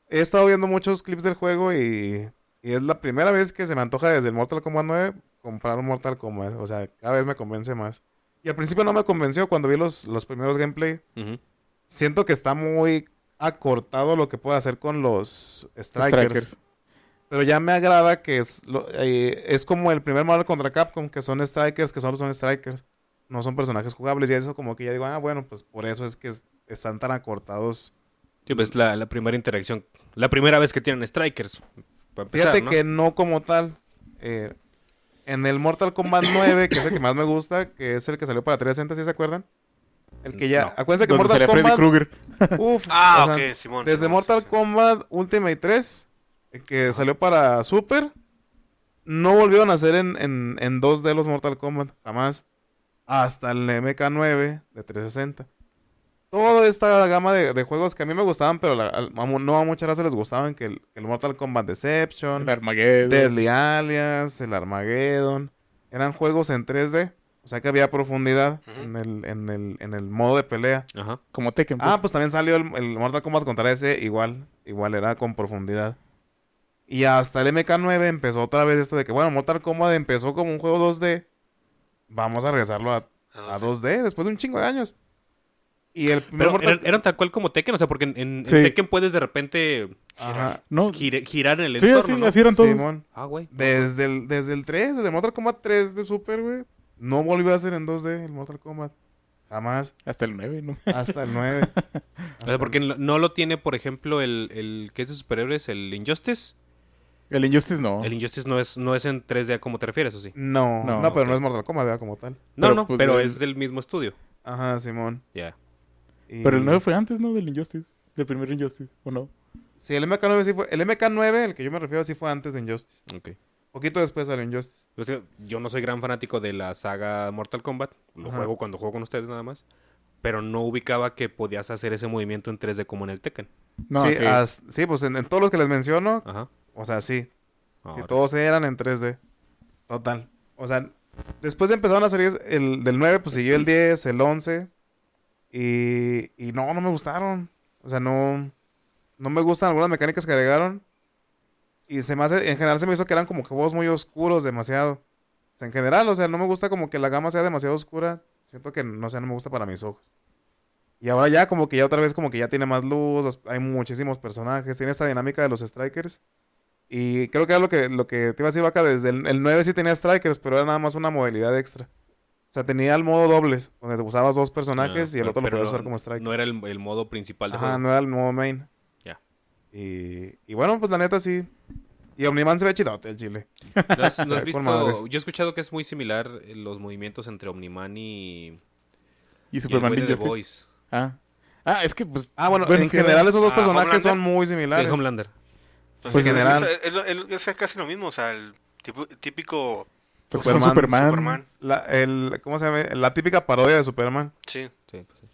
[SPEAKER 1] he estado viendo muchos clips del juego y, y es la primera vez que se me antoja desde el Mortal Kombat 9 comprar un Mortal Kombat. O sea, cada vez me convence más. Y al principio no me convenció cuando vi los, los primeros gameplay.
[SPEAKER 2] Ujú.
[SPEAKER 1] Siento que está muy acortado lo que puede hacer con los strikers.
[SPEAKER 4] Strikers.
[SPEAKER 1] Pero ya me agrada que es, lo- eh, es como el primer Marvel contra Capcom, que son strikers, que solo son strikers. No son personajes jugables. Y eso como que ya digo, ah, bueno, pues por eso es que es- están tan acortados.
[SPEAKER 2] Sí, pues la, la primera interacción. La primera vez que tienen Strikers. Para empezar,
[SPEAKER 1] Fíjate
[SPEAKER 2] Pues ¿no?
[SPEAKER 1] que no como tal. eh, en el Mortal Kombat 9, que es el que más me gusta, que es el que salió para 360, ¿sí se acuerdan? El que ya...
[SPEAKER 2] No.
[SPEAKER 1] Acuérdense que
[SPEAKER 4] Donde
[SPEAKER 1] Mortal
[SPEAKER 4] sería Freddy
[SPEAKER 1] Kombat...
[SPEAKER 4] Krueger.
[SPEAKER 1] Uf,
[SPEAKER 3] Ah,
[SPEAKER 1] o sea,
[SPEAKER 3] ok, Simón.
[SPEAKER 1] Desde
[SPEAKER 3] Simón,
[SPEAKER 1] Mortal
[SPEAKER 3] sí, sí.
[SPEAKER 1] Kombat Ultimate 3, eh, que salió para Super, no volvieron a hacer en, en, en 2D los Mortal Kombat, jamás. Hasta el MK9 de 360. Toda esta gama de, de juegos que a mí me gustaban, pero la- al- a mu- no a muchas razas les gustaban, que el, que el Mortal Kombat Deception,
[SPEAKER 4] El Armageddon.
[SPEAKER 1] Deadly Alias, el Armageddon, eran juegos en 3D. O O sea que había profundidad
[SPEAKER 3] Ujú.
[SPEAKER 1] en, el, en, el, en el modo de pelea.
[SPEAKER 2] Ajá.
[SPEAKER 4] Como Tekken. pues.
[SPEAKER 1] Ah, pues también salió el, el Mortal Kombat contra ese, igual, igual era con profundidad. Y hasta el MK9 empezó otra vez esto de que, bueno, Mortal Kombat empezó como un juego 2D. Vamos a regresarlo a,
[SPEAKER 3] Ah,
[SPEAKER 1] a
[SPEAKER 3] sí.
[SPEAKER 1] 2D después de un chingo de años. Y el primer
[SPEAKER 2] Pero
[SPEAKER 1] Mortal-
[SPEAKER 2] eran, eran tal cual como Tekken, o sea, porque en, en- en
[SPEAKER 4] Sí.
[SPEAKER 2] Tekken puedes de repente
[SPEAKER 1] Ajá.
[SPEAKER 4] no. Sí,
[SPEAKER 2] gire- girar en el entorno,
[SPEAKER 4] así,
[SPEAKER 2] ¿no?
[SPEAKER 4] así eran todos.
[SPEAKER 1] Simón.
[SPEAKER 2] Ah, güey.
[SPEAKER 1] Desde el, desde el 3, desde Mortal Kombat 3 de Super, güey. No volvió a ser en 2D el Mortal Kombat. Jamás.
[SPEAKER 4] Hasta el 9, ¿no?
[SPEAKER 1] Hasta el 9.
[SPEAKER 2] O sea, porque no no lo tiene, por ejemplo, el, el que es de superhéroes, el Injustice.
[SPEAKER 4] El Injustice no.
[SPEAKER 2] El Injustice no es, no es en 3D como te refieres, ¿o sí?
[SPEAKER 1] No, no,
[SPEAKER 4] No,
[SPEAKER 1] pero
[SPEAKER 2] ok.
[SPEAKER 1] no es Mortal Kombat, ¿verdad? Como tal.
[SPEAKER 2] No,
[SPEAKER 4] Pero,
[SPEAKER 2] no,
[SPEAKER 4] pues,
[SPEAKER 2] pero
[SPEAKER 4] el-
[SPEAKER 2] es del mismo estudio.
[SPEAKER 1] Ajá, Simón.
[SPEAKER 2] Ya.
[SPEAKER 1] Y-
[SPEAKER 4] Pero el 9 fue antes, ¿no? Del Injustice. Del primer Injustice, ¿o no?
[SPEAKER 1] Sí, el MK9 sí fue. El MK9, el que yo me refiero, sí fue antes de Injustice.
[SPEAKER 2] Ok.
[SPEAKER 1] Poquito después salió Injustice.
[SPEAKER 2] O sea, yo no soy gran fanático de la saga Mortal Kombat. Lo
[SPEAKER 1] Ajá.
[SPEAKER 2] juego cuando juego con ustedes nada más. Pero no ubicaba que podías hacer ese movimiento en 3D como en el Tekken.
[SPEAKER 4] No,
[SPEAKER 1] sí,
[SPEAKER 4] sí.
[SPEAKER 1] as- sí, pues en, en todos los que les menciono,
[SPEAKER 2] Ajá.
[SPEAKER 1] o sea, sí. sí,
[SPEAKER 2] Ahora.
[SPEAKER 1] todos eran en 3D. Total. O sea, después empezaron a salir el del 9, pues siguió el 10, el 11. Y, y no, no me gustaron. O sea, no, no me gustan algunas mecánicas que agregaron. Y se me hace, en general se me hizo que eran como que juegos muy oscuros demasiado. O sea, en general, o sea, no me gusta como que la gama sea demasiado oscura. Siento que, no sé, no me gusta para mis ojos. Y ahora ya como que ya otra vez como que ya tiene más luz, los- hay muchísimos personajes, tiene esta dinámica de los strikers. Y creo que era lo que, lo que te iba a decir acá, desde el, el 9 sí tenía strikers, pero era nada más una modalidad extra. O sea, tenía el modo dobles, donde usabas dos personajes
[SPEAKER 2] Ah,
[SPEAKER 1] y el
[SPEAKER 2] pero-
[SPEAKER 1] otro lo
[SPEAKER 2] pero
[SPEAKER 1] podías
[SPEAKER 2] no-
[SPEAKER 1] usar como striker.
[SPEAKER 2] No era el, el modo principal de
[SPEAKER 1] Ajá,
[SPEAKER 2] juego.
[SPEAKER 1] no era el nuevo main.
[SPEAKER 2] Ya.
[SPEAKER 1] Y, y bueno, pues la neta sí. Y Omniman se ve chidote el chile.
[SPEAKER 2] ¿No has, no has
[SPEAKER 1] Con
[SPEAKER 2] visto?
[SPEAKER 1] madres.
[SPEAKER 2] Yo he escuchado que es muy similar eh, los movimientos entre Omniman y,
[SPEAKER 4] Y
[SPEAKER 2] y el
[SPEAKER 4] Superman
[SPEAKER 2] güey de The
[SPEAKER 4] Injustice.
[SPEAKER 2] Voice.
[SPEAKER 4] Ah. Ah, es que pues.
[SPEAKER 1] Ah, bueno, en
[SPEAKER 4] es que era-
[SPEAKER 1] general esos dos
[SPEAKER 3] Ah,
[SPEAKER 1] personajes
[SPEAKER 3] Homelander.
[SPEAKER 1] son muy
[SPEAKER 2] Sí,
[SPEAKER 1] similares.
[SPEAKER 2] Homelander.
[SPEAKER 3] Pues,
[SPEAKER 1] Pues,
[SPEAKER 3] en
[SPEAKER 1] en
[SPEAKER 3] general.
[SPEAKER 1] general.
[SPEAKER 3] Es, es- es- es casi lo mismo, o sea, el tipo- típico
[SPEAKER 4] pues,
[SPEAKER 1] Superman,
[SPEAKER 4] son Superman.
[SPEAKER 3] Superman.
[SPEAKER 1] La, el, ¿Cómo se llama? La típica parodia de Superman.
[SPEAKER 3] Sí.
[SPEAKER 2] Sí, pues sí.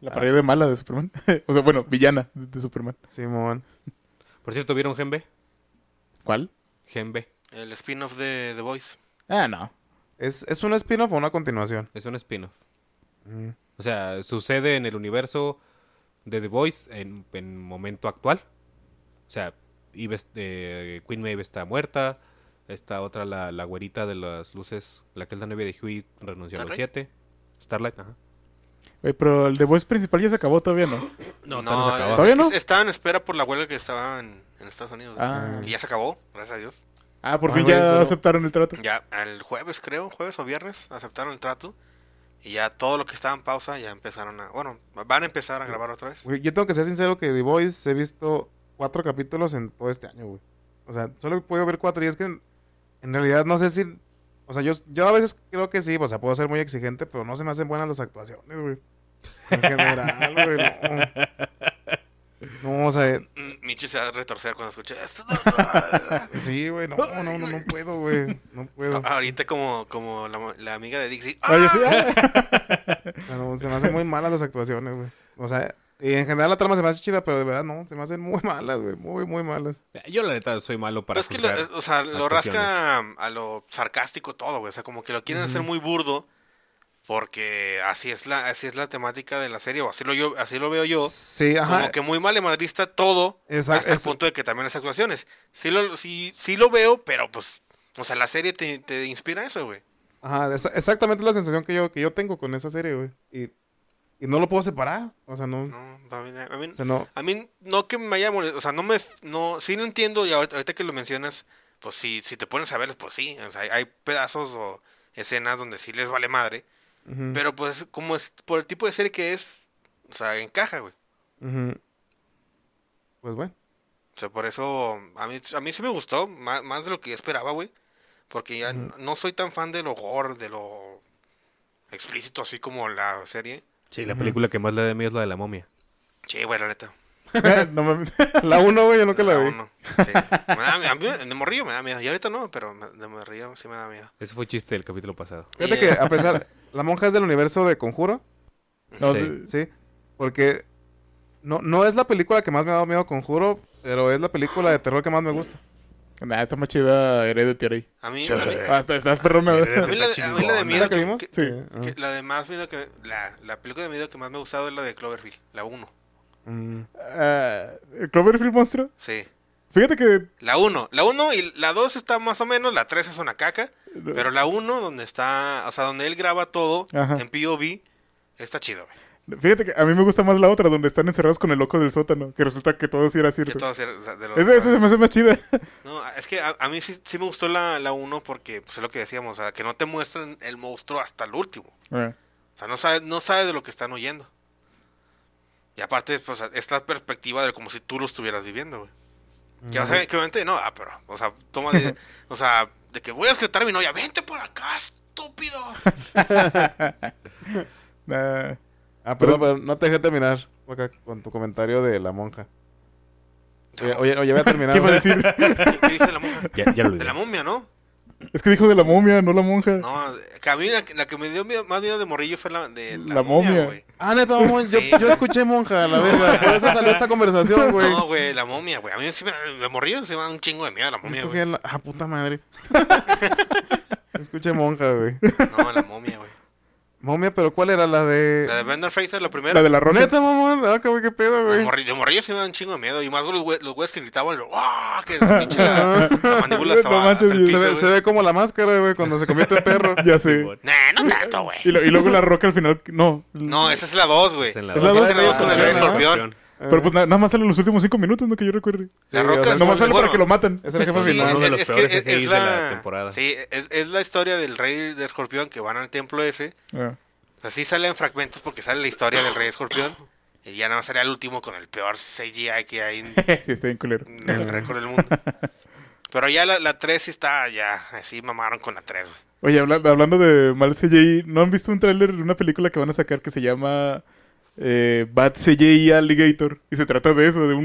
[SPEAKER 4] La pared de mala de Superman. o sea, bueno, villana de, de Superman.
[SPEAKER 1] Simón.
[SPEAKER 2] Por cierto, ¿vieron Gen B?
[SPEAKER 4] ¿Cuál?
[SPEAKER 2] Gen B.
[SPEAKER 3] El spin-off de The Voice.
[SPEAKER 4] Ah, no.
[SPEAKER 1] ¿Es, ¿Es un spin-off o una continuación?
[SPEAKER 2] Es un spin-off.
[SPEAKER 1] Mm.
[SPEAKER 2] O sea, sucede en el universo de The Voice en, en momento actual. O sea, Eve es- eh, Queen Maeve está muerta. Esta otra, la, la güerita de las luces, la que es la novia de Huey, renunció a los
[SPEAKER 3] ¿Starlight?
[SPEAKER 2] siete. Starlight, ajá.
[SPEAKER 4] Güey, pero el The Voice principal ya se acabó todavía, ¿no?
[SPEAKER 2] No, todavía no se
[SPEAKER 3] eh,
[SPEAKER 2] acabó.
[SPEAKER 4] ¿Todavía
[SPEAKER 3] es que
[SPEAKER 4] no?
[SPEAKER 3] se- Estaba en espera por la huelga que estaba en, en Estados Unidos.
[SPEAKER 4] Ah,
[SPEAKER 3] Y ya se acabó, gracias a Dios.
[SPEAKER 4] ah por
[SPEAKER 1] Ah,
[SPEAKER 4] fin
[SPEAKER 1] güey,
[SPEAKER 4] ya
[SPEAKER 1] pero-
[SPEAKER 4] aceptaron el trato.
[SPEAKER 3] Ya el jueves, creo, jueves o viernes, aceptaron el trato. Y ya todo lo que estaba en pausa ya empezaron a. Bueno, van a empezar a grabar otra vez.
[SPEAKER 1] Güey, Yo tengo que ser sincero que The Voice he visto cuatro capítulos en todo este año, güey. O sea, solo he podido ver cuatro y es que en, en realidad no sé si... O sea, yo, yo a veces creo que sí, o sea, puedo ser muy exigente, pero no se me hacen buenas las actuaciones, güey. En general, güey, no. No, o sea,
[SPEAKER 3] Mm, Michi se va a retorcer cuando escuche esto.
[SPEAKER 1] sí, güey, no, no, no, no puedo, güey. No puedo.
[SPEAKER 3] A- Ahorita como, como la, la amiga de Dixie. ¡Ah!
[SPEAKER 4] Oye, sí, ah.
[SPEAKER 1] Pero se me hacen muy malas las actuaciones, güey. O sea, y en general la trama se me hace chida, pero de verdad no, se me hacen muy malas, güey. Muy, muy malas.
[SPEAKER 2] Yo la neta soy malo para
[SPEAKER 3] Pero Pues es que lo,
[SPEAKER 2] juzgar.
[SPEAKER 3] es- o sea, lo
[SPEAKER 2] actuaciones.
[SPEAKER 3] rasca a lo sarcástico todo, güey. O sea, como que lo quieren hacer muy burdo. Porque así es la, así es la temática de la serie, o así lo yo, así lo veo yo.
[SPEAKER 1] Sí, ajá.
[SPEAKER 3] Como que muy malemadrista todo.
[SPEAKER 1] Exacto,
[SPEAKER 3] hasta el
[SPEAKER 1] es-
[SPEAKER 3] punto de que también las actuaciones. Sí lo, sí, sí lo veo, pero pues. O sea, la serie te, te inspira eso, güey.
[SPEAKER 1] Ajá, esa- exactamente la sensación que yo, que yo tengo con esa serie, güey. Y, y no lo puedo separar. O sea, no.
[SPEAKER 3] No, a mí, a mí-
[SPEAKER 1] O sea, no.
[SPEAKER 3] a mí no que me haya molestado. O sea, no me. No, sí lo entiendo. Y ahorita, ahorita que lo mencionas, pues sí, si te pones a verlos, pues sí. O sea, hay- hay pedazos o escenas donde sí les vale madre.
[SPEAKER 1] Ujú,
[SPEAKER 3] Pero pues como es por el tipo de serie que es, o sea, encaja, güey.
[SPEAKER 1] ujú. Pues bueno.
[SPEAKER 3] O sea, por eso a mí, a mí sí me gustó, más, más de lo que yo esperaba, güey. Porque ya n- no soy tan fan de lo gore, de lo explícito, así como la serie.
[SPEAKER 2] Sí, la película que más le da miedo es la de la momia.
[SPEAKER 3] Sí, güey, la neta.
[SPEAKER 4] no mames.
[SPEAKER 1] La uno, güey, yo nunca la
[SPEAKER 3] No,
[SPEAKER 1] vi.
[SPEAKER 3] no, Ah, sí. Me da- a mí de morrillo me da miedo. Y ahorita no, pero me- de morrillo sí me da miedo.
[SPEAKER 2] Ese fue chiste del capítulo pasado.
[SPEAKER 1] Fíjate
[SPEAKER 3] Y,
[SPEAKER 1] que,
[SPEAKER 3] eh,
[SPEAKER 1] a pesar, la monja es del universo de Conjuro,
[SPEAKER 4] No,
[SPEAKER 2] Sí.
[SPEAKER 4] de-
[SPEAKER 1] ¿sí? Porque no, no es la película que más me ha dado miedo Conjuro, pero es la película de terror que más me gusta.
[SPEAKER 4] Nah, está más chida Hereditary.
[SPEAKER 3] A mí, a mí-
[SPEAKER 4] Ah, está- estás perrona.
[SPEAKER 3] a mí la de, a mí la de
[SPEAKER 1] ¿La
[SPEAKER 3] miedo
[SPEAKER 1] que
[SPEAKER 3] que-
[SPEAKER 1] vimos?
[SPEAKER 3] que-
[SPEAKER 1] Sí.
[SPEAKER 3] que la de más miedo que la, la película de miedo que más me ha gustado es la de Cloverfield, la 1.
[SPEAKER 1] Ah, mm.
[SPEAKER 4] Ah, Cloverfield Monstruo.
[SPEAKER 3] Sí.
[SPEAKER 4] Fíjate que.
[SPEAKER 3] La 1, la 1 y la 2 está más o menos, la 3 es una caca, pero la 1 donde está, o sea, donde él graba todo
[SPEAKER 4] Ajá.
[SPEAKER 3] en POV, está chido, güey.
[SPEAKER 4] Fíjate que a mí me gusta más la otra, donde están encerrados con el loco del sótano. Que resulta que todo sí era
[SPEAKER 3] Que
[SPEAKER 4] cierto.
[SPEAKER 3] todo sea- o sea, de los-
[SPEAKER 4] Esa, esa se me hace más chida.
[SPEAKER 3] No, es que a, a mí sí, sí me gustó la, la 1 porque pues, es lo que decíamos, o sea, que no te muestran el monstruo hasta el último.
[SPEAKER 4] Ah,
[SPEAKER 3] O sea, no sabes no sabe de lo que están oyendo. Y aparte, pues, es la perspectiva de como si tú lo estuvieras viviendo, güey. Que, o sea, que obviamente no, ah, pero, o sea, toma de, o sea, de que voy a escritar a mi novia, vente por acá, estúpido.
[SPEAKER 4] nah.
[SPEAKER 1] Ah, perdón, pero no te dejé terminar acá con tu comentario de la monja. Oye, oye, oye, voy a terminar.
[SPEAKER 4] ¿Qué iba a decir?
[SPEAKER 3] ¿Qué, qué dije de la monja?
[SPEAKER 2] Ya, ya lo
[SPEAKER 3] De
[SPEAKER 2] dije.
[SPEAKER 3] la momia, ¿no?
[SPEAKER 4] es que dijo de la momia, no la monja.
[SPEAKER 3] No, que a mí la, la que me dio miedo- más miedo de morrillo fue la de la,
[SPEAKER 4] La momia.
[SPEAKER 3] güey.
[SPEAKER 1] Ah, neta, mamón, yo,
[SPEAKER 3] Sí.
[SPEAKER 1] yo escuché monja, la verga. Por eso salió esta conversación, güey.
[SPEAKER 3] No, güey, la momia, güey. A mí sí me, de morrillo se me da un chingo de miedo la momia,
[SPEAKER 1] Escogí
[SPEAKER 3] güey.
[SPEAKER 1] a la- Ah, puta madre. escuché monja, güey.
[SPEAKER 3] No, la momia, güey.
[SPEAKER 1] Momia, pero ¿cuál era la de...?
[SPEAKER 3] La de Brendan Fraser, la primera.
[SPEAKER 4] La de la roca.
[SPEAKER 1] Neta, mamón. Ah, cabrón, qué pedo,
[SPEAKER 3] De,
[SPEAKER 1] güey.
[SPEAKER 3] morri- de morrillo sí me da un chingo de miedo. Y más los güe- los güeyes que gritaban, ¡ah! Que pinche la, la mandíbula estaba
[SPEAKER 4] No manches,
[SPEAKER 3] hasta el
[SPEAKER 1] Se
[SPEAKER 4] güey,
[SPEAKER 3] piso,
[SPEAKER 1] ve,
[SPEAKER 3] güey.
[SPEAKER 1] se ve como la máscara, güey, cuando se convierte en perro. Eh,
[SPEAKER 4] Ya sé.
[SPEAKER 2] Simón.
[SPEAKER 3] Nah, no tanto, güey.
[SPEAKER 4] Y, lo- y luego la roca al final. No.
[SPEAKER 3] No, esa es la 2, güey.
[SPEAKER 2] Es en la
[SPEAKER 4] Es
[SPEAKER 2] dos.
[SPEAKER 4] la dos.
[SPEAKER 3] Esa es la 2 con el rey
[SPEAKER 1] Ah,
[SPEAKER 3] escorpión.
[SPEAKER 4] Pero pues na- nada más sale los últimos cinco minutos, no que yo recuerde.
[SPEAKER 1] Sí,
[SPEAKER 3] La roca
[SPEAKER 1] o sea,
[SPEAKER 3] es-
[SPEAKER 1] no
[SPEAKER 4] Nomás
[SPEAKER 1] más-
[SPEAKER 4] sale
[SPEAKER 3] bueno,
[SPEAKER 4] para que lo maten.
[SPEAKER 1] Es el jefe
[SPEAKER 3] Sí,
[SPEAKER 1] final.
[SPEAKER 2] uno de los
[SPEAKER 3] es, es
[SPEAKER 2] peores
[SPEAKER 3] que es,
[SPEAKER 2] CGIs
[SPEAKER 3] es
[SPEAKER 2] de
[SPEAKER 3] la,
[SPEAKER 2] la temporada.
[SPEAKER 3] Sí, es, es la historia del rey de escorpión que van al templo ese.
[SPEAKER 4] Ah.
[SPEAKER 3] O sea, sí sale en fragmentos porque sale la historia del rey escorpión. Y ya no sería el último con el peor CGI que hay en,
[SPEAKER 4] sí, está bien culero.
[SPEAKER 3] en el récord del mundo. Pero ya la, la 3 sí está, ya, así mamaron con la 3, güey.
[SPEAKER 4] Oye, habla- hablando de mal CGI, ¿no han visto un tráiler de una película que van a sacar que se llama eh, Bad CGI Alligator? Y se trata de eso, de un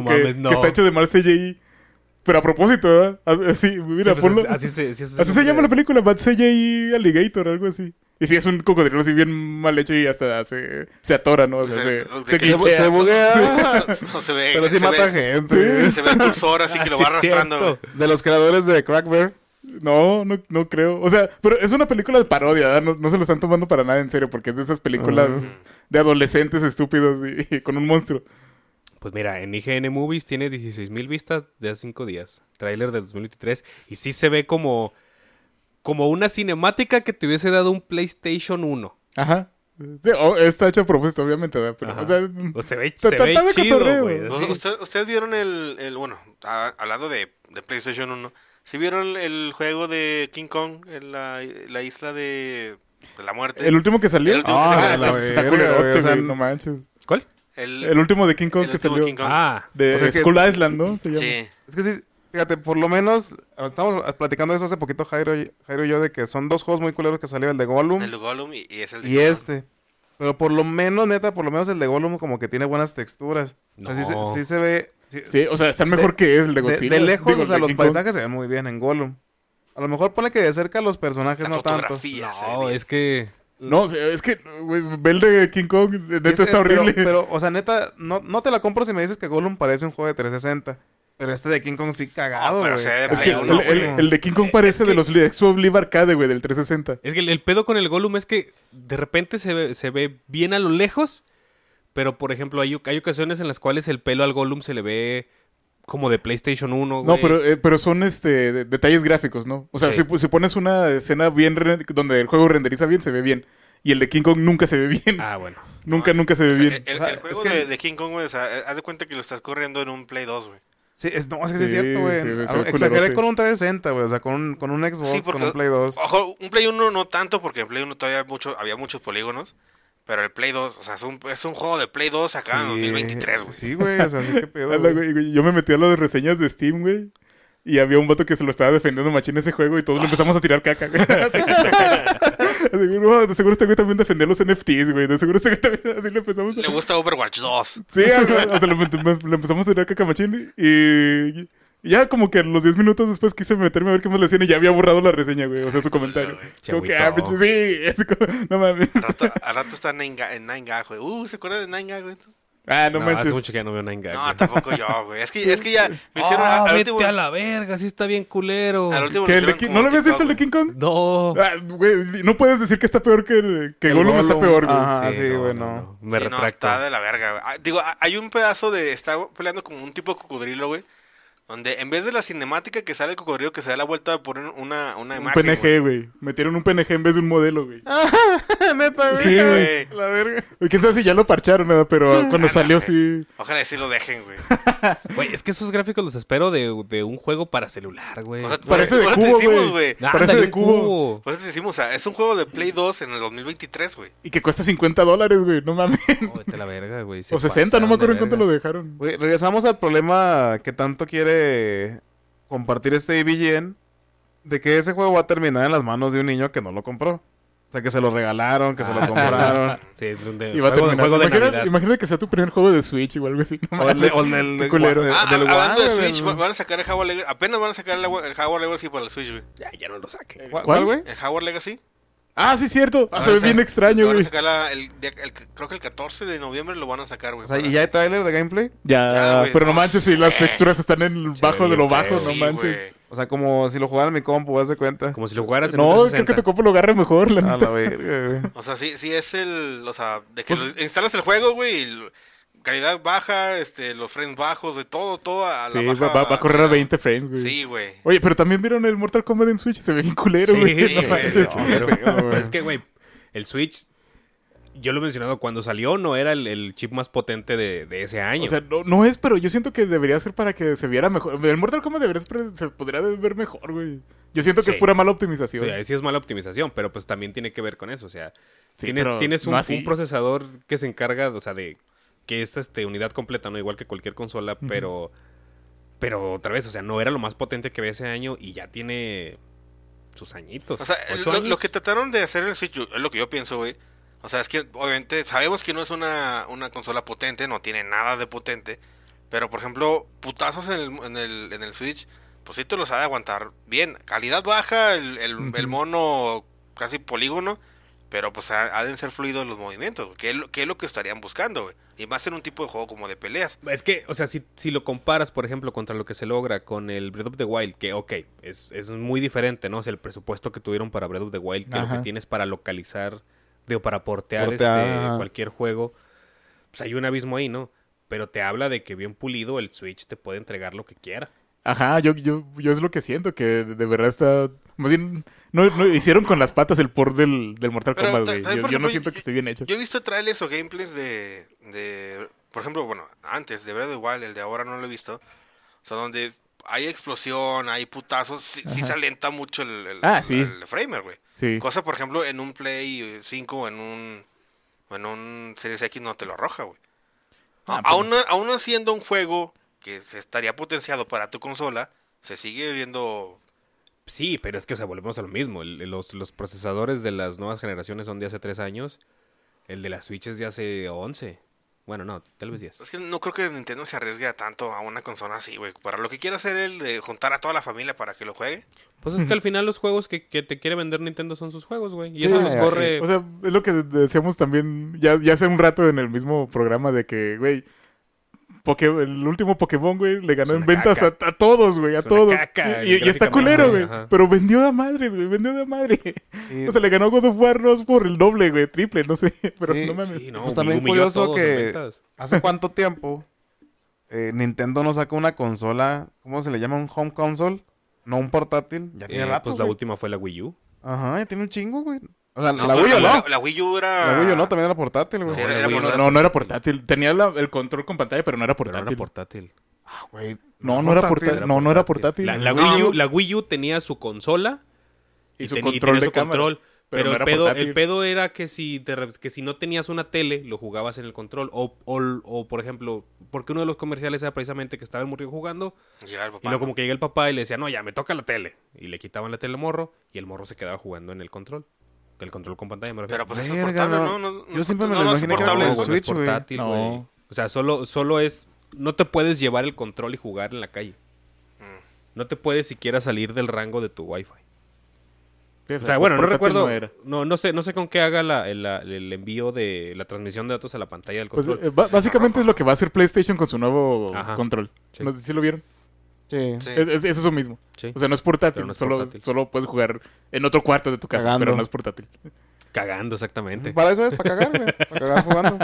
[SPEAKER 2] Ah, no
[SPEAKER 4] que,
[SPEAKER 2] mames, no.
[SPEAKER 4] que está hecho de mal CGI. Pero a propósito, ¿verdad? A- Así,
[SPEAKER 2] Sí,
[SPEAKER 4] mira,
[SPEAKER 2] pues,
[SPEAKER 4] ponlo.
[SPEAKER 2] es- así se, así
[SPEAKER 4] Así se llama la película, Bad CGI Alligator, algo así. Y sí, es un cocodrilo así bien mal hecho y hasta se, se atora, ¿no? O sea,
[SPEAKER 3] O sea,
[SPEAKER 4] se,
[SPEAKER 3] de
[SPEAKER 1] Se,
[SPEAKER 3] que-
[SPEAKER 4] se glitchea.
[SPEAKER 1] se buguea.
[SPEAKER 3] No se ve.
[SPEAKER 1] Pero sí
[SPEAKER 3] se
[SPEAKER 1] mata
[SPEAKER 3] ve,
[SPEAKER 1] gente.
[SPEAKER 3] Se ve el cursor así
[SPEAKER 2] Ah,
[SPEAKER 3] que lo va arrastrando. güey.
[SPEAKER 1] De los creadores de Crack Bear.
[SPEAKER 4] No, no, no creo. O sea, pero es una película de parodia, ¿verdad? No, no se lo están tomando para nada en serio, porque es de esas películas
[SPEAKER 1] Ah.
[SPEAKER 4] de adolescentes estúpidos y, y con un monstruo.
[SPEAKER 2] Pues mira, en IGN Movies tiene 16.000 vistas de hace 5 días. Tráiler del 2023. Y sí se ve como, como una cinemática que te hubiese dado un PlayStation 1.
[SPEAKER 4] Ajá. Sí, o- está hecho a propósito, obviamente, ¿verdad? Pero,
[SPEAKER 2] Ajá.
[SPEAKER 4] o sea,
[SPEAKER 2] O se ve,
[SPEAKER 4] Te-
[SPEAKER 2] se ve
[SPEAKER 4] trataba de
[SPEAKER 2] chido,
[SPEAKER 4] cotorreo.
[SPEAKER 2] güey.
[SPEAKER 3] ¿Usted- ¿Ustedes vieron el, el- bueno, a- hablando de, de PlayStation 1, ¿sí vieron el juego de King Kong en la, la isla de, de la muerte?
[SPEAKER 4] el último que salió.
[SPEAKER 3] El último que
[SPEAKER 4] Ah,
[SPEAKER 3] salió.
[SPEAKER 4] está-
[SPEAKER 1] La
[SPEAKER 4] está
[SPEAKER 1] verga,
[SPEAKER 4] culerote,
[SPEAKER 1] güey, o sea,
[SPEAKER 4] güey, no manches.
[SPEAKER 2] ¿Cuál?
[SPEAKER 3] El-
[SPEAKER 4] El último de King Kong
[SPEAKER 3] el
[SPEAKER 4] que
[SPEAKER 3] último
[SPEAKER 4] salió.
[SPEAKER 3] King Kong.
[SPEAKER 2] Ah,
[SPEAKER 4] De
[SPEAKER 1] O sea que-
[SPEAKER 4] School Island, ¿no? Se llama.
[SPEAKER 3] Sí.
[SPEAKER 1] Es que sí, fíjate, por lo menos, estamos platicando de eso hace poquito Jairo, y- Jairo y yo, de que son dos juegos muy culeros que salió, el de Gollum
[SPEAKER 3] El Gollum y, y es el de
[SPEAKER 1] y
[SPEAKER 3] King Kong.
[SPEAKER 1] este. Pero por lo menos, neta, por lo menos el de Gollum como que tiene buenas texturas. O sea, sí,
[SPEAKER 2] No.
[SPEAKER 1] se- sí se ve... sí-
[SPEAKER 4] Sí, o sea, están mejor
[SPEAKER 1] De-
[SPEAKER 4] que es el de
[SPEAKER 1] de- de,
[SPEAKER 4] Godzilla.
[SPEAKER 1] lejos,
[SPEAKER 4] Digo,
[SPEAKER 1] o
[SPEAKER 4] el
[SPEAKER 1] sea,
[SPEAKER 4] de
[SPEAKER 1] los
[SPEAKER 4] King Kong.
[SPEAKER 1] paisajes se ven muy bien en Gollum. A lo mejor pone que de cerca los personajes
[SPEAKER 3] La
[SPEAKER 1] no tanto.
[SPEAKER 3] fotografía. se ve
[SPEAKER 2] no,
[SPEAKER 3] bien.
[SPEAKER 2] es que...
[SPEAKER 4] No, o sea, es que, güey, ve el de King Kong, neta
[SPEAKER 1] Este,
[SPEAKER 4] está horrible.
[SPEAKER 1] Pero, pero, o sea, neta, no, no te la compro si me dices que Gollum parece un juego de 360. Pero este de King Kong sí cagado,
[SPEAKER 3] Ah, pero
[SPEAKER 1] güey.
[SPEAKER 3] se ve de
[SPEAKER 4] Es que
[SPEAKER 3] Ay,
[SPEAKER 4] el,
[SPEAKER 3] uno,
[SPEAKER 4] el-
[SPEAKER 3] güey.
[SPEAKER 4] el de King Kong parece de los de Xbox Live Arcade, güey, del 360.
[SPEAKER 2] Es que el, el pedo con el Gollum es que de repente se ve, se ve bien a lo lejos, pero por ejemplo, hay, hay ocasiones en las cuales el pelo al Gollum se le ve como de PlayStation 1.
[SPEAKER 4] No,
[SPEAKER 2] güey.
[SPEAKER 4] pero, eh, pero son este de- detalles gráficos, ¿no? O sea,
[SPEAKER 2] Sí.
[SPEAKER 4] si, si pones una escena bien re- donde el juego renderiza bien, se ve bien. Y el de King Kong nunca se ve bien.
[SPEAKER 2] Ah, bueno.
[SPEAKER 4] nunca, nunca se ve
[SPEAKER 3] O sea, eh,
[SPEAKER 4] bien.
[SPEAKER 3] el, el
[SPEAKER 1] Ajá,
[SPEAKER 3] juego
[SPEAKER 1] es que-
[SPEAKER 3] de, de King Kong, güey, o sea, haz de cuenta que lo estás corriendo en un Play 2, güey.
[SPEAKER 1] Sí, es, no, es que sí, es
[SPEAKER 4] Sí,
[SPEAKER 1] cierto, güey.
[SPEAKER 4] sí, se ve
[SPEAKER 1] Ah,
[SPEAKER 4] culerote.
[SPEAKER 1] Exageré con un 360, güey. O sea, con un, con un Xbox,
[SPEAKER 3] Sí, porque-
[SPEAKER 1] con un Play 2.
[SPEAKER 3] Ojo, un Play 1 no tanto, porque en Play 1 todavía mucho, había muchos polígonos. Pero el Play 2, o sea, es un, es un juego de Play 2 sacado en 2023, güey.
[SPEAKER 1] Sí, güey. O sea, sí, qué pedo.
[SPEAKER 4] Ala,
[SPEAKER 1] eh, güey.
[SPEAKER 4] güey, güey, Yo me metí a las reseñas de Steam, güey. Y había un vato que se lo estaba defendiendo machín ese juego y todos le empezamos a tirar caca, güey. Así, güey, no, de seguro este güey también defendía los NFTs, güey. De seguro este güey también así le empezamos a...
[SPEAKER 3] Le gusta Overwatch 2.
[SPEAKER 4] Sí, o sea, o sea, le, met- me- le empezamos a tirar caca machín y, y ya como que a los 10 minutos después quise meterme a ver qué más le hacían y ya había borrado la reseña, güey, o sea, su comentario.
[SPEAKER 3] güey.
[SPEAKER 4] Como que,
[SPEAKER 2] Chavito.
[SPEAKER 4] ah, pinche, sí, es como- no mames.
[SPEAKER 3] Al rato, al rato está en Nine Ga- en Nine Gag, güey. Uh, ¿se acuerdan de Nine Gag, güey?
[SPEAKER 4] Ah, no,
[SPEAKER 2] No, hace
[SPEAKER 4] manches.
[SPEAKER 2] mucho que ya no veo Nine Gag.
[SPEAKER 3] No,
[SPEAKER 2] güey.
[SPEAKER 3] tampoco yo, güey. Es que, es que ya me hicieron
[SPEAKER 2] Ah,
[SPEAKER 3] al, al
[SPEAKER 2] vete
[SPEAKER 3] último.
[SPEAKER 2] a la verga, sí está bien culero.
[SPEAKER 3] al último
[SPEAKER 4] ¿Qué,
[SPEAKER 3] me
[SPEAKER 4] el de
[SPEAKER 3] hicieron
[SPEAKER 4] King-
[SPEAKER 3] como
[SPEAKER 4] ¿No lo habías visto el de
[SPEAKER 3] TikTok,
[SPEAKER 4] King Kong?
[SPEAKER 2] No.
[SPEAKER 4] Ah, güey, no puedes decir que está peor que, el, que
[SPEAKER 1] El
[SPEAKER 4] Gollum, está
[SPEAKER 1] Gollum,
[SPEAKER 4] peor, güey.
[SPEAKER 1] ajá. Ah, sí,
[SPEAKER 2] no,
[SPEAKER 1] güey,
[SPEAKER 2] no,
[SPEAKER 1] no.
[SPEAKER 2] no. Me
[SPEAKER 3] güey. Sí, no,
[SPEAKER 2] retracto.
[SPEAKER 3] está de la verga, güey. Ah, Digo, ah, hay un pedazo de. Está peleando como un tipo de cocodrilo, güey. Donde en vez de la cinemática que sale el cocodrilo, que se da la vuelta, poner una, una
[SPEAKER 4] Un
[SPEAKER 3] imagen. güey.
[SPEAKER 4] PNG, güey. Metieron un PNG en vez de un modelo, güey.
[SPEAKER 1] Neta, güey.
[SPEAKER 4] Sí,
[SPEAKER 3] güey.
[SPEAKER 1] La verga.
[SPEAKER 4] Güey, ¿Quién sabe si ya lo parcharon, ¿verdad? Pero cuando
[SPEAKER 3] Ah,
[SPEAKER 4] salió
[SPEAKER 3] no,
[SPEAKER 4] sí...
[SPEAKER 3] Ojalá y sí lo dejen, güey.
[SPEAKER 2] Güey, es que esos gráficos los espero de, de un juego para celular, güey. Ah,
[SPEAKER 3] O sea, por
[SPEAKER 4] Parece
[SPEAKER 3] eso-
[SPEAKER 4] de
[SPEAKER 3] por eso te
[SPEAKER 4] cubo,
[SPEAKER 3] decimos,
[SPEAKER 4] güey.
[SPEAKER 2] Ándale,
[SPEAKER 4] Parece de
[SPEAKER 2] un
[SPEAKER 4] cubo.
[SPEAKER 3] Por eso te decimos, o sea, es un juego de Play 2 en el 2023, güey.
[SPEAKER 4] Y que cuesta 50 dólares, güey. No mames.
[SPEAKER 2] Oh, vete a la verga, güey.
[SPEAKER 4] o 60, no me acuerdo en cuánto lo
[SPEAKER 2] de.
[SPEAKER 4] dejaron.
[SPEAKER 1] Güey, regresamos al problema que tanto quiere compartir este IBGN de que ese juego va a terminar en las manos de un niño que no lo compró. O sea, que se lo regalaron, que se
[SPEAKER 2] Ah,
[SPEAKER 1] lo
[SPEAKER 2] sí.
[SPEAKER 1] compraron.
[SPEAKER 2] Sí, es un de-
[SPEAKER 4] Y va a
[SPEAKER 2] juego,
[SPEAKER 4] terminar.
[SPEAKER 2] juego de
[SPEAKER 4] imagínate,
[SPEAKER 2] Navidad.
[SPEAKER 4] imagínate que sea tu primer juego de Switch o algo así. No
[SPEAKER 1] O el,
[SPEAKER 4] mames.
[SPEAKER 1] de- o el del,
[SPEAKER 4] Qué culero.
[SPEAKER 1] del-
[SPEAKER 3] Ah,
[SPEAKER 1] del
[SPEAKER 3] hab- hablando de
[SPEAKER 1] One, güey,
[SPEAKER 3] Switch,
[SPEAKER 1] del-
[SPEAKER 3] va- van a sacar el Howard Legacy. Apenas van a sacar el, agua- el Howard Legacy para el Switch, güey.
[SPEAKER 2] Ya, ya no lo saque.
[SPEAKER 1] ¿Cuál,
[SPEAKER 4] ¿Cuál?
[SPEAKER 1] güey?
[SPEAKER 3] El Howard Legacy.
[SPEAKER 4] Ah, sí, cierto. Ah,
[SPEAKER 3] Lo
[SPEAKER 4] se
[SPEAKER 3] van
[SPEAKER 4] ve
[SPEAKER 3] a
[SPEAKER 4] bien
[SPEAKER 3] sacar-
[SPEAKER 4] extraño,
[SPEAKER 3] lo van a
[SPEAKER 4] güey.
[SPEAKER 3] sacar la- el día- el- creo que el 14 de noviembre lo van a sacar, güey.
[SPEAKER 1] O sea,
[SPEAKER 3] para-
[SPEAKER 1] ¿y ya hay trailer de gameplay?
[SPEAKER 3] Ya,
[SPEAKER 4] Ya,
[SPEAKER 3] güey,
[SPEAKER 4] pero no
[SPEAKER 3] no
[SPEAKER 4] manches, si las texturas están en el
[SPEAKER 2] Sí,
[SPEAKER 4] bajo de
[SPEAKER 2] yo
[SPEAKER 4] lo bajo,
[SPEAKER 2] creo.
[SPEAKER 4] no
[SPEAKER 3] Sí,
[SPEAKER 4] manches.
[SPEAKER 3] güey.
[SPEAKER 1] O sea, como si lo jugara en mi compu, haz de cuenta.
[SPEAKER 2] Como si lo jugaras en un
[SPEAKER 4] No, creo
[SPEAKER 2] 360.
[SPEAKER 4] que tu copo lo agarre mejor, la
[SPEAKER 1] A la
[SPEAKER 4] neta.
[SPEAKER 1] verga, güey.
[SPEAKER 3] O sea, sí, sí es el. O sea, de que
[SPEAKER 4] Pues
[SPEAKER 3] lo- instalas el juego, güey. y lo- Calidad baja, este, los frames bajos, de todo, todo a la
[SPEAKER 4] Sí,
[SPEAKER 3] baja.
[SPEAKER 4] va, va- va a correr a 20 frames, güey.
[SPEAKER 3] Sí, güey.
[SPEAKER 4] Oye, pero también vieron el Mortal Kombat en Switch, se ve bien culero,
[SPEAKER 2] Sí,
[SPEAKER 4] güey.
[SPEAKER 2] sí,
[SPEAKER 4] No
[SPEAKER 2] sí,
[SPEAKER 4] manches.
[SPEAKER 2] no, pero-
[SPEAKER 1] güey.
[SPEAKER 2] pero es que, güey, el Switch, yo lo he mencionado, cuando salió no era el, el chip más potente de, de ese año.
[SPEAKER 4] O sea, no, no es, pero yo siento que debería ser para que se viera mejor. El Mortal Kombat debería ser- se podría ver mejor, güey. Yo siento que
[SPEAKER 2] Sí.
[SPEAKER 4] es pura mala
[SPEAKER 2] Sí,
[SPEAKER 4] optimización.
[SPEAKER 2] ahí sí es mala optimización, pero pues también tiene que ver con eso. O sea,
[SPEAKER 4] Sí,
[SPEAKER 2] tienes,
[SPEAKER 4] pero
[SPEAKER 2] tienes
[SPEAKER 4] no
[SPEAKER 2] un,
[SPEAKER 4] así.
[SPEAKER 2] un procesador que se encarga, o sea, de que es este unidad completa, no igual que cualquier consola, pero pero otra vez, o sea, no era lo más potente que había ese año y ya tiene sus añitos.
[SPEAKER 3] O sea,
[SPEAKER 2] Ocho
[SPEAKER 3] lo,
[SPEAKER 2] años.
[SPEAKER 3] lo que trataron de hacer en el Switch, yo- es lo que yo pienso, güey. O sea, es que obviamente sabemos que no es una, una consola potente, no tiene nada de potente. Pero, por ejemplo, putazos en el, en el, en el Switch, pues sí te los ha de aguantar bien. Calidad baja, el, el-
[SPEAKER 4] Ujú.
[SPEAKER 3] el mono casi polígono, pero pues ha, ha de ser fluidos los movimientos, güey, que es, lo, que es lo que estarían buscando, güey. Y más en un tipo de juego como de peleas.
[SPEAKER 2] Es que, o sea, si, si lo comparas, por ejemplo, contra lo que se logra con el Breath of the Wild, que, ok, es, es muy diferente, ¿no? O sea, el presupuesto que tuvieron para Breath of the Wild, que lo
[SPEAKER 4] Ajá.
[SPEAKER 2] que tienes para localizar, digo, para portear,
[SPEAKER 1] Portear,
[SPEAKER 2] este,
[SPEAKER 1] ajá.
[SPEAKER 2] cualquier juego, pues hay un abismo ahí, ¿no? Pero te habla de que bien pulido el Switch te puede entregar lo que quiera.
[SPEAKER 4] Ajá, yo, yo, yo es lo que siento, que de de verdad está... Más bien, no, no hicieron con las patas el port del, del Mortal
[SPEAKER 3] Pero
[SPEAKER 4] Kombat,
[SPEAKER 3] ta-
[SPEAKER 4] güey.
[SPEAKER 3] también,
[SPEAKER 4] Yo,
[SPEAKER 3] por
[SPEAKER 4] yo no
[SPEAKER 3] ejemplo,
[SPEAKER 4] siento que esté bien hecho.
[SPEAKER 3] Yo he visto trailers o gameplays de, de por ejemplo, bueno, antes de Breath of the Wild, el de ahora no lo he visto. O sea, donde hay explosión, hay putazos, sí, sí se alenta mucho el, el-
[SPEAKER 4] Ah,
[SPEAKER 3] el-
[SPEAKER 4] sí.
[SPEAKER 3] el framer, güey.
[SPEAKER 4] Sí.
[SPEAKER 3] Cosa, por ejemplo, en un Play 5 o en un, o en un Series X no te lo arroja, güey.
[SPEAKER 4] Ah,
[SPEAKER 3] A- aún, aún haciendo un juego que se estaría potenciado para tu consola, se sigue viendo...
[SPEAKER 2] Sí, pero es que, o sea, volvemos a lo mismo. El- el- los, los procesadores de las nuevas generaciones son de hace tres años, el de las Switches de hace 11. Bueno, no, tal vez 10.
[SPEAKER 3] Es que no creo que Nintendo se arriesgue a tanto a una consola así, güey. Para lo que quiera hacer el de juntar a toda la familia para que lo juegue.
[SPEAKER 2] Pues es que al final los juegos que, que te quiere vender Nintendo son sus juegos, güey. Y
[SPEAKER 4] Sí,
[SPEAKER 2] eso
[SPEAKER 1] ah,
[SPEAKER 2] los
[SPEAKER 1] sí.
[SPEAKER 2] corre.
[SPEAKER 4] O sea, es lo que decíamos también ya, ya hace un rato en el mismo programa de que, güey, Poké- el último Pokémon, güey, le ganó
[SPEAKER 2] Es
[SPEAKER 4] en
[SPEAKER 2] una
[SPEAKER 4] ventas a, a todos, güey, a
[SPEAKER 2] Es una
[SPEAKER 4] todos.
[SPEAKER 2] caca,
[SPEAKER 4] y, y- y está
[SPEAKER 2] gráficamente,
[SPEAKER 4] culero, güey.
[SPEAKER 2] ajá.
[SPEAKER 4] Pero vendió a madres, güey, vendió de a madre.
[SPEAKER 1] Sí.
[SPEAKER 4] O sea, le ganó a God of War 2 por el doble, güey, triple, no sé. Pero
[SPEAKER 1] Sí,
[SPEAKER 4] no mames.
[SPEAKER 2] sí, no,
[SPEAKER 1] Pues también
[SPEAKER 2] humilló a
[SPEAKER 1] curioso
[SPEAKER 2] todos en
[SPEAKER 1] que-
[SPEAKER 2] ventas.
[SPEAKER 1] ¿Hace cuánto tiempo eh, Nintendo no saca una consola? ¿Cómo se le llama? ¿Un home console? No un portátil. Ya tiene
[SPEAKER 2] Eh,
[SPEAKER 1] rato.
[SPEAKER 2] pues la
[SPEAKER 1] güey.
[SPEAKER 2] última fue la Wii U.
[SPEAKER 1] Ajá, ya tiene un chingo, güey. O sea,
[SPEAKER 3] No,
[SPEAKER 1] la
[SPEAKER 3] pero
[SPEAKER 1] Wii U no.
[SPEAKER 3] La, la Wii U era.
[SPEAKER 1] La Wii U no, también era portátil, güey.
[SPEAKER 3] Sí, era-
[SPEAKER 2] la
[SPEAKER 3] era
[SPEAKER 2] Wii U
[SPEAKER 3] portátil.
[SPEAKER 4] No, no era portátil. Tenía la- el control con pantalla, pero no era
[SPEAKER 2] Pero no
[SPEAKER 4] portátil.
[SPEAKER 2] era portátil.
[SPEAKER 1] Ah, güey,
[SPEAKER 4] No, no era portátil. No, no era portátil.
[SPEAKER 2] La, la
[SPEAKER 3] No.
[SPEAKER 2] Wii U, la Wii U tenía su consola
[SPEAKER 4] Y su
[SPEAKER 2] ten-
[SPEAKER 4] control
[SPEAKER 2] tenía
[SPEAKER 4] de
[SPEAKER 2] su
[SPEAKER 4] cámara.
[SPEAKER 2] control,
[SPEAKER 4] pero
[SPEAKER 2] Pero,
[SPEAKER 4] no era
[SPEAKER 2] el, pedo,
[SPEAKER 4] portátil.
[SPEAKER 2] el pedo era que si, te re- que si no tenías una tele, lo jugabas en el control. O, o, o, por ejemplo, porque uno de los comerciales era precisamente que estaba el morrillo jugando.
[SPEAKER 3] Llegaba el papá,
[SPEAKER 2] Y luego
[SPEAKER 3] ¿no?
[SPEAKER 2] como que llega el papá y le decía, no, ya me toca la tele. Y le quitaban la tele al morro y el morro se quedaba jugando en el control. El control con pantalla me refiero.
[SPEAKER 3] Pero pues eso es
[SPEAKER 1] Verga,
[SPEAKER 3] portable,
[SPEAKER 1] no.
[SPEAKER 3] ¿no? No, no,
[SPEAKER 1] Yo siempre me
[SPEAKER 3] no,
[SPEAKER 1] lo
[SPEAKER 3] no es
[SPEAKER 1] imaginé que era
[SPEAKER 3] portable,
[SPEAKER 1] como
[SPEAKER 3] güey.
[SPEAKER 1] Switch, güey.
[SPEAKER 2] portátil,
[SPEAKER 4] No.
[SPEAKER 2] güey. O sea, solo, solo es. No te puedes llevar el control y jugar en la calle. No te puedes siquiera salir del rango de tu wifi.
[SPEAKER 4] Sí,
[SPEAKER 2] O sea, bueno, no
[SPEAKER 4] portátil
[SPEAKER 2] recuerdo.
[SPEAKER 4] era.
[SPEAKER 2] No, no sé, no sé con qué haga la- el, la- el envío de la transmisión de datos a la pantalla del
[SPEAKER 4] Pues,
[SPEAKER 2] control.
[SPEAKER 4] eh, ba- básicamente es lo que va a hacer PlayStation con su nuevo
[SPEAKER 2] Ajá.
[SPEAKER 4] control.
[SPEAKER 2] Sí.
[SPEAKER 4] No sé si lo vieron.
[SPEAKER 1] Sí.
[SPEAKER 3] Sí.
[SPEAKER 4] Es, es- es eso mismo.
[SPEAKER 2] Sí.
[SPEAKER 4] O sea, no es portátil,
[SPEAKER 2] Pero no es
[SPEAKER 4] solo,
[SPEAKER 2] portátil.
[SPEAKER 4] solo puedes jugar en otro cuarto de tu casa,
[SPEAKER 1] Cagando.
[SPEAKER 4] pero no es portátil.
[SPEAKER 2] Cagando, exactamente.
[SPEAKER 1] Para eso es, para cagar, güey. Para cagar jugando.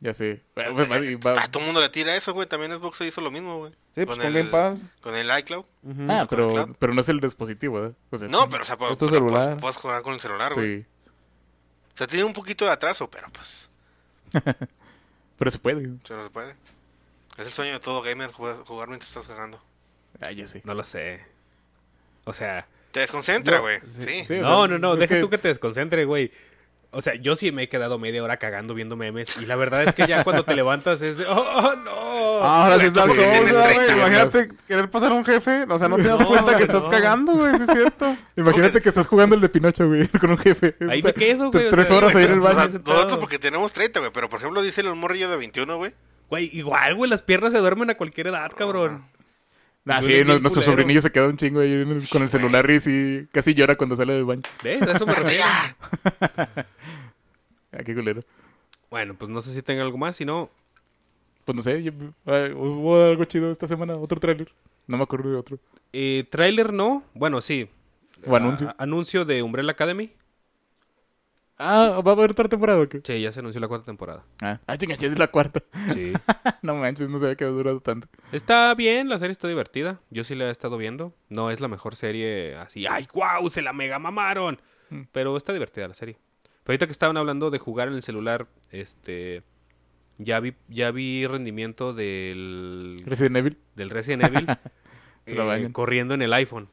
[SPEAKER 4] Ya sé. Bueno, pues, va- y va-
[SPEAKER 3] Ah, todo el mundo le tira eso, güey. También Xbox hizo lo mismo, güey.
[SPEAKER 1] Sí, pues con Game Pass.
[SPEAKER 3] Con el iCloud.
[SPEAKER 1] Ujú.
[SPEAKER 4] Ah,
[SPEAKER 3] con el
[SPEAKER 4] pero,
[SPEAKER 3] cloud.
[SPEAKER 4] pero no es el dispositivo, ¿verdad? O sea,
[SPEAKER 3] No, pero, o sea, pues,
[SPEAKER 1] Es tu
[SPEAKER 3] pero, pues,
[SPEAKER 1] celular.
[SPEAKER 3] puedes jugar con el celular, güey.
[SPEAKER 4] sí.
[SPEAKER 3] O sea, tiene un poquito de atraso, pero pues,
[SPEAKER 4] Pero se puede.
[SPEAKER 3] se nos puede. Es el sueño de todo gamer, jugar, jugar mientras estás cagando.
[SPEAKER 4] Ah, ya sé.
[SPEAKER 2] No lo sé. O sea,
[SPEAKER 3] Te desconcentra, güey. Sí.
[SPEAKER 4] sí. o
[SPEAKER 2] no, no,
[SPEAKER 4] sea,
[SPEAKER 2] no,
[SPEAKER 4] es
[SPEAKER 2] deja
[SPEAKER 4] que-
[SPEAKER 2] tú que te desconcentre, güey. O sea, yo sí me he quedado media hora cagando viendo memes y la verdad es que ya cuando te levantas es de, oh, no.
[SPEAKER 4] Ah,
[SPEAKER 1] Ah, Ahora sí es Dark
[SPEAKER 3] Porque
[SPEAKER 1] Souls,
[SPEAKER 3] tienes
[SPEAKER 1] ¿verdad,
[SPEAKER 3] 30
[SPEAKER 1] güey. Imagínate querer pasar a un jefe. O sea, no te das
[SPEAKER 2] No,
[SPEAKER 1] cuenta que estás
[SPEAKER 2] no.
[SPEAKER 1] cagando, güey. Sí, es cierto.
[SPEAKER 4] Imagínate que estás jugando el de Pinocho, güey, con un jefe.
[SPEAKER 2] Ahí
[SPEAKER 4] O sea,
[SPEAKER 2] me quedo, güey, o
[SPEAKER 4] Tres
[SPEAKER 2] sea,
[SPEAKER 4] horas ahí en el
[SPEAKER 3] Güey, o sea,
[SPEAKER 4] baño.
[SPEAKER 3] nosotros porque tenemos 30, güey. Pero por ejemplo, dice el morrillo de 21, güey.
[SPEAKER 2] Güey, igual, güey, las piernas se duermen a cualquier edad, cabrón.
[SPEAKER 4] Ah,
[SPEAKER 2] Duele
[SPEAKER 4] sí,
[SPEAKER 2] bien
[SPEAKER 4] no- nuestro
[SPEAKER 2] culero.
[SPEAKER 4] sobrinillo se queda un chingo ahí en el- con el celular y sí, casi llora cuando sale del baño.
[SPEAKER 2] ¿Ves? A eso me refiero.
[SPEAKER 3] ¡Ya!
[SPEAKER 4] Ah, qué culero.
[SPEAKER 2] Bueno, pues no sé si tenga algo más, si no,
[SPEAKER 4] Pues no sé, yo- ay, hubo algo chido esta semana, otro tráiler. No me acuerdo de otro.
[SPEAKER 2] eh, tráiler no. Bueno, sí.
[SPEAKER 4] O
[SPEAKER 2] Ah,
[SPEAKER 4] anuncio.
[SPEAKER 2] anuncio de Umbrella Academy.
[SPEAKER 4] Ah, ¿va a haber otra temporada o qué?
[SPEAKER 2] Sí, ya se anunció la cuarta temporada.
[SPEAKER 4] Ah, ah chinga, ya es la cuarta.
[SPEAKER 2] Sí.
[SPEAKER 4] no manches, no sabía que había durado tanto.
[SPEAKER 2] Está bien, la serie está divertida. Yo sí la he estado viendo. No es la mejor serie así. ¡Ay, wow! Se la mega mamaron.
[SPEAKER 4] Mm.
[SPEAKER 2] Pero está divertida la serie. Pero ahorita que estaban hablando de jugar en el celular, este. Ya vi, ya vi rendimiento del,
[SPEAKER 4] Resident Evil.
[SPEAKER 2] del Resident Evil
[SPEAKER 4] Se la
[SPEAKER 2] eh,
[SPEAKER 4] bañan.
[SPEAKER 2] corriendo en el iPhone.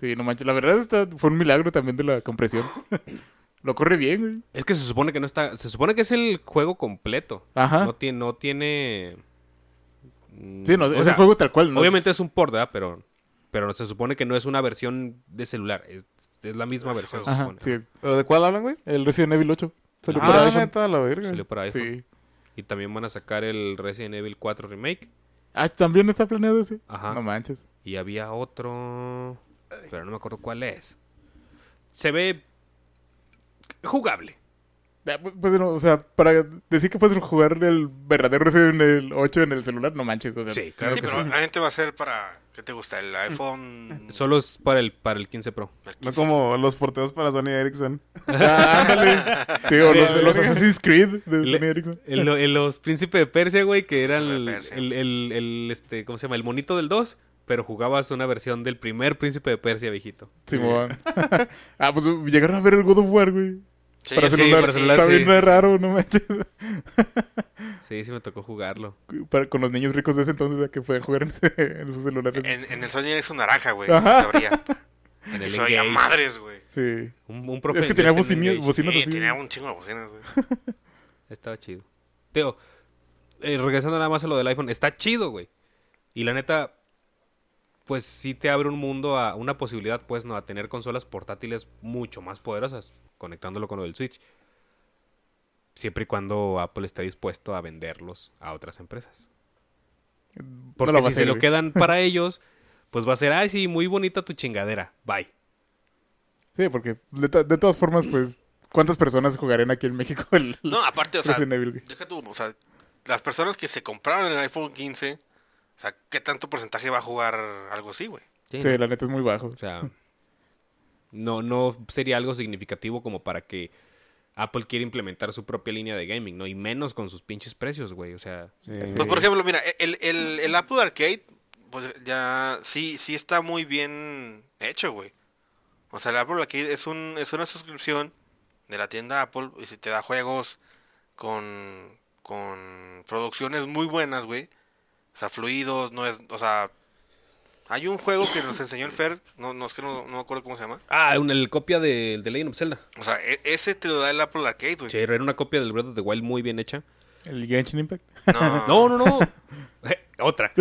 [SPEAKER 4] Sí, no manches. La verdad está, fue un milagro también de la compresión. Lo corre bien, güey.
[SPEAKER 2] Es que se supone que no está. Se supone que es el juego completo.
[SPEAKER 4] Ajá.
[SPEAKER 2] No tiene. No tiene mm,
[SPEAKER 4] Sí, no,
[SPEAKER 2] o
[SPEAKER 4] es
[SPEAKER 2] sea,
[SPEAKER 4] el juego tal cual. ¿no?
[SPEAKER 2] Obviamente es un port, ¿verdad? Pero, pero se supone que no es una versión de celular. Es, es la misma
[SPEAKER 3] Es el
[SPEAKER 2] versión.
[SPEAKER 3] juego.
[SPEAKER 2] se
[SPEAKER 4] Ajá,
[SPEAKER 2] supone.
[SPEAKER 4] sí. es-
[SPEAKER 1] ¿Pero de cuál hablan, güey?
[SPEAKER 4] El Resident Evil 8. Salió
[SPEAKER 2] Ah,
[SPEAKER 4] para
[SPEAKER 1] Ah,
[SPEAKER 4] iPhone.
[SPEAKER 1] neta, la verga.
[SPEAKER 2] Salió para iPhone.
[SPEAKER 4] Sí.
[SPEAKER 2] Y también van a sacar el Resident Evil 4 Remake.
[SPEAKER 4] Ah, también está planeado ese.
[SPEAKER 2] Ajá.
[SPEAKER 4] No manches.
[SPEAKER 2] Y había otro. Pero no me acuerdo cuál es. Se ve. jugable.
[SPEAKER 4] Ah, pu- Pues no, o sea, para decir que puedes jugar el verdadero Resident Evil 8 en el celular, no manches. O sea,
[SPEAKER 2] Sí, claro
[SPEAKER 3] sí,
[SPEAKER 2] que
[SPEAKER 3] pero
[SPEAKER 2] sí.
[SPEAKER 3] la gente va a ser para. ¿Qué te gusta? ¿El iPhone?
[SPEAKER 2] Solo es para el, para el 15 Pro.
[SPEAKER 3] el
[SPEAKER 1] No
[SPEAKER 3] 15?
[SPEAKER 1] como los porteos para Sony Ericsson.
[SPEAKER 4] Ah, ándale. Sí, o los,
[SPEAKER 1] Verga.
[SPEAKER 4] los Assassin's Creed de
[SPEAKER 2] Le-
[SPEAKER 4] Sony Ericsson.
[SPEAKER 2] el- lo- el- los Príncipe de Persia, güey, que eran
[SPEAKER 3] Príncipe
[SPEAKER 2] el,
[SPEAKER 3] de Persia.
[SPEAKER 2] el- el- el, este, ¿cómo se llama? El monito del 2, pero jugabas una versión del primer Príncipe de Persia, viejito.
[SPEAKER 4] Simón. ah, pues llegaron a ver el God of War, güey.
[SPEAKER 3] Sí,
[SPEAKER 4] para
[SPEAKER 3] sí,
[SPEAKER 4] celular.
[SPEAKER 2] para celular,
[SPEAKER 4] Está
[SPEAKER 2] sí.
[SPEAKER 4] bien raro, no manches.
[SPEAKER 2] Sí, sí me tocó jugarlo.
[SPEAKER 4] Para- con los niños ricos de ese entonces a que pueden jugar en, ese- en sus celulares.
[SPEAKER 2] Eh,
[SPEAKER 3] En, en el Sony es un naranja, güey.
[SPEAKER 4] Ajá.
[SPEAKER 3] Se abría.
[SPEAKER 2] En
[SPEAKER 3] Y
[SPEAKER 2] el
[SPEAKER 3] se oía
[SPEAKER 2] Engage.
[SPEAKER 3] madres, güey.
[SPEAKER 4] Sí.
[SPEAKER 2] Un, un profe
[SPEAKER 4] Es que
[SPEAKER 2] de
[SPEAKER 4] tenía
[SPEAKER 2] inglés en
[SPEAKER 4] bocina-
[SPEAKER 2] Engage.
[SPEAKER 4] bocinas
[SPEAKER 3] Sí,
[SPEAKER 4] así.
[SPEAKER 3] tenía un chingo de bocinas, güey.
[SPEAKER 2] Estaba chido. Teo, eh, regresando nada más a lo del iPhone, está chido, güey. Y la neta, pues sí te abre un mundo a una posibilidad, pues, no, a tener consolas portátiles mucho más poderosas, conectándolo con lo del Switch. Siempre y cuando Apple esté dispuesto a venderlos a otras empresas. Porque
[SPEAKER 4] No la va a
[SPEAKER 2] si se
[SPEAKER 4] hacer,
[SPEAKER 2] lo
[SPEAKER 4] güey.
[SPEAKER 2] quedan para ellos, pues va a ser, ay, sí, muy bonita tu chingadera. Bye.
[SPEAKER 4] Sí, porque de, to- de todas formas, pues, ¿cuántas personas jugarían aquí en México el
[SPEAKER 3] No, aparte, o sea,
[SPEAKER 4] Resident Evil? güey?
[SPEAKER 3] deja tú, o sea, las personas que se compraron el iPhone 15, o sea, ¿qué tanto porcentaje va a jugar algo así, güey?
[SPEAKER 2] Sí,
[SPEAKER 4] Sí, la neta es muy bajo.
[SPEAKER 2] O sea, no, no sería algo significativo como para que Apple quiera implementar su propia línea de gaming, ¿no? Y menos con sus pinches precios, güey. O sea,
[SPEAKER 3] Pues, por ejemplo, mira, el, el, el Apple Arcade, pues ya sí, sí está muy bien hecho, güey. O sea, el Apple Arcade es, un, es una suscripción de la tienda Apple y si te da juegos con, con producciones muy buenas, güey. O sea, fluidos, no es, o sea... Hay un juego que nos enseñó el Fer, no, no es que no, no me acuerdo cómo se llama.
[SPEAKER 2] ah, una el copia del de Legend of Zelda.
[SPEAKER 3] O sea, e- ese te lo da el Apple Arcade, güey.
[SPEAKER 2] Sí, era una copia del Breath of the Wild muy bien hecha.
[SPEAKER 4] ¿El Genshin Impact?
[SPEAKER 3] No,
[SPEAKER 2] No, no, no. Eh, Otra.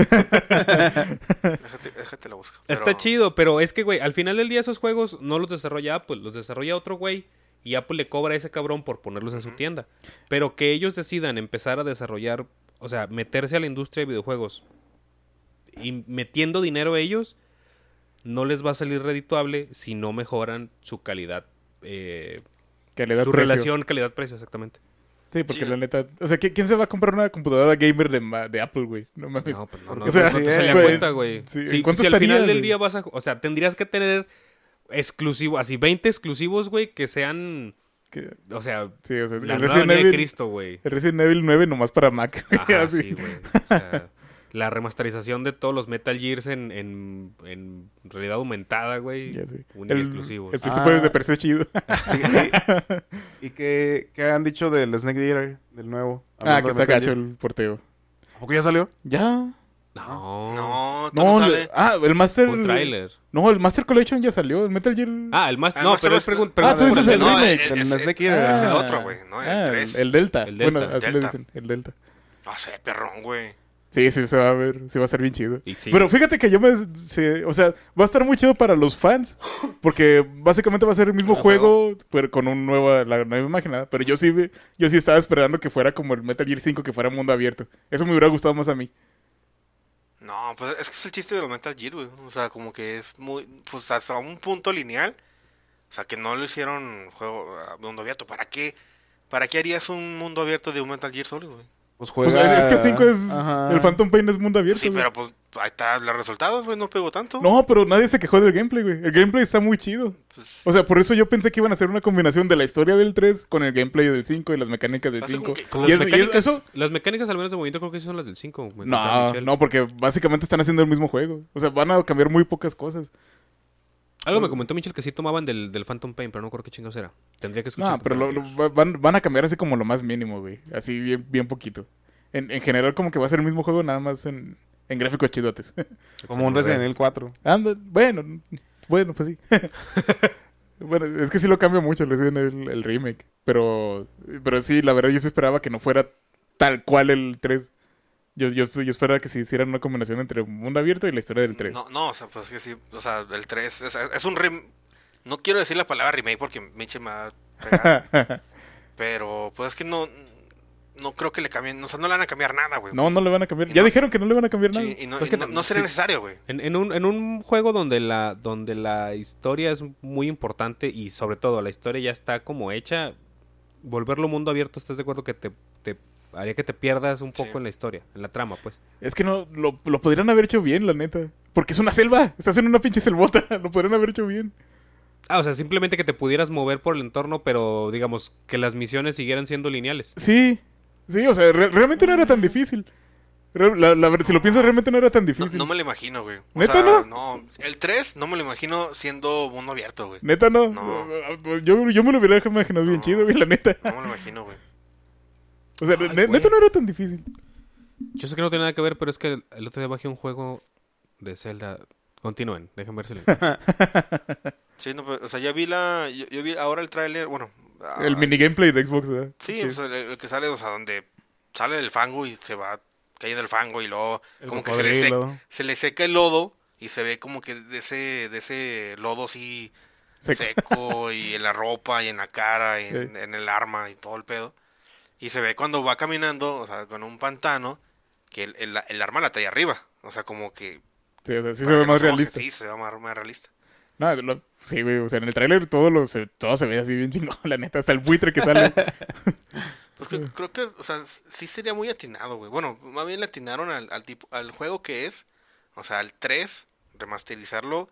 [SPEAKER 3] Déjate, déjate la busco.
[SPEAKER 2] Está
[SPEAKER 3] Pero-
[SPEAKER 2] chido, pero es que, güey, al final del día esos juegos no los desarrolla Apple, los desarrolla otro güey y Apple le cobra a ese cabrón por ponerlos en su tienda. Pero que ellos decidan empezar a desarrollar, o sea, meterse a la industria de videojuegos y metiendo dinero ellos, no les va a salir redituable si no mejoran su calidad. eh,
[SPEAKER 4] Que le da
[SPEAKER 2] su
[SPEAKER 4] precio.
[SPEAKER 2] relación calidad-precio, exactamente.
[SPEAKER 4] Sí, porque
[SPEAKER 3] Sí.
[SPEAKER 4] la neta. O sea, ¿qui- ¿quién se va a comprar una computadora gamer de, ma- de Apple, güey? No mames.
[SPEAKER 2] No, pues no, no,
[SPEAKER 4] O sea,
[SPEAKER 2] no te
[SPEAKER 4] sí, eh,
[SPEAKER 2] salía
[SPEAKER 4] güey.
[SPEAKER 2] cuenta, güey.
[SPEAKER 4] Sí, ¿en
[SPEAKER 2] si,
[SPEAKER 4] cuánto
[SPEAKER 2] si al
[SPEAKER 4] estaría,
[SPEAKER 2] final del
[SPEAKER 4] güey?
[SPEAKER 2] día vas a... O sea, tendrías que tener exclusivo, así 20 exclusivos, güey, que sean...
[SPEAKER 4] Que-
[SPEAKER 2] O sea,
[SPEAKER 4] sí, o sea,
[SPEAKER 2] la
[SPEAKER 4] el
[SPEAKER 2] nueva
[SPEAKER 4] Resident,
[SPEAKER 2] venida de
[SPEAKER 4] Evil,
[SPEAKER 2] Cristo, güey.
[SPEAKER 4] el Resident Evil 9 nomás para Mac.
[SPEAKER 2] Ajá,
[SPEAKER 4] Así.
[SPEAKER 2] sí, güey. O sea, la remasterización de todos los Metal Gears en, en, en realidad aumentada, güey.
[SPEAKER 4] Ya sé.
[SPEAKER 2] Un
[SPEAKER 4] el,
[SPEAKER 2] exclusivo.
[SPEAKER 4] El principio
[SPEAKER 1] Ah.
[SPEAKER 4] es de precio chido.
[SPEAKER 1] ¿Y qué, qué han dicho del Snake Eater, del nuevo?
[SPEAKER 4] ah,
[SPEAKER 1] Hablando
[SPEAKER 4] que
[SPEAKER 1] de
[SPEAKER 4] está
[SPEAKER 1] Metal
[SPEAKER 4] gacho
[SPEAKER 1] Gear.
[SPEAKER 4] el porteo.
[SPEAKER 1] ¿A poco ya salió?
[SPEAKER 4] Ya.
[SPEAKER 2] No.
[SPEAKER 3] No, todavía
[SPEAKER 4] No,
[SPEAKER 3] no
[SPEAKER 4] le-
[SPEAKER 3] sale.
[SPEAKER 4] ah, el
[SPEAKER 2] Fue
[SPEAKER 4] Master.
[SPEAKER 2] un tráiler.
[SPEAKER 4] No, el Master Collection ya salió. El Metal Gear.
[SPEAKER 2] Ah, el más...
[SPEAKER 3] Ah,
[SPEAKER 2] No,
[SPEAKER 3] Master
[SPEAKER 2] pero es
[SPEAKER 3] Race-
[SPEAKER 2] pregun-
[SPEAKER 4] Ah, tú
[SPEAKER 2] pregunta.
[SPEAKER 4] dices el
[SPEAKER 2] No,
[SPEAKER 4] remake.
[SPEAKER 3] eh,
[SPEAKER 1] El
[SPEAKER 3] es-
[SPEAKER 1] Snake
[SPEAKER 4] Ah,
[SPEAKER 1] Eater.
[SPEAKER 3] es el
[SPEAKER 1] ajá.
[SPEAKER 3] otro, güey, ¿no? El
[SPEAKER 4] ah,
[SPEAKER 3] tres.
[SPEAKER 4] El Delta.
[SPEAKER 2] El Delta.
[SPEAKER 4] Bueno, así le
[SPEAKER 3] Delta.
[SPEAKER 4] dicen. El Delta.
[SPEAKER 3] No sé, perrón, güey.
[SPEAKER 4] Sí, sí, se va a ver. Se va a estar bien chido.
[SPEAKER 2] Y sí.
[SPEAKER 4] Pero fíjate que yo me. se- o sea, va a estar muy chido para los fans. Porque básicamente va a ser el mismo
[SPEAKER 3] Ajá.
[SPEAKER 4] juego, pero con un nueva, la nueva imagen. ¿verdad? Pero yo sí, ve- yo sí estaba esperando que fuera como el Metal Gear 5, que fuera mundo abierto. Eso me hubiera gustado más a mí.
[SPEAKER 3] No, pues es que es el chiste del Metal Gear, güey. O sea, como que es muy. Pues hasta un punto lineal. O sea, que no lo hicieron juego ah, mundo abierto. ¿Para qué? ¿Para qué harías un mundo abierto de un Metal Gear solo, güey?
[SPEAKER 1] Pues
[SPEAKER 4] Pues,
[SPEAKER 1] juega...
[SPEAKER 4] es que el 5 es.
[SPEAKER 1] Ajá.
[SPEAKER 4] El Phantom Pain es mundo abierto.
[SPEAKER 3] Sí,
[SPEAKER 4] güey.
[SPEAKER 3] pero pues ahí está los resultados, güey. No pegó tanto.
[SPEAKER 4] No, pero nadie se quejó del gameplay, güey. El gameplay está muy chido.
[SPEAKER 3] Pues,
[SPEAKER 4] O sea, por eso yo pensé que iban a hacer una combinación de la historia del 3 con el gameplay del 5 y las mecánicas del
[SPEAKER 3] Así
[SPEAKER 4] 5.
[SPEAKER 3] como que-
[SPEAKER 2] Como
[SPEAKER 4] Y
[SPEAKER 2] las,
[SPEAKER 4] eso- y
[SPEAKER 2] mecánicas,
[SPEAKER 4] eso-
[SPEAKER 2] las mecánicas al menos de movimiento creo que sí son las del 5.
[SPEAKER 4] No, no, porque básicamente están haciendo el mismo juego. O sea, van a cambiar muy pocas cosas.
[SPEAKER 2] Algo me comentó Michel que sí tomaban del, del Phantom Pain, pero no creo qué chingados era. Tendría que escuchar.
[SPEAKER 4] No, pero lo- lo- va- van, van a cambiar así como lo más mínimo, güey. Así bien, bien poquito. En, en general, como que va a ser el mismo juego, nada más en, en gráficos chidotes.
[SPEAKER 1] Como un Resident Evil 4.
[SPEAKER 4] Anda, bueno, bueno, pues sí. bueno, es que sí lo cambia mucho el Resident Evil, el remake. Pero, pero sí, la verdad yo sí esperaba que no fuera tal cual el 3. Yo, yo, yo esperaba que se hicieran una combinación entre mundo abierto y la historia del 3.
[SPEAKER 3] No, no, o sea, pues es que sí. O sea, el 3 es, es un rem... No quiero decir la palabra remake porque Miche me va a pegar. pero pues es que no. No creo que le cambien. O sea, no le van a cambiar nada, güey.
[SPEAKER 4] no, no le van a cambiar.
[SPEAKER 3] Y
[SPEAKER 4] Ya
[SPEAKER 3] no-
[SPEAKER 4] dijeron que no le van a cambiar nada.
[SPEAKER 3] Sí, y no,
[SPEAKER 4] Es
[SPEAKER 3] y
[SPEAKER 4] que
[SPEAKER 3] no-
[SPEAKER 4] te-
[SPEAKER 3] no sería
[SPEAKER 4] sí.
[SPEAKER 3] necesario, güey.
[SPEAKER 2] En, en un, en un juego donde la, donde la historia es muy importante y sobre todo la historia ya está como hecha, volverlo mundo abierto, ¿estás de acuerdo que te, te haría que te pierdas un poco
[SPEAKER 3] Sí.
[SPEAKER 2] en la historia, en la trama, pues?
[SPEAKER 4] Es que no, lo, lo podrían haber hecho bien, la neta. Porque es una selva. Estás en una pinche selvota. Lo podrían haber hecho bien.
[SPEAKER 2] Ah, o sea, simplemente que te pudieras mover por el entorno, pero digamos que las misiones siguieran siendo lineales.
[SPEAKER 4] Sí, sí, o sea, re- realmente no era tan difícil. Re- la- la ver- si lo piensas, realmente no era tan
[SPEAKER 3] No,
[SPEAKER 4] difícil.
[SPEAKER 3] no me lo imagino, güey. O
[SPEAKER 4] ¿Neta
[SPEAKER 3] sea,
[SPEAKER 4] no?
[SPEAKER 3] El 3 no me lo imagino siendo mundo abierto, güey.
[SPEAKER 4] Neta, no.
[SPEAKER 3] No.
[SPEAKER 4] Yo, yo me lo hubiera imaginado bien
[SPEAKER 3] No.
[SPEAKER 4] chido, güey, la neta.
[SPEAKER 3] No me lo imagino, güey.
[SPEAKER 4] O sea,
[SPEAKER 2] Ay,
[SPEAKER 4] ne-
[SPEAKER 2] güey.
[SPEAKER 4] neta no era tan difícil.
[SPEAKER 2] Yo sé que no tiene nada que ver, pero es que el, el otro día bajé un juego de Zelda. Continúen, déjenme ver si lo encuentro.
[SPEAKER 3] Sí, no, pero, o sea, ya vi la. Yo, yo vi ahora el tráiler, bueno. ah,
[SPEAKER 4] El mini gameplay de Xbox, ¿verdad?
[SPEAKER 3] Sí, o sea, el, el que sale, o sea, donde sale del fango y se va cayendo el fango y luego
[SPEAKER 1] El
[SPEAKER 3] como que se le, sec-
[SPEAKER 1] cocodrilo.
[SPEAKER 3] se le seca el lodo y se ve como que de ese, de ese lodo así
[SPEAKER 4] Seco.
[SPEAKER 3] seco y en la ropa y en la cara y en, en el arma y todo el pedo. Y se ve cuando va caminando, o sea, con un pantano, que el, el- el arma la trae arriba. O sea, como que...
[SPEAKER 4] Sí, o sea, sí se
[SPEAKER 3] para
[SPEAKER 4] ve
[SPEAKER 3] que no
[SPEAKER 4] más
[SPEAKER 3] se moje,
[SPEAKER 4] realista.
[SPEAKER 3] Sí, se ve más, más realista.
[SPEAKER 4] No, lo- sí, güey, o sea, en el tráiler todo, lo, se, todo se ve así bien chingón, la neta. Hasta el buitre que sale.
[SPEAKER 3] Pues que- creo que, o sea, s- sí sería muy atinado, güey. Bueno, más bien le atinaron al, al tipo, al juego que es, o sea, al 3, remasterizarlo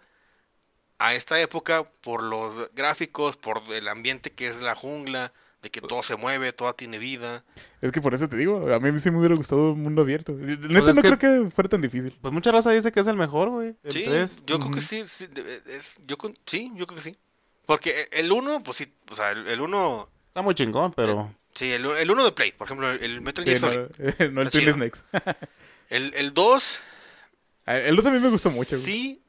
[SPEAKER 3] a esta época por los gráficos, por el ambiente que es la jungla, de
[SPEAKER 4] Pues
[SPEAKER 3] que todo se mueve, todo tiene vida.
[SPEAKER 4] es que por eso te digo, a mí sí me hubiera gustado un mundo abierto. Neta,
[SPEAKER 1] Pues es
[SPEAKER 4] no
[SPEAKER 1] que-
[SPEAKER 4] creo que fuera tan difícil.
[SPEAKER 1] Pues mucha raza dice que es el mejor, güey. El
[SPEAKER 3] Sí,
[SPEAKER 1] tres.
[SPEAKER 3] yo creo
[SPEAKER 4] Ujú.
[SPEAKER 3] que sí, sí, de- eh, es, yo con- sí, yo creo que sí. Porque e- el 1, pues sí, o sea, el 1,
[SPEAKER 1] Está muy chingón, pero...
[SPEAKER 3] sí, el 1 de Play, por ejemplo, el, el Metal
[SPEAKER 4] Sí,
[SPEAKER 3] Gear
[SPEAKER 4] no,
[SPEAKER 3] Solid.
[SPEAKER 4] no el
[SPEAKER 3] Está
[SPEAKER 4] Twin
[SPEAKER 3] chido.
[SPEAKER 4] Snakes.
[SPEAKER 3] El, el 2,
[SPEAKER 4] Ah, El otro a mí me gustó mucho. güey.
[SPEAKER 3] Sí,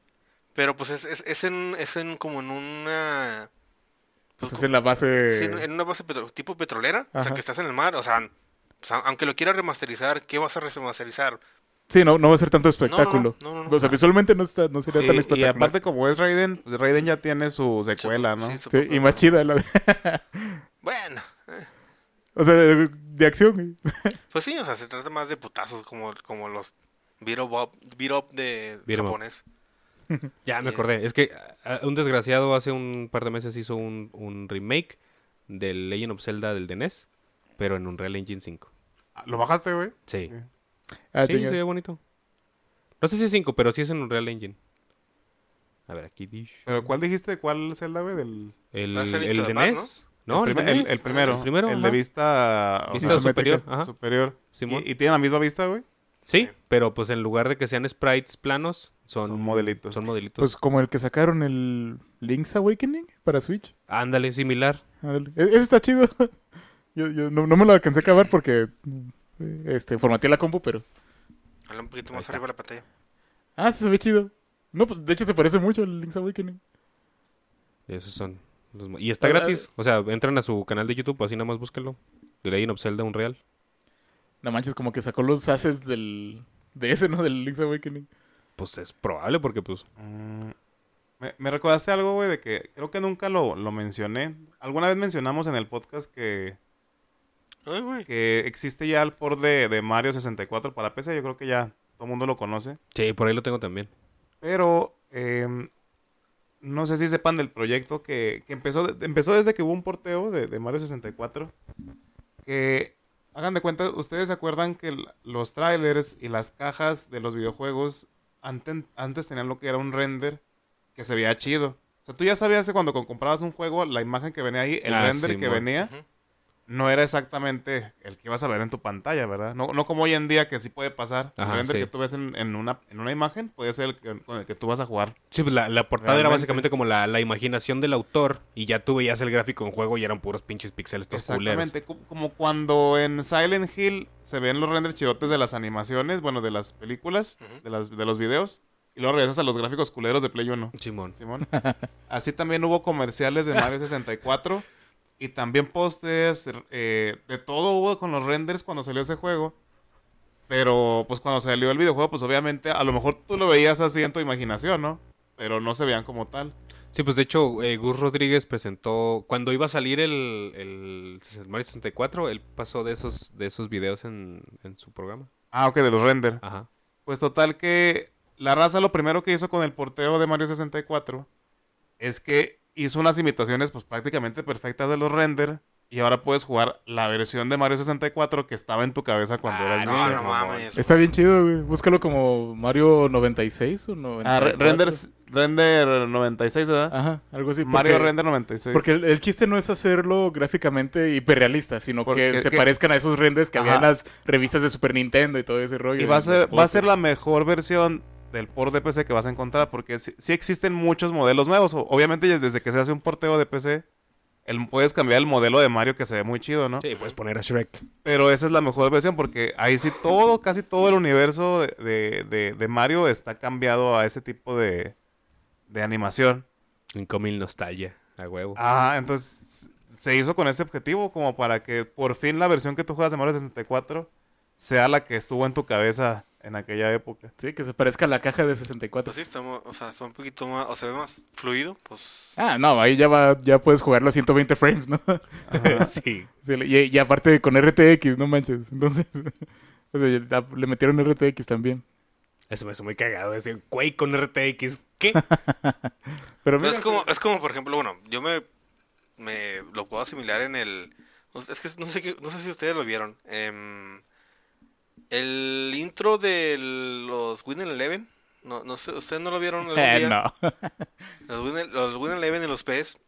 [SPEAKER 3] pero pues es, es, es en, es en como en una... pues
[SPEAKER 4] Pues es
[SPEAKER 3] como-
[SPEAKER 4] en la base.
[SPEAKER 3] sí, en- en una base petro- tipo petrolera, o sea,
[SPEAKER 4] Ajá.
[SPEAKER 3] que estás en el mar, o sea, o sea, aunque lo quieras remasterizar, ¿qué vas a remasterizar?
[SPEAKER 4] Sí, no, no va a ser tanto espectáculo.
[SPEAKER 3] no, no, no.
[SPEAKER 4] O sea, visualmente no, está, no sería tan
[SPEAKER 1] Y, y
[SPEAKER 4] espectacular.
[SPEAKER 1] aparte, como es Raiden, pues Raiden ya tiene su secuela, ¿no?
[SPEAKER 3] Sí, su
[SPEAKER 4] Sí,
[SPEAKER 3] propio-
[SPEAKER 4] y más chida. La...
[SPEAKER 3] Bueno,
[SPEAKER 4] o sea, de, de acción. güey.
[SPEAKER 3] pues sí, o sea, se trata más de putazos como, como los beat 'em up, beat up de
[SPEAKER 2] Beat 'em up.
[SPEAKER 3] japonés.
[SPEAKER 2] Ya me
[SPEAKER 3] Yes.
[SPEAKER 2] acordé. Es que ah, un desgraciado hace un par de meses hizo un, un remake del Legend of Zelda del de NES, pero en Unreal Engine 5.
[SPEAKER 1] Ah, ¿Lo bajaste, güey?
[SPEAKER 2] Sí.
[SPEAKER 4] Ah,
[SPEAKER 2] sí,
[SPEAKER 4] chinga.
[SPEAKER 2] se ve bonito. No sé si es 5, pero sí es en Unreal Engine. A ver, aquí dish.
[SPEAKER 1] ¿Pero cuál dijiste? ¿Cuál Zelda, güey? Del...
[SPEAKER 2] El,
[SPEAKER 3] ¿No es el
[SPEAKER 2] el
[SPEAKER 3] Link to the
[SPEAKER 2] de
[SPEAKER 3] Past,
[SPEAKER 2] NES. No,
[SPEAKER 1] el,
[SPEAKER 2] el, de
[SPEAKER 1] primer- E el-
[SPEAKER 2] NES.
[SPEAKER 1] el primero.
[SPEAKER 2] El primero,
[SPEAKER 1] de
[SPEAKER 2] ajá.
[SPEAKER 1] vista... o
[SPEAKER 2] Vista
[SPEAKER 1] sea,
[SPEAKER 2] superior.
[SPEAKER 4] isométrica.
[SPEAKER 2] Ajá.
[SPEAKER 1] superior.
[SPEAKER 2] Simón.
[SPEAKER 1] Y, y tienen la misma vista, güey.
[SPEAKER 2] Sí, pero pues en lugar de que sean sprites planos, son,
[SPEAKER 1] Son
[SPEAKER 2] son,
[SPEAKER 1] modelitos.
[SPEAKER 2] modelitos.
[SPEAKER 4] Pues como el que sacaron el Link's Awakening para Switch.
[SPEAKER 2] Ándale, similar.
[SPEAKER 4] Ándale. E- Ese está chido. Yo, yo no, no me lo alcancé a acabar porque este, formateé la compu, pero.
[SPEAKER 3] Dale un poquito más arriba de la pantalla.
[SPEAKER 4] Ah, sí, se ve chido. No, pues de hecho se parece mucho al Link's Awakening.
[SPEAKER 2] Esos son. los mo- y está
[SPEAKER 4] Ahora-
[SPEAKER 2] gratis. O sea, entran a su canal de YouTube, así nada más búsquenlo. The Legend of Zelda Unreal.
[SPEAKER 4] No manches, como que sacó los haces del. De ese, ¿no? Del Link's Awakening.
[SPEAKER 2] Pues es probable porque pues...
[SPEAKER 1] Mm. Me, me recordaste algo, güey, de que creo que nunca lo, lo mencioné. Alguna vez mencionamos en el podcast que,
[SPEAKER 3] Ay, güey.
[SPEAKER 1] que existe ya el port de, de Mario 64 para PC. Yo creo que ya todo el mundo lo conoce.
[SPEAKER 2] Sí, por ahí lo tengo también.
[SPEAKER 1] Pero em, no sé si sepan del proyecto que, que empezó, de- empezó desde que hubo un porteo de, de Mario 64. Que hagan de cuenta, ustedes se acuerdan que el- los trailers y las cajas de los videojuegos antes, antes tenían lo que era un render que se veía chido. O sea, tú ya sabías que cuando co- comprabas un juego, la imagen que venía ahí, el
[SPEAKER 2] Ah,
[SPEAKER 1] render
[SPEAKER 2] sí,
[SPEAKER 1] que
[SPEAKER 2] mon.
[SPEAKER 1] venía,
[SPEAKER 3] Ujú.
[SPEAKER 1] no era exactamente el que ibas a ver en tu pantalla, ¿verdad? No, no como hoy en día que sí puede pasar.
[SPEAKER 2] Ajá,
[SPEAKER 1] el render
[SPEAKER 2] sí.
[SPEAKER 1] que tú ves en, en una, en una imagen puede ser el que, con el que tú vas a jugar.
[SPEAKER 2] Sí, pues la, la portada era
[SPEAKER 1] Realmente.
[SPEAKER 2] básicamente como la, la imaginación del autor y ya tú veías el gráfico en juego y eran puros pinches pixeles estos culeros.
[SPEAKER 1] Exactamente. cu- Como cuando en Silent Hill se ven los renders chidotes de las animaciones, bueno, de las películas,
[SPEAKER 3] Ujú.
[SPEAKER 1] de, las, de los videos, y luego regresas a los gráficos culeros de Play 1.
[SPEAKER 2] Simón.
[SPEAKER 1] Simón. Así también hubo comerciales de Mario 64 y también postes, eh, de todo hubo con los renders cuando salió ese juego. Pero pues cuando salió el videojuego, pues obviamente a lo mejor tú lo veías así en tu imaginación, ¿no? Pero no se veían como tal.
[SPEAKER 2] Sí, pues de hecho, eh, Gus Rodríguez presentó. Cuando iba a salir el, el Mario 64, él pasó de esos, de esos videos en, en su programa.
[SPEAKER 1] Ah, ok, de los renders.
[SPEAKER 2] Ajá.
[SPEAKER 1] Pues total que la raza lo primero que hizo con el porteo de Mario 64 es que hizo unas imitaciones pues prácticamente perfectas de los render y ahora puedes jugar la versión de Mario 64 que estaba en tu cabeza cuando
[SPEAKER 2] Ah,
[SPEAKER 1] eras
[SPEAKER 2] no,
[SPEAKER 1] niño.
[SPEAKER 3] No,
[SPEAKER 2] seas
[SPEAKER 3] no
[SPEAKER 2] mamón.
[SPEAKER 3] mames.
[SPEAKER 4] Está bien chido, güey. Búscalo como Mario 96 o
[SPEAKER 1] Ah,
[SPEAKER 4] 94.
[SPEAKER 1] re- render, render 96, ¿verdad?
[SPEAKER 4] Ajá, algo así.
[SPEAKER 1] Mario
[SPEAKER 4] Ah, porque-
[SPEAKER 1] Render 96.
[SPEAKER 4] Porque el, el chiste no es hacerlo gráficamente hiperrealista, sino
[SPEAKER 1] Porque-
[SPEAKER 4] que se
[SPEAKER 1] que-
[SPEAKER 4] parezcan a esos renders que había en
[SPEAKER 1] Ajá.
[SPEAKER 4] las revistas de Super Nintendo y todo ese rollo.
[SPEAKER 1] y va a,
[SPEAKER 4] los
[SPEAKER 1] ser, va a ser
[SPEAKER 4] pósters.
[SPEAKER 1] la mejor versión del port de PC que vas a encontrar, porque sí, sí existen muchos modelos nuevos. O- Obviamente, ya desde que se hace un porteo de PC, el- puedes cambiar el modelo de Mario que se ve muy chido, ¿no?
[SPEAKER 2] Sí, puedes poner a Shrek.
[SPEAKER 1] Pero esa es la mejor versión, porque ahí sí todo, casi todo el universo de, de- de- de Mario está cambiado a ese tipo de, de animación.
[SPEAKER 2] Incoming Nostalgia, a huevo.
[SPEAKER 1] Ah, entonces se hizo con ese objetivo, como para que por fin la versión que tú juegas de Mario 64 sea la que estuvo en tu cabeza en aquella época.
[SPEAKER 4] Sí, que se parezca a la caja de 64.
[SPEAKER 3] Pues sí, estamos, o sea, está un poquito más, o se ve más fluido, pues.
[SPEAKER 4] Ah, no, ahí ya va, ya puedes jugarlo a 120 frames, ¿no?
[SPEAKER 2] sí.
[SPEAKER 4] Sí, le- Y, y aparte con RTX, no manches. Entonces, o sea, ya le metieron RTX también.
[SPEAKER 2] Eso me hizo muy cagado. Decir, Quake con RTX. ¿Qué?
[SPEAKER 4] Pero
[SPEAKER 3] Pero
[SPEAKER 4] mira,
[SPEAKER 3] es como, es como, por ejemplo, bueno, yo me, me lo puedo asimilar en el. no sé- Es que no sé, qué- no sé si ustedes lo vieron. em, el intro de los Win Eleven. No, no sé, ¿ustedes no lo vieron algún
[SPEAKER 4] eh,
[SPEAKER 3] día?
[SPEAKER 4] no.
[SPEAKER 3] Los Win, los Win Eleven y los PES,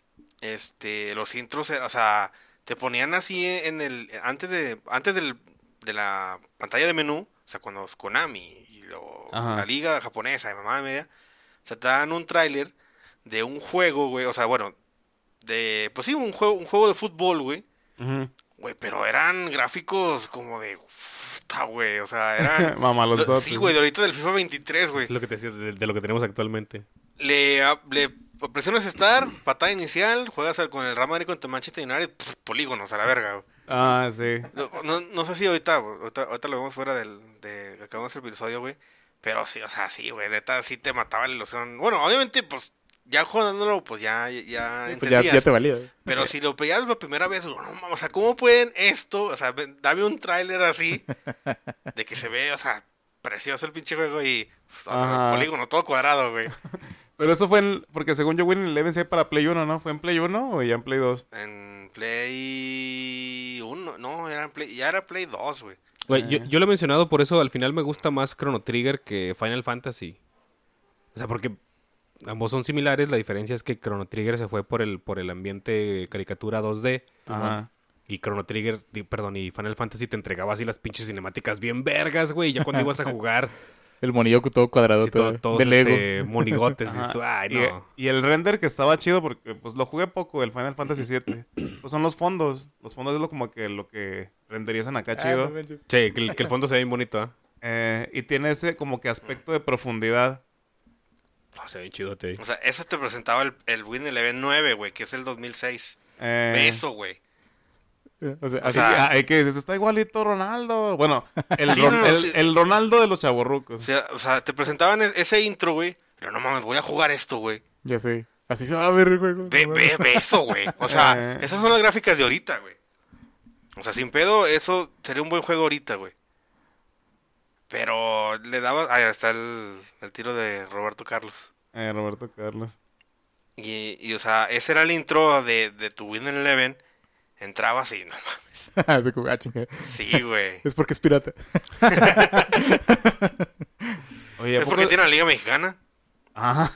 [SPEAKER 3] este, los intros, era- o sea, te ponían así en el, antes de, antes del, de la pantalla de menú, o sea, cuando es Konami y luego
[SPEAKER 1] Ajá.
[SPEAKER 3] la liga japonesa de mamá de media, o sea, te dan un tráiler de un juego, güey, o sea, bueno, de, pues sí, un juego, un juego de fútbol, güey, güey, pero eran gráficos como de, puta, güey, o sea, eran,
[SPEAKER 1] Mamá, los dos.
[SPEAKER 3] sí, güey, de ahorita del FIFA 23, güey
[SPEAKER 2] Es lo que te decía de, de lo que tenemos actualmente.
[SPEAKER 3] le, a- le presionas Star, patada inicial, juegas al- con el Real Madrid contra Manchester United, pf, polígonos a la verga. güey.
[SPEAKER 1] Ah, sí.
[SPEAKER 3] No, no, no sé si ahorita, güey, ahorita, ahorita lo vemos fuera del, de que acabamos el episodio, güey. Pero sí, o sea, sí, güey, neta, sí te mataba la ilusión. Bueno, obviamente, pues, ya jugándolo, pues ya, ya
[SPEAKER 4] Pues ya,
[SPEAKER 3] entendías.
[SPEAKER 4] ya te valía.
[SPEAKER 3] Pero si lo veías la primera vez, güey, no, mames, o sea, ¿cómo pueden esto? O sea, ven, dame un tráiler así de que se ve, o sea, precioso el pinche juego y Otro
[SPEAKER 1] Ajá.
[SPEAKER 3] polígono, todo cuadrado, güey.
[SPEAKER 1] Pero eso fue el. Porque según yo, Winning Eleven se para Play 1, ¿no? ¿Fue en Play 1 o ya en Play 2?
[SPEAKER 3] En Play 1, no, era en Play, ya era Play 2, güey.
[SPEAKER 2] Güey,
[SPEAKER 4] Ah.
[SPEAKER 2] yo, yo lo he mencionado, por eso al final me gusta más Chrono Trigger que Final Fantasy. O sea, porque ambos son similares, la diferencia es que Chrono Trigger se fue por el, por el ambiente caricatura 2D.
[SPEAKER 1] Ajá.
[SPEAKER 2] Y Chrono Trigger, di- perdón, y Final Fantasy te entregaba así las pinches cinemáticas bien vergas, güey. y Ya cuando ibas a jugar,
[SPEAKER 4] El monillo todo cuadrado,
[SPEAKER 2] así
[SPEAKER 4] todo,
[SPEAKER 2] todo- todos
[SPEAKER 4] de Lego.
[SPEAKER 2] este, monigotes. dices tú, ay,
[SPEAKER 1] Y,
[SPEAKER 2] no.
[SPEAKER 1] y el render que estaba chido porque pues lo jugué poco, el Final Fantasy VII. Pues son los fondos. Los fondos es lo como que lo que renderizan acá
[SPEAKER 4] Ah,
[SPEAKER 1] chido.
[SPEAKER 4] no manches.
[SPEAKER 2] Che, que el, que el fondo se ve bien bonito, ¿ah?
[SPEAKER 1] Eh, y tiene ese como que aspecto de profundidad.
[SPEAKER 2] Ah, se ve bien chido, te.
[SPEAKER 3] O sea, eso te presentaba el, el Win Eleven 9, güey, que es el 2006.
[SPEAKER 1] Eh,
[SPEAKER 3] Ve Eso, güey.
[SPEAKER 4] Eh, O sea,
[SPEAKER 3] O
[SPEAKER 1] Sí,
[SPEAKER 4] así-
[SPEAKER 3] sea-
[SPEAKER 1] ah, hay que dices, está igualito Ronaldo. Bueno, el,
[SPEAKER 3] Sí,
[SPEAKER 1] Ron-
[SPEAKER 3] no, no,
[SPEAKER 1] el-
[SPEAKER 3] sí.
[SPEAKER 1] el Ronaldo de los
[SPEAKER 3] O
[SPEAKER 1] chavorrucos.
[SPEAKER 3] sea, o sea, te presentaban e- ese intro, güey. Pero no mames, voy a jugar esto, güey.
[SPEAKER 4] ya sé. Así se va a ver el juego.
[SPEAKER 3] Ve,
[SPEAKER 4] No
[SPEAKER 3] ve,
[SPEAKER 4] mames.
[SPEAKER 3] ve eso, güey. O sea, esas son las gráficas de ahorita, güey. O sea, sin pedo, eso sería un buen juego ahorita, güey. Pero le daba... Ahí está el, el tiro de Roberto Carlos.
[SPEAKER 1] Eh, Roberto Carlos.
[SPEAKER 3] Y, y, o sea, ese era el intro de, de tu Win Eleven. Entraba así, no mames.
[SPEAKER 4] Así como, ah, chinga.
[SPEAKER 3] Sí, güey.
[SPEAKER 4] Es porque es pirata.
[SPEAKER 1] Oye, ¿a
[SPEAKER 3] Es
[SPEAKER 1] poco-
[SPEAKER 3] porque tiene la Liga Mexicana.
[SPEAKER 1] Ah,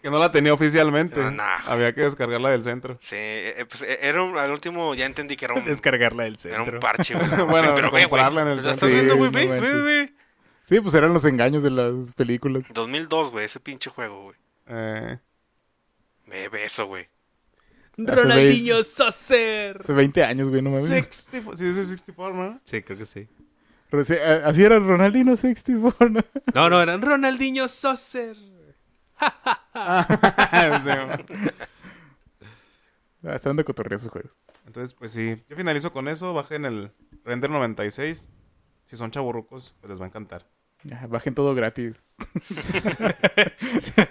[SPEAKER 1] que no la tenía oficialmente.
[SPEAKER 3] No, no.
[SPEAKER 1] Había que descargarla del centro.
[SPEAKER 3] Sí, eh, eh, pues, eh, era un- al último ya entendí que era un,
[SPEAKER 2] Descargarla del
[SPEAKER 3] era un
[SPEAKER 2] centro.
[SPEAKER 3] parche, güey.
[SPEAKER 1] Bueno,
[SPEAKER 3] pero ve, güey.
[SPEAKER 1] comprarla en el
[SPEAKER 3] ¿Lo estás viendo,
[SPEAKER 4] centro.
[SPEAKER 3] güey?
[SPEAKER 4] Sí,
[SPEAKER 3] Ve,
[SPEAKER 4] no
[SPEAKER 3] ve,
[SPEAKER 4] manches.
[SPEAKER 3] ve.
[SPEAKER 4] Sí, pues eran los engaños de las películas.
[SPEAKER 3] 2002, güey, ese pinche juego, güey.
[SPEAKER 1] Eh,
[SPEAKER 3] Ve, ve eso, güey.
[SPEAKER 4] Ronaldinho
[SPEAKER 2] Sacer.
[SPEAKER 4] Hace 20 años, güey, no mames.
[SPEAKER 1] 64, sí, sí, 64, ¿no?
[SPEAKER 2] Sí, creo que sí.
[SPEAKER 4] Pero sí, a- así era Ronaldinho 64, ¿no?
[SPEAKER 2] No, no, eran Ronaldinho Sacer.
[SPEAKER 4] Ah, Estaban de cotorreo esos juegos.
[SPEAKER 1] Entonces, pues sí. Yo finalizo con eso. Bajé en el Render 96. Si son chaburrucos, pues les va a encantar.
[SPEAKER 4] Ah, bajen todo gratis.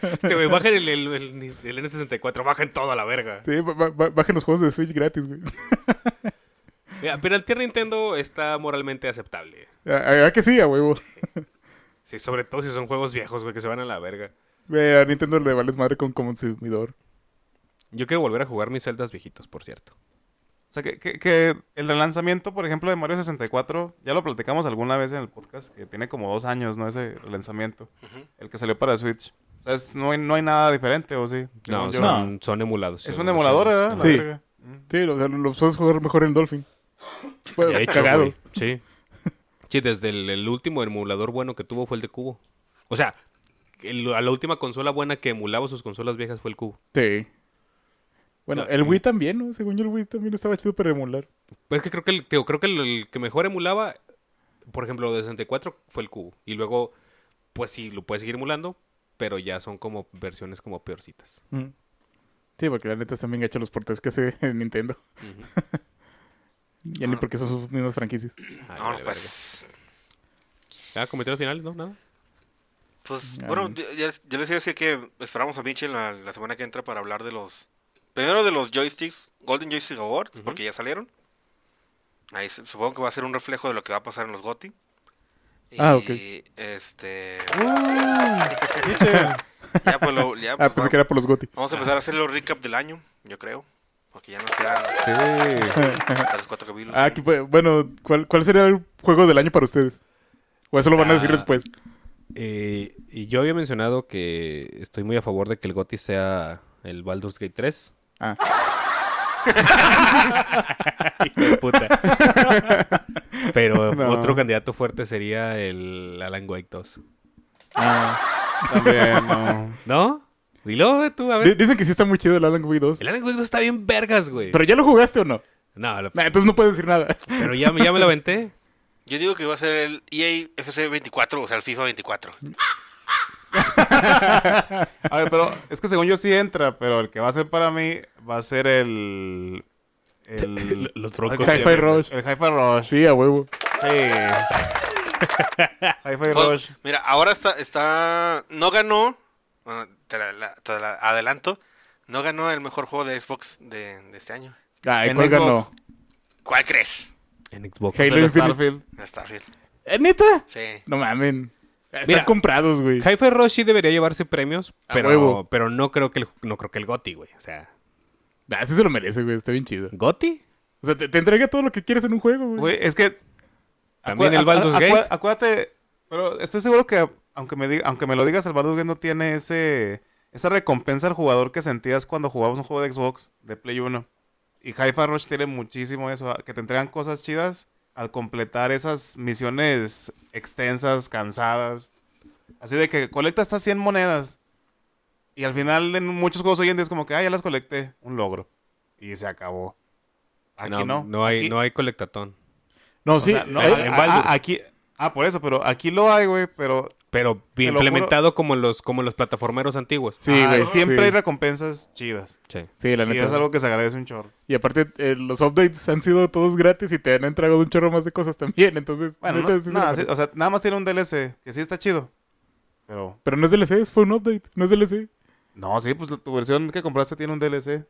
[SPEAKER 2] Este, güey, bajen el, el, el- el N64, bajen todo a la verga.
[SPEAKER 4] Sí, ba- ba- ba- bajen los juegos de Switch gratis, güey.
[SPEAKER 2] Mira, pero el tier Nintendo está moralmente aceptable.
[SPEAKER 4] Ah, ah, que sí, a huevo.
[SPEAKER 2] Sí, sobre todo si son juegos viejos, güey, que se van a la verga.
[SPEAKER 4] Güey, a Nintendo le vales madre con consumidor.
[SPEAKER 2] Yo quiero volver a jugar mis celdas viejitos, por cierto.
[SPEAKER 1] O sea, que, que- que el relanzamiento, por ejemplo, de Mario 64, ya lo platicamos alguna vez en el podcast, que tiene como dos años, ¿no? Ese relanzamiento.
[SPEAKER 3] Ujú.
[SPEAKER 1] El que salió para Switch. O sea, es- no, hay, no hay nada diferente, ¿o sí?
[SPEAKER 2] No,
[SPEAKER 1] Según yo.
[SPEAKER 2] son, son emulados.
[SPEAKER 1] Es
[SPEAKER 2] son-
[SPEAKER 1] un emulador,
[SPEAKER 2] son-
[SPEAKER 1] ¿verdad?
[SPEAKER 2] son-
[SPEAKER 4] Sí.
[SPEAKER 1] verga.
[SPEAKER 4] Sí, o sea, lo puedes jugar mejor en Dolphin. Bueno,
[SPEAKER 2] De hecho,
[SPEAKER 4] cagado.
[SPEAKER 2] güey, Sí. Sí, desde el, el último emulador bueno que tuvo fue el de Cubo. O sea, el- a la última consola buena que emulaba sus consolas viejas fue el Cubo.
[SPEAKER 4] Sí. Bueno,
[SPEAKER 2] Claro.
[SPEAKER 4] el Wii también, ¿no? Según yo, el Wii también estaba chido para emular.
[SPEAKER 2] Pues es que creo que el, te digo, creo que el, el que mejor emulaba, por ejemplo, de 64 fue el cubo. Y luego, pues sí, lo puedes seguir emulando, pero ya son como versiones como peorcitas.
[SPEAKER 4] Sí, porque la neta están bien gachos los portes que hace Nintendo. Ya ni
[SPEAKER 2] Ah.
[SPEAKER 4] porque son sus mismas franquicias.
[SPEAKER 2] Ay,
[SPEAKER 3] No,
[SPEAKER 2] vale,
[SPEAKER 3] pues...
[SPEAKER 2] verga. ¿Ya cometieron finales? ¿No? ¿Nada?
[SPEAKER 3] Pues,
[SPEAKER 4] Ya,
[SPEAKER 3] bueno,
[SPEAKER 4] no.
[SPEAKER 3] yo, ya- yo les iba a decir que esperamos a Mitchell la, la semana que entra para hablar de los... Primero de los joysticks, Golden Joystick Awards, porque ya salieron. Ahí se- supongo que va a ser un reflejo de lo que va a pasar en los GOTY. Y,
[SPEAKER 4] Ah, ok.
[SPEAKER 3] este...
[SPEAKER 1] Michel,
[SPEAKER 3] Ya, pues, lo- ya,
[SPEAKER 4] Ah,
[SPEAKER 3] pues,
[SPEAKER 4] pensé que era por los GOTY.
[SPEAKER 3] Vamos a empezar a hacer los recap del año, yo creo. Porque ya nos quedan
[SPEAKER 1] Sí.
[SPEAKER 3] tres, cuatro capítulos.
[SPEAKER 4] Ah, aquí, puede- bueno, ¿cuál, ¿cuál sería el juego del año para ustedes? O eso lo van a decir
[SPEAKER 2] Ah.
[SPEAKER 4] después.
[SPEAKER 2] Eh, y yo había mencionado que estoy muy a favor de que el GOTY sea el Baldur's Gate 3.
[SPEAKER 4] Ah,
[SPEAKER 2] Hijo de puta. Pero
[SPEAKER 1] No.
[SPEAKER 2] otro candidato fuerte sería el Alan Wake 2.
[SPEAKER 4] ah.
[SPEAKER 1] También, no.
[SPEAKER 2] ¿No? Dilo eh, tú, a
[SPEAKER 4] Di-
[SPEAKER 2] ver.
[SPEAKER 4] Dicen que sí está muy chido el Alan Wake 2.
[SPEAKER 2] El Alan Wake 2 está bien vergas, güey.
[SPEAKER 4] ¿Pero ya lo jugaste o no?
[SPEAKER 2] No, la-
[SPEAKER 4] Nah, entonces no puedes decir nada.
[SPEAKER 2] pero ya, ya me lo aventé.
[SPEAKER 3] Yo digo que va a ser el EA FC 24, o sea, el FIFA 24.
[SPEAKER 1] A ver, pero es que según yo sí entra, pero el que va a ser para mí va a ser el... El... el que
[SPEAKER 2] Los frocos.
[SPEAKER 1] se llama-
[SPEAKER 4] Hi-Fi Rush.
[SPEAKER 1] El Hi-Fi Rush.
[SPEAKER 4] Sí, a huevo.
[SPEAKER 1] Sí. Hi-Fi
[SPEAKER 3] Fue-
[SPEAKER 1] Rush.
[SPEAKER 3] Mira, ahora está, está, no ganó, bueno, te la, la- te la adelanto, no ganó el mejor juego de Xbox de, de este año.
[SPEAKER 4] Ay,
[SPEAKER 1] En
[SPEAKER 4] ¿cuál
[SPEAKER 1] Xbox.
[SPEAKER 4] ganó?
[SPEAKER 3] ¿Cuál crees?
[SPEAKER 2] En Xbox.
[SPEAKER 4] Halo
[SPEAKER 1] El
[SPEAKER 4] Infinite.
[SPEAKER 1] Starfield.
[SPEAKER 3] Starfield.
[SPEAKER 4] ¿Eh, ¿Neta?
[SPEAKER 3] Sí.
[SPEAKER 4] No mamen. Están
[SPEAKER 2] Mira.
[SPEAKER 4] comprados, güey.
[SPEAKER 2] Hi-Fi Rush sí debería llevarse premios,
[SPEAKER 4] A
[SPEAKER 2] pero,
[SPEAKER 4] huevo.
[SPEAKER 2] pero no creo que el, no creo que el Goti, güey. O sea,
[SPEAKER 4] Ah, sí se lo merece, güey. Está bien chido.
[SPEAKER 2] ¿Goti?
[SPEAKER 4] O sea, te, te entrega todo lo que quieres en un juego, güey.
[SPEAKER 1] Güey, es que.
[SPEAKER 2] También
[SPEAKER 1] acu-
[SPEAKER 2] el Baldur's
[SPEAKER 1] acu- acu-
[SPEAKER 2] Gate.
[SPEAKER 1] Acuérdate, pero estoy seguro que, aunque me, diga- aunque me lo digas, el Baldur's Gate no tiene ese esa recompensa al jugador que sentías cuando jugabas un juego de Xbox, de Play 1. Y Hi-Fi Rush tiene muchísimo eso, que te entregan cosas chidas al completar esas misiones extensas, cansadas. Así de que colecta hasta 100 monedas. Y al final, en muchos juegos hoy en día es como que, ah, ya las colecté, un logro. Y se acabó. Aquí no.
[SPEAKER 2] no, hay,
[SPEAKER 1] Aquí-
[SPEAKER 2] no hay colectatón.
[SPEAKER 4] No,
[SPEAKER 1] o
[SPEAKER 4] sí. eh,
[SPEAKER 1] sea, no,
[SPEAKER 4] hay-
[SPEAKER 1] a- eh, a-
[SPEAKER 2] Baldur's.
[SPEAKER 1] a- aquí, ah, por eso, pero aquí lo hay, güey, pero
[SPEAKER 2] Pero bien
[SPEAKER 1] lo juro.
[SPEAKER 2] implementado como los, como los plataformeros antiguos.
[SPEAKER 4] sí,
[SPEAKER 1] ah,
[SPEAKER 4] güey.
[SPEAKER 1] siempre
[SPEAKER 4] sí.
[SPEAKER 1] hay recompensas chidas.
[SPEAKER 2] Sí.
[SPEAKER 4] Sí, la
[SPEAKER 1] Y
[SPEAKER 4] neta.
[SPEAKER 1] es algo que se agradece un chorro.
[SPEAKER 4] Y aparte, eh, los updates han sido todos gratis y te han entregado un chorro más de cosas también. Entonces,
[SPEAKER 1] Bueno,
[SPEAKER 4] neta,
[SPEAKER 1] no-
[SPEAKER 4] sí se lo
[SPEAKER 1] nada,
[SPEAKER 4] merece.
[SPEAKER 1] sí, o sea, nada más tiene un DLC, que sí está chido. Pero,
[SPEAKER 4] Pero no es DLC, fue un update. No es DLC.
[SPEAKER 1] no, sí, pues tu versión que compraste tiene un DLC.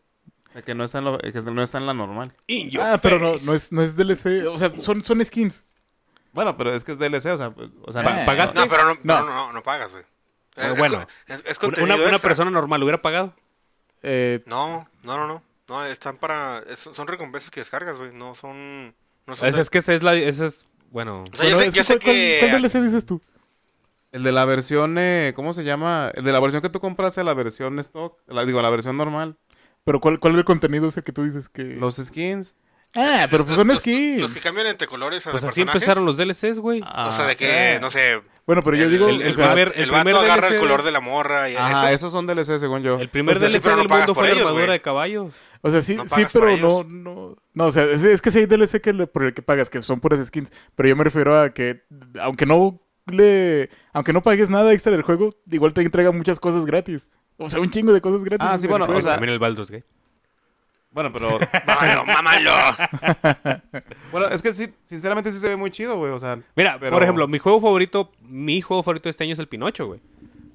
[SPEAKER 1] o sea, Que no está en, lo- que no está en la normal.
[SPEAKER 4] Ah, pero no, no, es, no es DLC. O sea, son, son skins.
[SPEAKER 1] Bueno, pero es que es DLC, o sea, pues, o sea
[SPEAKER 4] Pa-
[SPEAKER 1] no-
[SPEAKER 2] pagaste.
[SPEAKER 1] no-
[SPEAKER 3] No, pero no,
[SPEAKER 4] No.
[SPEAKER 3] pero no, no, no pagas, güey.
[SPEAKER 2] Ah,
[SPEAKER 3] Es- es
[SPEAKER 2] bueno.
[SPEAKER 3] co- Es, es
[SPEAKER 2] Una-
[SPEAKER 3] contenido
[SPEAKER 2] Una, una
[SPEAKER 3] extra.
[SPEAKER 2] persona normal hubiera pagado.
[SPEAKER 4] Eh,
[SPEAKER 3] No, no, no, no. No, están para... es- son recompensas que descargas, güey. No son... No son
[SPEAKER 2] Es,
[SPEAKER 3] de-
[SPEAKER 2] es que esa es la. Esa es, bueno.
[SPEAKER 3] O sea, yo
[SPEAKER 4] pero
[SPEAKER 3] sé,
[SPEAKER 4] es
[SPEAKER 3] yo sé
[SPEAKER 4] ¿cuál- cuál-
[SPEAKER 3] que...
[SPEAKER 4] ¿Cuál DLC dices tú?
[SPEAKER 1] El de la versión, eh, ¿cómo se llama? El de la versión que tú compraste, la versión stock, la, digo, la versión normal.
[SPEAKER 4] Pero ¿cuál, cuál es el contenido ese que tú dices que...?
[SPEAKER 1] Los skins.
[SPEAKER 4] Ah, pero pues son
[SPEAKER 3] los-
[SPEAKER 4] skins.
[SPEAKER 3] Los que cambian entre colores a
[SPEAKER 2] Pues
[SPEAKER 3] los
[SPEAKER 2] así
[SPEAKER 3] personajes.
[SPEAKER 2] empezaron los DLCs, güey.
[SPEAKER 1] Ah,
[SPEAKER 3] o sea, de que, no sé,
[SPEAKER 4] Bueno, pero yo
[SPEAKER 3] el-
[SPEAKER 4] digo...
[SPEAKER 2] el- el
[SPEAKER 4] o sea,
[SPEAKER 2] primer-
[SPEAKER 3] el, vato
[SPEAKER 2] primer
[SPEAKER 3] agarra el
[SPEAKER 2] DLC.
[SPEAKER 3] color de la morra y
[SPEAKER 1] Ajá,
[SPEAKER 3] eso.
[SPEAKER 1] esos son DLC, según yo.
[SPEAKER 2] El primer
[SPEAKER 3] O sea, sí,
[SPEAKER 2] DLC
[SPEAKER 3] pero no
[SPEAKER 2] del
[SPEAKER 3] pagas
[SPEAKER 2] mundo
[SPEAKER 3] por
[SPEAKER 2] fue la
[SPEAKER 3] ellos,
[SPEAKER 2] armadura
[SPEAKER 3] güey.
[SPEAKER 2] de caballos.
[SPEAKER 4] O sea, sí,
[SPEAKER 3] No
[SPEAKER 4] sí
[SPEAKER 3] pagas por
[SPEAKER 4] pero no,
[SPEAKER 3] ellos.
[SPEAKER 4] no... No, o sea, es, es que sí hay DLC que le- por el que pagas, que son puras skins. Pero yo me refiero a que, aunque no le... Aunque no pagues nada extra del juego, igual te entrega muchas cosas gratis. O sea, un chingo de cosas gratis.
[SPEAKER 1] Ah,
[SPEAKER 4] en
[SPEAKER 1] sí,
[SPEAKER 4] el
[SPEAKER 1] bueno,
[SPEAKER 4] juego.
[SPEAKER 1] o sea,
[SPEAKER 2] También el Baldur's Gate.
[SPEAKER 1] Bueno, pero
[SPEAKER 3] Mámalo, mámalo.
[SPEAKER 1] Bueno, es que sí, sinceramente sí se ve muy chido, güey. O sea,
[SPEAKER 2] Mira,
[SPEAKER 1] pero-
[SPEAKER 2] por ejemplo, mi juego favorito. Mi juego favorito de este año es el Pinocho, güey.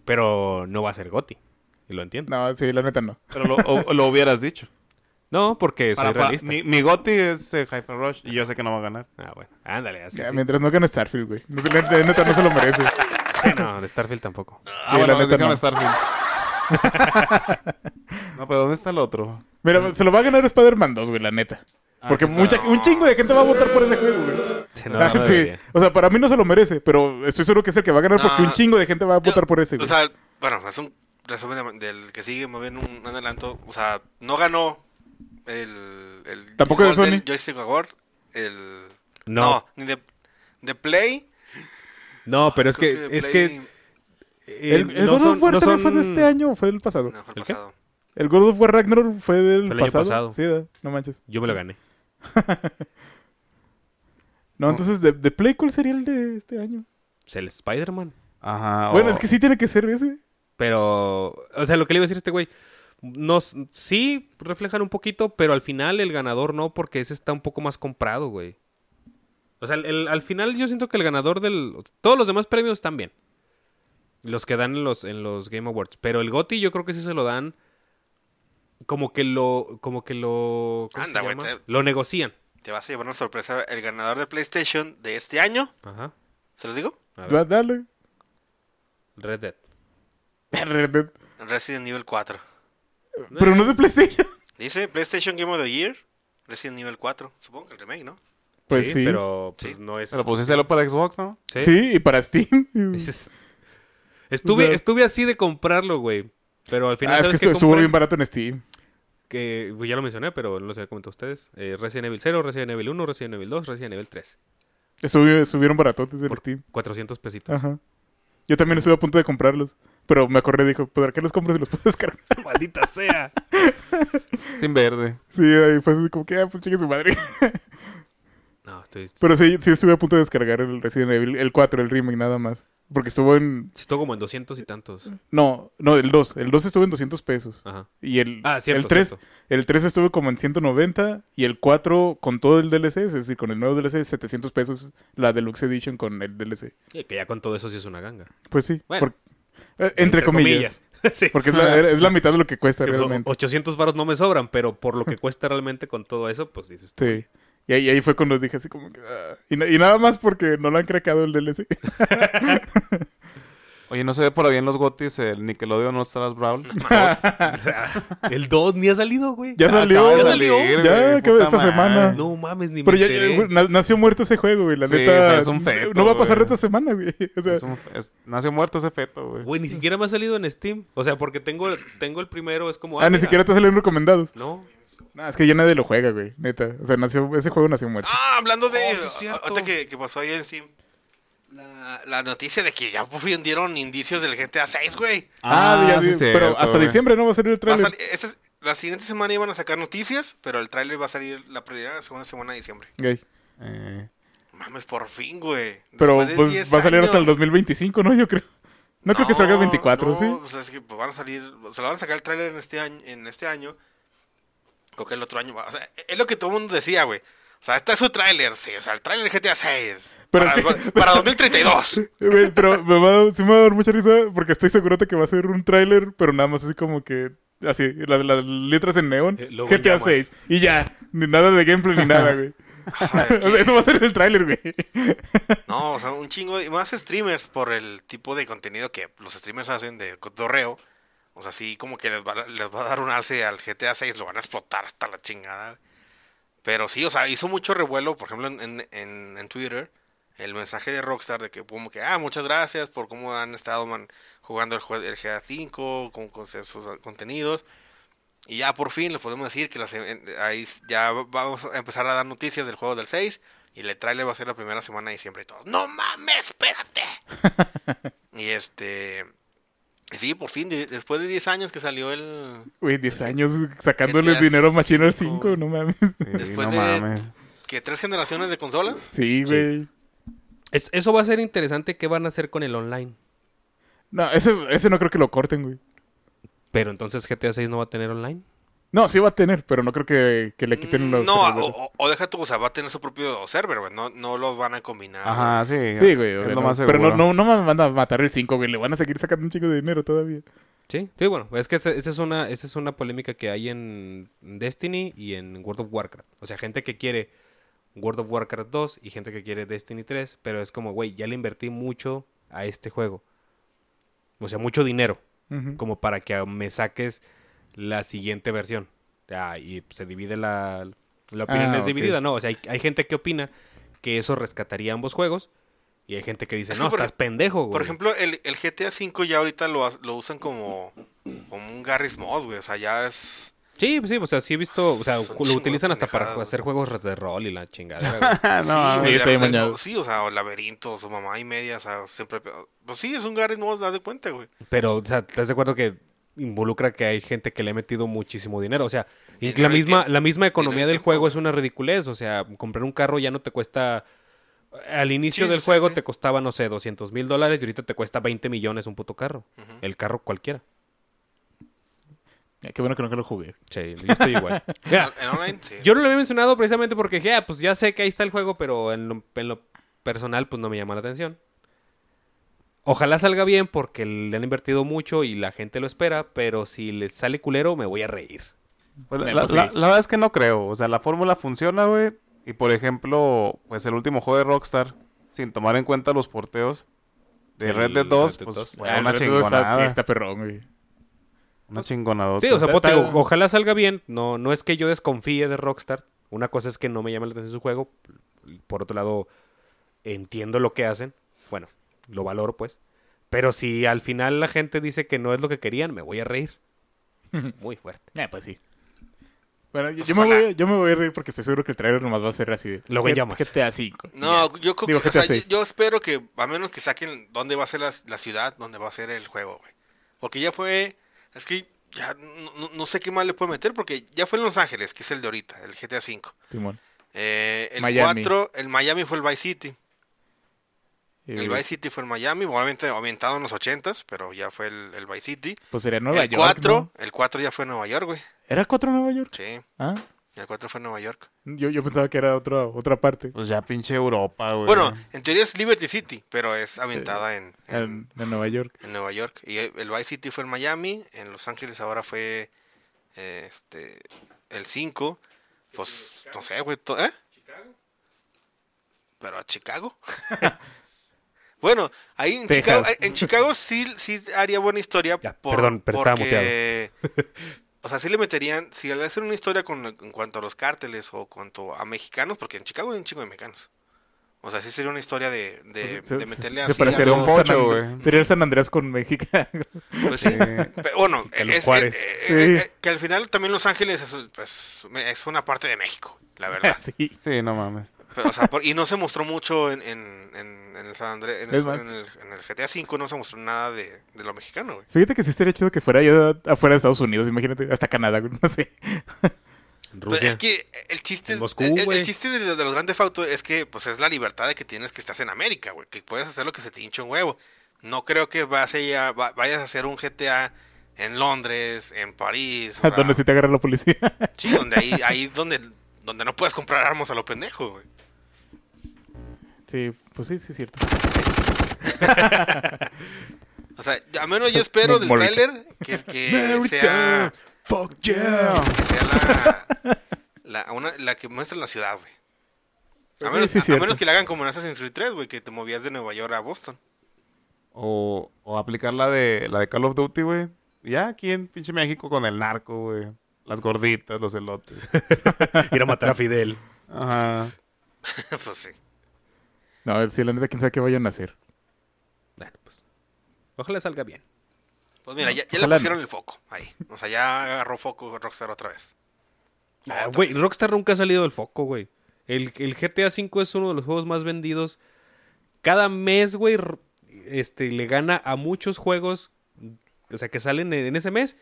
[SPEAKER 2] Pero no va a ser Goti. Y lo entiendo.
[SPEAKER 4] No, sí, la neta no.
[SPEAKER 1] pero lo, o- lo hubieras dicho.
[SPEAKER 2] No, porque soy
[SPEAKER 1] Para- para-
[SPEAKER 2] realista.
[SPEAKER 1] mi, mi goti es eh, Hyper Rush y yo sé que no va a ganar.
[SPEAKER 2] Ah, bueno. Ándale, así.
[SPEAKER 4] Ya,
[SPEAKER 2] sí.
[SPEAKER 4] Mientras no gane Starfield, güey. No se- la la neta no se lo merece.
[SPEAKER 2] Sí, no, de Starfield tampoco.
[SPEAKER 1] Ah,
[SPEAKER 4] bueno,
[SPEAKER 1] bueno,
[SPEAKER 4] neta
[SPEAKER 1] dejaron
[SPEAKER 4] no.
[SPEAKER 1] Starfield. no, pero ¿dónde está el otro?
[SPEAKER 4] Mira, se lo va a ganar Spider-Man 2, güey, la neta.
[SPEAKER 3] Ah,
[SPEAKER 4] Porque
[SPEAKER 3] pues
[SPEAKER 4] mucha, un chingo de gente va a votar por ese juego, güey.
[SPEAKER 2] Sí, no,
[SPEAKER 4] Ah,
[SPEAKER 2] no
[SPEAKER 4] sí.
[SPEAKER 2] debería.
[SPEAKER 4] O sea, para mí no se lo merece, pero estoy seguro que es el que va a ganar porque
[SPEAKER 3] No.
[SPEAKER 4] un chingo de gente va a votar por ese,
[SPEAKER 3] Ah, O
[SPEAKER 4] güey.
[SPEAKER 3] sea, bueno, es un resumen de- del que sigue, me ven un adelanto. O sea, no ganó el... el
[SPEAKER 4] Tampoco de
[SPEAKER 3] Golden
[SPEAKER 4] Sony.
[SPEAKER 3] Joystick Award, el...
[SPEAKER 2] No.
[SPEAKER 3] ni de, de Play.
[SPEAKER 2] No, pero es que,
[SPEAKER 3] Creo
[SPEAKER 2] es que
[SPEAKER 3] Play-
[SPEAKER 2] eh,
[SPEAKER 4] el el
[SPEAKER 2] no
[SPEAKER 4] God
[SPEAKER 2] son-
[SPEAKER 4] of War
[SPEAKER 2] no
[SPEAKER 4] también fue
[SPEAKER 2] son-
[SPEAKER 4] de este año o fue del pasado.
[SPEAKER 3] No, fue el
[SPEAKER 2] ¿El qué?
[SPEAKER 3] pasado.
[SPEAKER 4] El God of War Ragnarok fue del
[SPEAKER 2] Fue el año
[SPEAKER 4] pasado.
[SPEAKER 2] pasado.
[SPEAKER 4] Sí, da, no manches.
[SPEAKER 2] Yo me lo gané.
[SPEAKER 4] No, entonces de, de Play ¿cuál sería el de este año?
[SPEAKER 2] Es el Spider-Man.
[SPEAKER 1] Ajá.
[SPEAKER 4] Bueno,
[SPEAKER 1] o-
[SPEAKER 4] es que sí tiene que ser ese.
[SPEAKER 2] Pero, o sea, lo que le iba a decir a este güey, nos, sí reflejan un poquito, pero al final el ganador no, porque ese está un poco más comprado, güey. O sea, el- el- al final yo siento que el ganador del... Todos los demás premios están bien. Los que dan en los, en los Game Awards. Pero el GOTI yo creo que sí se lo dan como que lo... Como que lo... ¿cómo se
[SPEAKER 3] Anda, güey,
[SPEAKER 2] llama?
[SPEAKER 3] te-
[SPEAKER 2] Lo negocian.
[SPEAKER 3] Te vas a llevar una sorpresa. El ganador de PlayStation de este año,
[SPEAKER 2] Ajá.
[SPEAKER 3] ¿se los digo?
[SPEAKER 2] A ver,
[SPEAKER 4] Da- Dale.
[SPEAKER 2] Red Dead.
[SPEAKER 4] Pero
[SPEAKER 3] Resident Evil 4.
[SPEAKER 4] no es de PlayStation.
[SPEAKER 3] Dice PlayStation Game of the Year, Resident Evil 4. Supongo que el remake, ¿no?
[SPEAKER 4] Pues sí.
[SPEAKER 2] Pero pues,
[SPEAKER 3] Sí.
[SPEAKER 2] no es...
[SPEAKER 1] Pero pusíselo para Xbox, ¿no?
[SPEAKER 2] sí.
[SPEAKER 4] Sí, y para Steam.
[SPEAKER 2] Dices, Estuve,
[SPEAKER 4] O sea-
[SPEAKER 2] estuve así de comprarlo, güey. Pero al final.
[SPEAKER 4] Ah, es que
[SPEAKER 2] ¿sabes
[SPEAKER 4] estuvo,
[SPEAKER 2] qué
[SPEAKER 4] estuvo
[SPEAKER 2] compré?
[SPEAKER 4] bien barato en Steam.
[SPEAKER 2] Que, güey, ya lo mencioné, pero no lo había comentado a ustedes. Eh, Resident Evil 0, Resident Evil 1, Resident Evil 2, Resident Evil 3.
[SPEAKER 4] Estuvi- subieron baratotes en
[SPEAKER 2] Por
[SPEAKER 4] Steam.
[SPEAKER 2] 400 pesitos.
[SPEAKER 4] Ajá. Yo también estuve a punto de comprarlos. Pero me acordé, dijo, "Pues, ¿para qué los compras si los puedes descargar?
[SPEAKER 2] Maldita sea.
[SPEAKER 1] Steam Verde.
[SPEAKER 4] Sí, ahí fue así como que, ah, pues chingue su madre.
[SPEAKER 2] No, estoy. sí
[SPEAKER 4] Pero sí, sí estuve a punto de descargar el Resident Evil, el 4, el remake nada más. Porque estuvo en...
[SPEAKER 2] Estuvo como en 200 y tantos.
[SPEAKER 4] No, no, el 2. El 2 estuvo en 200 pesos.
[SPEAKER 2] Ajá.
[SPEAKER 4] Y el,
[SPEAKER 2] Ah, cierto.
[SPEAKER 4] el 3
[SPEAKER 2] cierto.
[SPEAKER 4] el 3 estuvo como en 190 y el 4 con todo el DLC, es decir, con el nuevo DLC, 700 pesos la Deluxe Edition con el DLC.
[SPEAKER 2] Eh, que ya con todo eso sí es una ganga.
[SPEAKER 4] Pues sí,
[SPEAKER 2] Bueno.
[SPEAKER 4] por- eh, entre, comillas.
[SPEAKER 2] comillas. sí.
[SPEAKER 4] Porque es la, es la mitad de lo que cuesta
[SPEAKER 2] Sí, pues,
[SPEAKER 4] realmente.
[SPEAKER 2] 800 varos no me sobran, pero por lo que cuesta realmente con todo eso, pues dices. tú,
[SPEAKER 4] Sí. Y ahí, ahí fue cuando dije así como que... ah, Y, na- y nada más porque no lo han cracado el DLC.
[SPEAKER 5] Oye, no se ve por ahí en los gotis el Nickelodeon All-Stars Brawl.
[SPEAKER 2] El 2 ni ha salido, güey.
[SPEAKER 4] Ya salió.
[SPEAKER 5] Ah, Acaba de
[SPEAKER 2] ¿Ya salió?
[SPEAKER 5] salir,
[SPEAKER 4] Ya,
[SPEAKER 5] güey,
[SPEAKER 4] acaba
[SPEAKER 5] puta
[SPEAKER 4] de esta semana.
[SPEAKER 5] madre.
[SPEAKER 2] No mames, ni
[SPEAKER 4] Pero
[SPEAKER 2] me
[SPEAKER 4] ya, eh,
[SPEAKER 2] enteré.
[SPEAKER 4] güey, na- nació muerto ese juego, güey. La
[SPEAKER 5] Sí,
[SPEAKER 4] neta.
[SPEAKER 5] güey, es un feto,
[SPEAKER 4] no va a pasar
[SPEAKER 5] güey.
[SPEAKER 4] esta semana, güey. O sea, ah,
[SPEAKER 5] Es un- es- nació muerto ese feto, güey.
[SPEAKER 2] Güey, ni siquiera me ha salido en Steam. O sea, porque tengo, tengo el primero, es como...
[SPEAKER 4] ah, ni
[SPEAKER 2] mira.
[SPEAKER 4] siquiera te salen recomendados.
[SPEAKER 2] No.
[SPEAKER 4] No, es que ya nadie lo juega, güey. Neta. O sea, nació, ese juego nació muerto.
[SPEAKER 3] Ah, hablando de.
[SPEAKER 2] Oh, sí es cierto.
[SPEAKER 3] ahorita que, que pasó ayer en Steam. La, la noticia de que ya por fin dieron indicios del GTA 6, güey.
[SPEAKER 4] Ah, ya
[SPEAKER 5] sí,
[SPEAKER 4] vi.
[SPEAKER 5] cierto,
[SPEAKER 4] Pero hasta
[SPEAKER 5] güey.
[SPEAKER 4] diciembre no va a salir el
[SPEAKER 3] Va a
[SPEAKER 4] trailer.
[SPEAKER 3] sali- esta es- la siguiente semana iban a sacar noticias, pero el tráiler va a salir la primera segunda semana de diciembre.
[SPEAKER 5] Eh,
[SPEAKER 3] Mames, por fin, güey.
[SPEAKER 4] Pero
[SPEAKER 3] Después de
[SPEAKER 4] pues
[SPEAKER 3] 10
[SPEAKER 4] va a salir hasta el
[SPEAKER 3] años.
[SPEAKER 4] 2025, ¿no? Yo creo. No, creo que salga el 24,
[SPEAKER 3] no,
[SPEAKER 4] ¿sí?
[SPEAKER 3] O sea, es que pues, van a salir, o sea, van a sacar el tráiler en este año, en este año. Creo que el otro año va, o sea, es lo que todo el mundo decía, güey. O sea, este es su tráiler, sí, o sea, el tráiler del GTA 6.
[SPEAKER 4] Pero
[SPEAKER 3] para,
[SPEAKER 4] es que-
[SPEAKER 3] para 2032.
[SPEAKER 4] Güey, pero me va, a- sí me va a dar mucha risa porque estoy seguro de que va a ser un tráiler, pero nada más así como que... Así, la- las, letras en neón,
[SPEAKER 2] Eh, luego
[SPEAKER 4] GTA
[SPEAKER 2] llamas.
[SPEAKER 4] 6, y ya, ni nada de gameplay ni nada, güey.
[SPEAKER 3] Ay, Ah, es
[SPEAKER 4] O sea,
[SPEAKER 3] que-
[SPEAKER 4] eso va a ser el tráiler, güey.
[SPEAKER 3] no, o sea, un chingo de, y más streamers por el tipo de contenido que los streamers hacen de cotorreo. O sea, sí, como que les va, a- les va a dar un alce al GTA 6, lo van a explotar hasta la chingada. güey. Pero sí, o sea, hizo mucho revuelo, por ejemplo, en, en- en- en Twitter, el mensaje de Rockstar de que, como que, ah, muchas gracias por cómo han estado man, jugando el, jue- el GTA 5 con, con sus contenidos. Y ya por fin les podemos decir que las- en- ahí s- ya va- vamos a empezar a dar noticias del juego del 6 y el trailer va a ser la primera semana de diciembre y todos. ¡No mames, espérate! y este... Sí, por fin, de- después de 10 años que salió el...
[SPEAKER 4] Güey, 10 años sacándole
[SPEAKER 3] GTA
[SPEAKER 4] dinero machino al
[SPEAKER 3] 5,
[SPEAKER 4] 5, no mames.
[SPEAKER 5] sí,
[SPEAKER 3] Después
[SPEAKER 5] no
[SPEAKER 3] de-
[SPEAKER 5] mames.
[SPEAKER 3] que ¿Tres generaciones de consolas?
[SPEAKER 4] Sí, güey.
[SPEAKER 2] Es- eso va a ser interesante qué van a hacer con el online.
[SPEAKER 4] No, ese, ese no creo que lo corten, güey.
[SPEAKER 2] Pero entonces GTA 6 no va a tener online.
[SPEAKER 4] No, sí va a tener, pero no creo que, que le quiten los...
[SPEAKER 3] Mm, No,
[SPEAKER 4] servidores.
[SPEAKER 3] o, o- o deja tú, o sea, va a tener su propio server, güey. No, no los van a combinar.
[SPEAKER 5] Ajá, sí.
[SPEAKER 4] Sí, güey. o
[SPEAKER 5] Es
[SPEAKER 4] sea,
[SPEAKER 5] lo
[SPEAKER 4] no,
[SPEAKER 5] más seguro.
[SPEAKER 4] pero no, no, no me van a matar el 5, güey. Le van a seguir sacando un chico de dinero todavía.
[SPEAKER 2] Sí, sí, bueno, es que ese- esa es una, esa es una polémica que hay en Destiny y en World of Warcraft. O sea, gente que quiere World of Warcraft 2 y gente que quiere Destiny 3, pero es como, güey, ya le invertí mucho a este juego. O sea, mucho dinero,
[SPEAKER 4] Ujú.
[SPEAKER 2] como para que me saques la siguiente versión. Ah, y se divide la... La opinión
[SPEAKER 4] Ah,
[SPEAKER 2] es
[SPEAKER 4] ok.
[SPEAKER 2] dividida, ¿no? O sea, hay, hay gente que opina que eso rescataría ambos juegos y hay gente que dice,
[SPEAKER 3] Es que
[SPEAKER 2] no,
[SPEAKER 3] por
[SPEAKER 2] estás
[SPEAKER 3] ej-
[SPEAKER 2] pendejo, güey.
[SPEAKER 3] Por ejemplo, el, el GTA V ya ahorita lo, ha- lo usan como, como un Garry's Mod, güey. O sea, ya es...
[SPEAKER 2] Sí, pues sí, o sea, sí he visto, o sea,
[SPEAKER 3] Es un
[SPEAKER 2] lo
[SPEAKER 3] chingo de
[SPEAKER 2] utilizan hasta para
[SPEAKER 3] pendejadas,
[SPEAKER 2] hacer juegos de rol y la chingada. güey.
[SPEAKER 1] Ah,
[SPEAKER 5] no,
[SPEAKER 3] güey,
[SPEAKER 4] sí,
[SPEAKER 3] de
[SPEAKER 4] está bien
[SPEAKER 3] verdad,
[SPEAKER 4] bañado.
[SPEAKER 3] no, sí, o sea, o laberintos, o mamá y media, o sea, siempre... Pues sí, es un Garry's Mod, haz de cuenta, güey.
[SPEAKER 2] Pero, o sea, ¿estás de acuerdo que involucra que hay gente que le ha metido muchísimo dinero? O sea, y
[SPEAKER 3] Dinero
[SPEAKER 2] la
[SPEAKER 3] y
[SPEAKER 2] misma,
[SPEAKER 3] tie-
[SPEAKER 2] la misma
[SPEAKER 3] dinero
[SPEAKER 2] economía
[SPEAKER 3] y
[SPEAKER 2] del
[SPEAKER 3] tiempo,
[SPEAKER 2] juego
[SPEAKER 3] güey.
[SPEAKER 2] es una ridiculez. O sea, comprar un carro ya no te cuesta... Al inicio
[SPEAKER 3] Sí,
[SPEAKER 2] del
[SPEAKER 3] sí,
[SPEAKER 2] juego
[SPEAKER 3] sí.
[SPEAKER 2] te costaba, no sé, 200 mil dólares y ahorita te cuesta 20 millones un puto carro. El carro cualquiera.
[SPEAKER 4] Ya, Qué bueno que nunca lo jugué.
[SPEAKER 2] Sí, yo estoy igual. Mira,
[SPEAKER 3] En online, sí.
[SPEAKER 2] Yo no lo había mencionado precisamente porque dije, ah, pues ya sé que ahí está el juego, pero en lo, en lo personal, pues no me llama la atención. Ojalá salga bien porque le han invertido mucho y la gente lo espera, pero si le sale culero, me voy a reír.
[SPEAKER 5] Pues,
[SPEAKER 4] Me
[SPEAKER 5] la,
[SPEAKER 4] puse-
[SPEAKER 5] la- la verdad es que no creo. O sea, la fórmula funciona, güey. Y por ejemplo, pues el último juego de Rockstar, sin tomar en cuenta los porteos de
[SPEAKER 2] El
[SPEAKER 5] Red Dead 2,
[SPEAKER 2] Red Dead
[SPEAKER 5] pues
[SPEAKER 2] 2.
[SPEAKER 5] fue
[SPEAKER 4] Ah,
[SPEAKER 5] una
[SPEAKER 4] el Red Dead está-
[SPEAKER 5] chingonada.
[SPEAKER 4] Sí, está perrón, güey.
[SPEAKER 5] Una chingonadota.
[SPEAKER 2] Sí, o sea,
[SPEAKER 4] ta-
[SPEAKER 2] pues, te digo,
[SPEAKER 4] tal-
[SPEAKER 2] ojalá salga bien. No, no es que yo desconfíe de Rockstar. Una cosa es que no me llama la atención su juego. Por otro lado, entiendo lo que hacen. Bueno, lo valoro, pues. Pero si al final la gente dice que no es lo que querían, me voy a reír. Muy fuerte.
[SPEAKER 4] Eh, pues sí. Bueno, yo,
[SPEAKER 3] Pues
[SPEAKER 4] yo me
[SPEAKER 3] ojalá.
[SPEAKER 4] voy, yo me voy a reír porque estoy seguro que el trailer nomás va a ser así. de
[SPEAKER 2] Luego
[SPEAKER 4] G-
[SPEAKER 2] llamas.
[SPEAKER 4] GTA 5.
[SPEAKER 3] No, yo creo
[SPEAKER 4] Digo,
[SPEAKER 3] que, o sea,
[SPEAKER 4] GTA
[SPEAKER 3] yo,
[SPEAKER 4] seis.
[SPEAKER 3] yo espero que, a menos que saquen dónde va a ser la, la ciudad, dónde va a ser el juego, güey. Porque ya fue, es que ya no, no- no sé qué más le puedo meter, porque ya fue en Los Ángeles, que es el de ahorita, el GTA V.
[SPEAKER 4] Simón.
[SPEAKER 3] Eh, el
[SPEAKER 4] Miami.
[SPEAKER 3] 4, el Miami fue el Vice City.
[SPEAKER 4] Eh,
[SPEAKER 3] El Vice City fue el Miami, obviamente aumentado en los 80s, pero ya fue el, el Vice City.
[SPEAKER 4] Pues sería Nueva
[SPEAKER 3] el
[SPEAKER 4] York.
[SPEAKER 3] 4,
[SPEAKER 4] ¿no?
[SPEAKER 3] el 4 ya fue en Nueva York, güey.
[SPEAKER 4] ¿Era 4 Nueva York?
[SPEAKER 3] Sí,
[SPEAKER 4] Ah,
[SPEAKER 3] el 4 fue en Nueva York.
[SPEAKER 4] yo, yo pensaba que era otra, otra parte.
[SPEAKER 5] Pues ya pinche Europa, güey.
[SPEAKER 3] Bueno, en teoría es Liberty City, pero es ambientada en- en,
[SPEAKER 4] En, en Nueva York.
[SPEAKER 3] en Nueva York. Y eh, el el Vice City fue en Miami, en Los Ángeles ahora fue eh, este el 5. Pues no sé, güey, to- ¿eh? Pero a Chicago. Bueno, ahí en
[SPEAKER 4] Texas.
[SPEAKER 3] Chicago, eh, en Chicago sí, sí haría buena historia.
[SPEAKER 2] Ya, perdón, pero estaba
[SPEAKER 3] O sea, sí le meterían, si le hacen una historia con, en cuanto a los cárteles o cuanto a mexicanos, porque en Chicago hay un chingo de mexicanos. O sea, sí sería una historia de, de,
[SPEAKER 4] Pues, Se-
[SPEAKER 3] de meterle
[SPEAKER 4] se
[SPEAKER 3] así.
[SPEAKER 4] parecería
[SPEAKER 3] a
[SPEAKER 4] un
[SPEAKER 3] los-
[SPEAKER 4] San
[SPEAKER 5] Pocho,
[SPEAKER 4] Andrés-
[SPEAKER 5] güey.
[SPEAKER 4] Sería el San Andrés con México.
[SPEAKER 3] pues sí. Pe- bueno,
[SPEAKER 2] Que los
[SPEAKER 3] es-
[SPEAKER 2] Juárez.
[SPEAKER 3] eh, eh,
[SPEAKER 4] Sí.
[SPEAKER 3] eh, que al final también Los Ángeles es, pues, es una parte de México, la verdad.
[SPEAKER 4] sí.
[SPEAKER 5] Sí, no mames.
[SPEAKER 3] Pero, o sea, por- y no se mostró mucho en, en, en, en el San Andrés, en el,
[SPEAKER 4] Es más.
[SPEAKER 3] en el- en el GTA V no se mostró nada de, de lo mexicano, güey.
[SPEAKER 4] Fíjate que sí estaría chido que fuera yo afuera de Estados Unidos, imagínate, hasta Canadá, güey, no sé.
[SPEAKER 3] Pero
[SPEAKER 2] Rusia.
[SPEAKER 3] Pues es que el chiste,
[SPEAKER 2] En Moscú,
[SPEAKER 3] el, el
[SPEAKER 2] güey.
[SPEAKER 3] chiste de, de los grandes fautos es que pues es la libertad de que tienes que estás en América, güey, que puedes hacer lo que se te hincha un huevo. No creo que vas a ir a- va- vayas a hacer un GTA en Londres, en París, o sea,
[SPEAKER 4] Donde sí te agarra la policía.
[SPEAKER 3] sí, donde ahí, ahí donde, donde no puedes comprar armas a lo pendejo, güey.
[SPEAKER 4] Sí, pues sí, sí es cierto.
[SPEAKER 3] O sea, al menos yo espero del
[SPEAKER 4] Morica.
[SPEAKER 3] tráiler que el que sea que sea la, la, una- la que muestra la ciudad, güey. A
[SPEAKER 4] Sí,
[SPEAKER 3] menos,
[SPEAKER 4] sí,
[SPEAKER 3] a- a,
[SPEAKER 4] cierto.
[SPEAKER 3] menos que la hagan como en Assassin's Creed 3, güey, que te movías de Nueva York a Boston.
[SPEAKER 5] O, o aplicar la de, la de Call of Duty, güey. Ya aquí en pinche México con el narco, güey. Las gorditas, los elotes.
[SPEAKER 2] Ir a matar a Fidel.
[SPEAKER 5] Ajá.
[SPEAKER 3] pues sí.
[SPEAKER 4] No, sí, la neta, quién sabe qué vayan a hacer.
[SPEAKER 2] Bueno, pues. Ojalá salga bien.
[SPEAKER 3] Pues mira, ya, ya le
[SPEAKER 4] Ojalá no.
[SPEAKER 3] pusieron el foco ahí. O sea, ya agarró foco Rockstar otra vez.
[SPEAKER 2] Ah,
[SPEAKER 3] Otra
[SPEAKER 2] güey,
[SPEAKER 3] vez.
[SPEAKER 2] Rockstar nunca ha salido del foco, güey. El, el GTA V es uno de los juegos más vendidos. Cada mes, güey, r- este, le gana a muchos juegos, o sea, que salen en, en ese mes.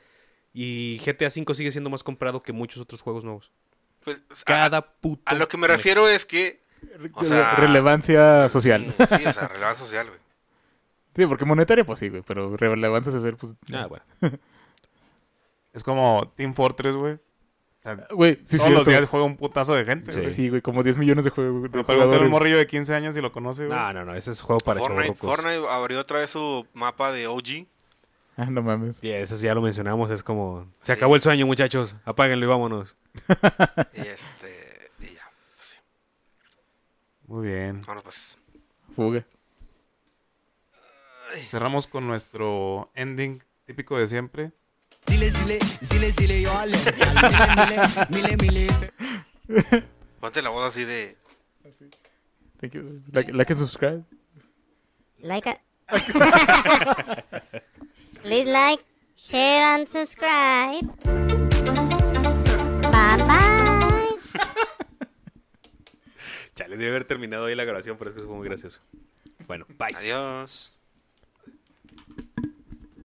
[SPEAKER 2] Y GTA V sigue siendo más comprado que muchos otros juegos nuevos.
[SPEAKER 3] Pues, a,
[SPEAKER 2] Cada puto.
[SPEAKER 3] a lo que me
[SPEAKER 2] mes.
[SPEAKER 3] refiero es que. O sea,
[SPEAKER 4] relevancia social.
[SPEAKER 3] Sí, sí, o sea, relevancia social, güey.
[SPEAKER 4] Sí, porque monetaria, pues sí, güey, pero relevancia social, pues.
[SPEAKER 2] Ah,
[SPEAKER 4] no.
[SPEAKER 2] bueno.
[SPEAKER 5] Es como Team Fortress, güey. O sea,
[SPEAKER 4] Güey, sí,
[SPEAKER 5] todos los
[SPEAKER 4] cierto.
[SPEAKER 5] días juega un putazo de gente.
[SPEAKER 2] Sí.
[SPEAKER 5] Sí.
[SPEAKER 4] Sí, güey, como 10 millones de juegos. De
[SPEAKER 5] Pregúntale a un
[SPEAKER 4] jugadores.
[SPEAKER 5] morrillo de 15 años si lo conoce, güey.
[SPEAKER 2] No, no, no, ese es juego para
[SPEAKER 3] Fortnite,
[SPEAKER 2] chavorrucos.
[SPEAKER 3] Fortnite abrió otra vez su mapa de OG.
[SPEAKER 4] Ah, no mames.
[SPEAKER 2] Yeah, eso sí ya lo mencionamos, es como... Se
[SPEAKER 3] Sí.
[SPEAKER 2] acabó el sueño, muchachos. Apáguenlo y vámonos.
[SPEAKER 3] Y este. Y ya. Pues sí.
[SPEAKER 5] Muy bien.
[SPEAKER 3] Bueno, pues.
[SPEAKER 4] Fuga.
[SPEAKER 5] Cerramos con nuestro ending típico de siempre.
[SPEAKER 6] Dile, dile, dile, dile, yo ale. Dile, mile, mile, mile.
[SPEAKER 3] Ponte la voz así de.
[SPEAKER 4] Thank you. Like, like and subscribe.
[SPEAKER 7] Like a. Please like, share, and subscribe. Bye bye.
[SPEAKER 2] Chale, debe haber terminado ahí la grabación, pero es que es muy gracioso. Bueno, bye.
[SPEAKER 3] Adiós.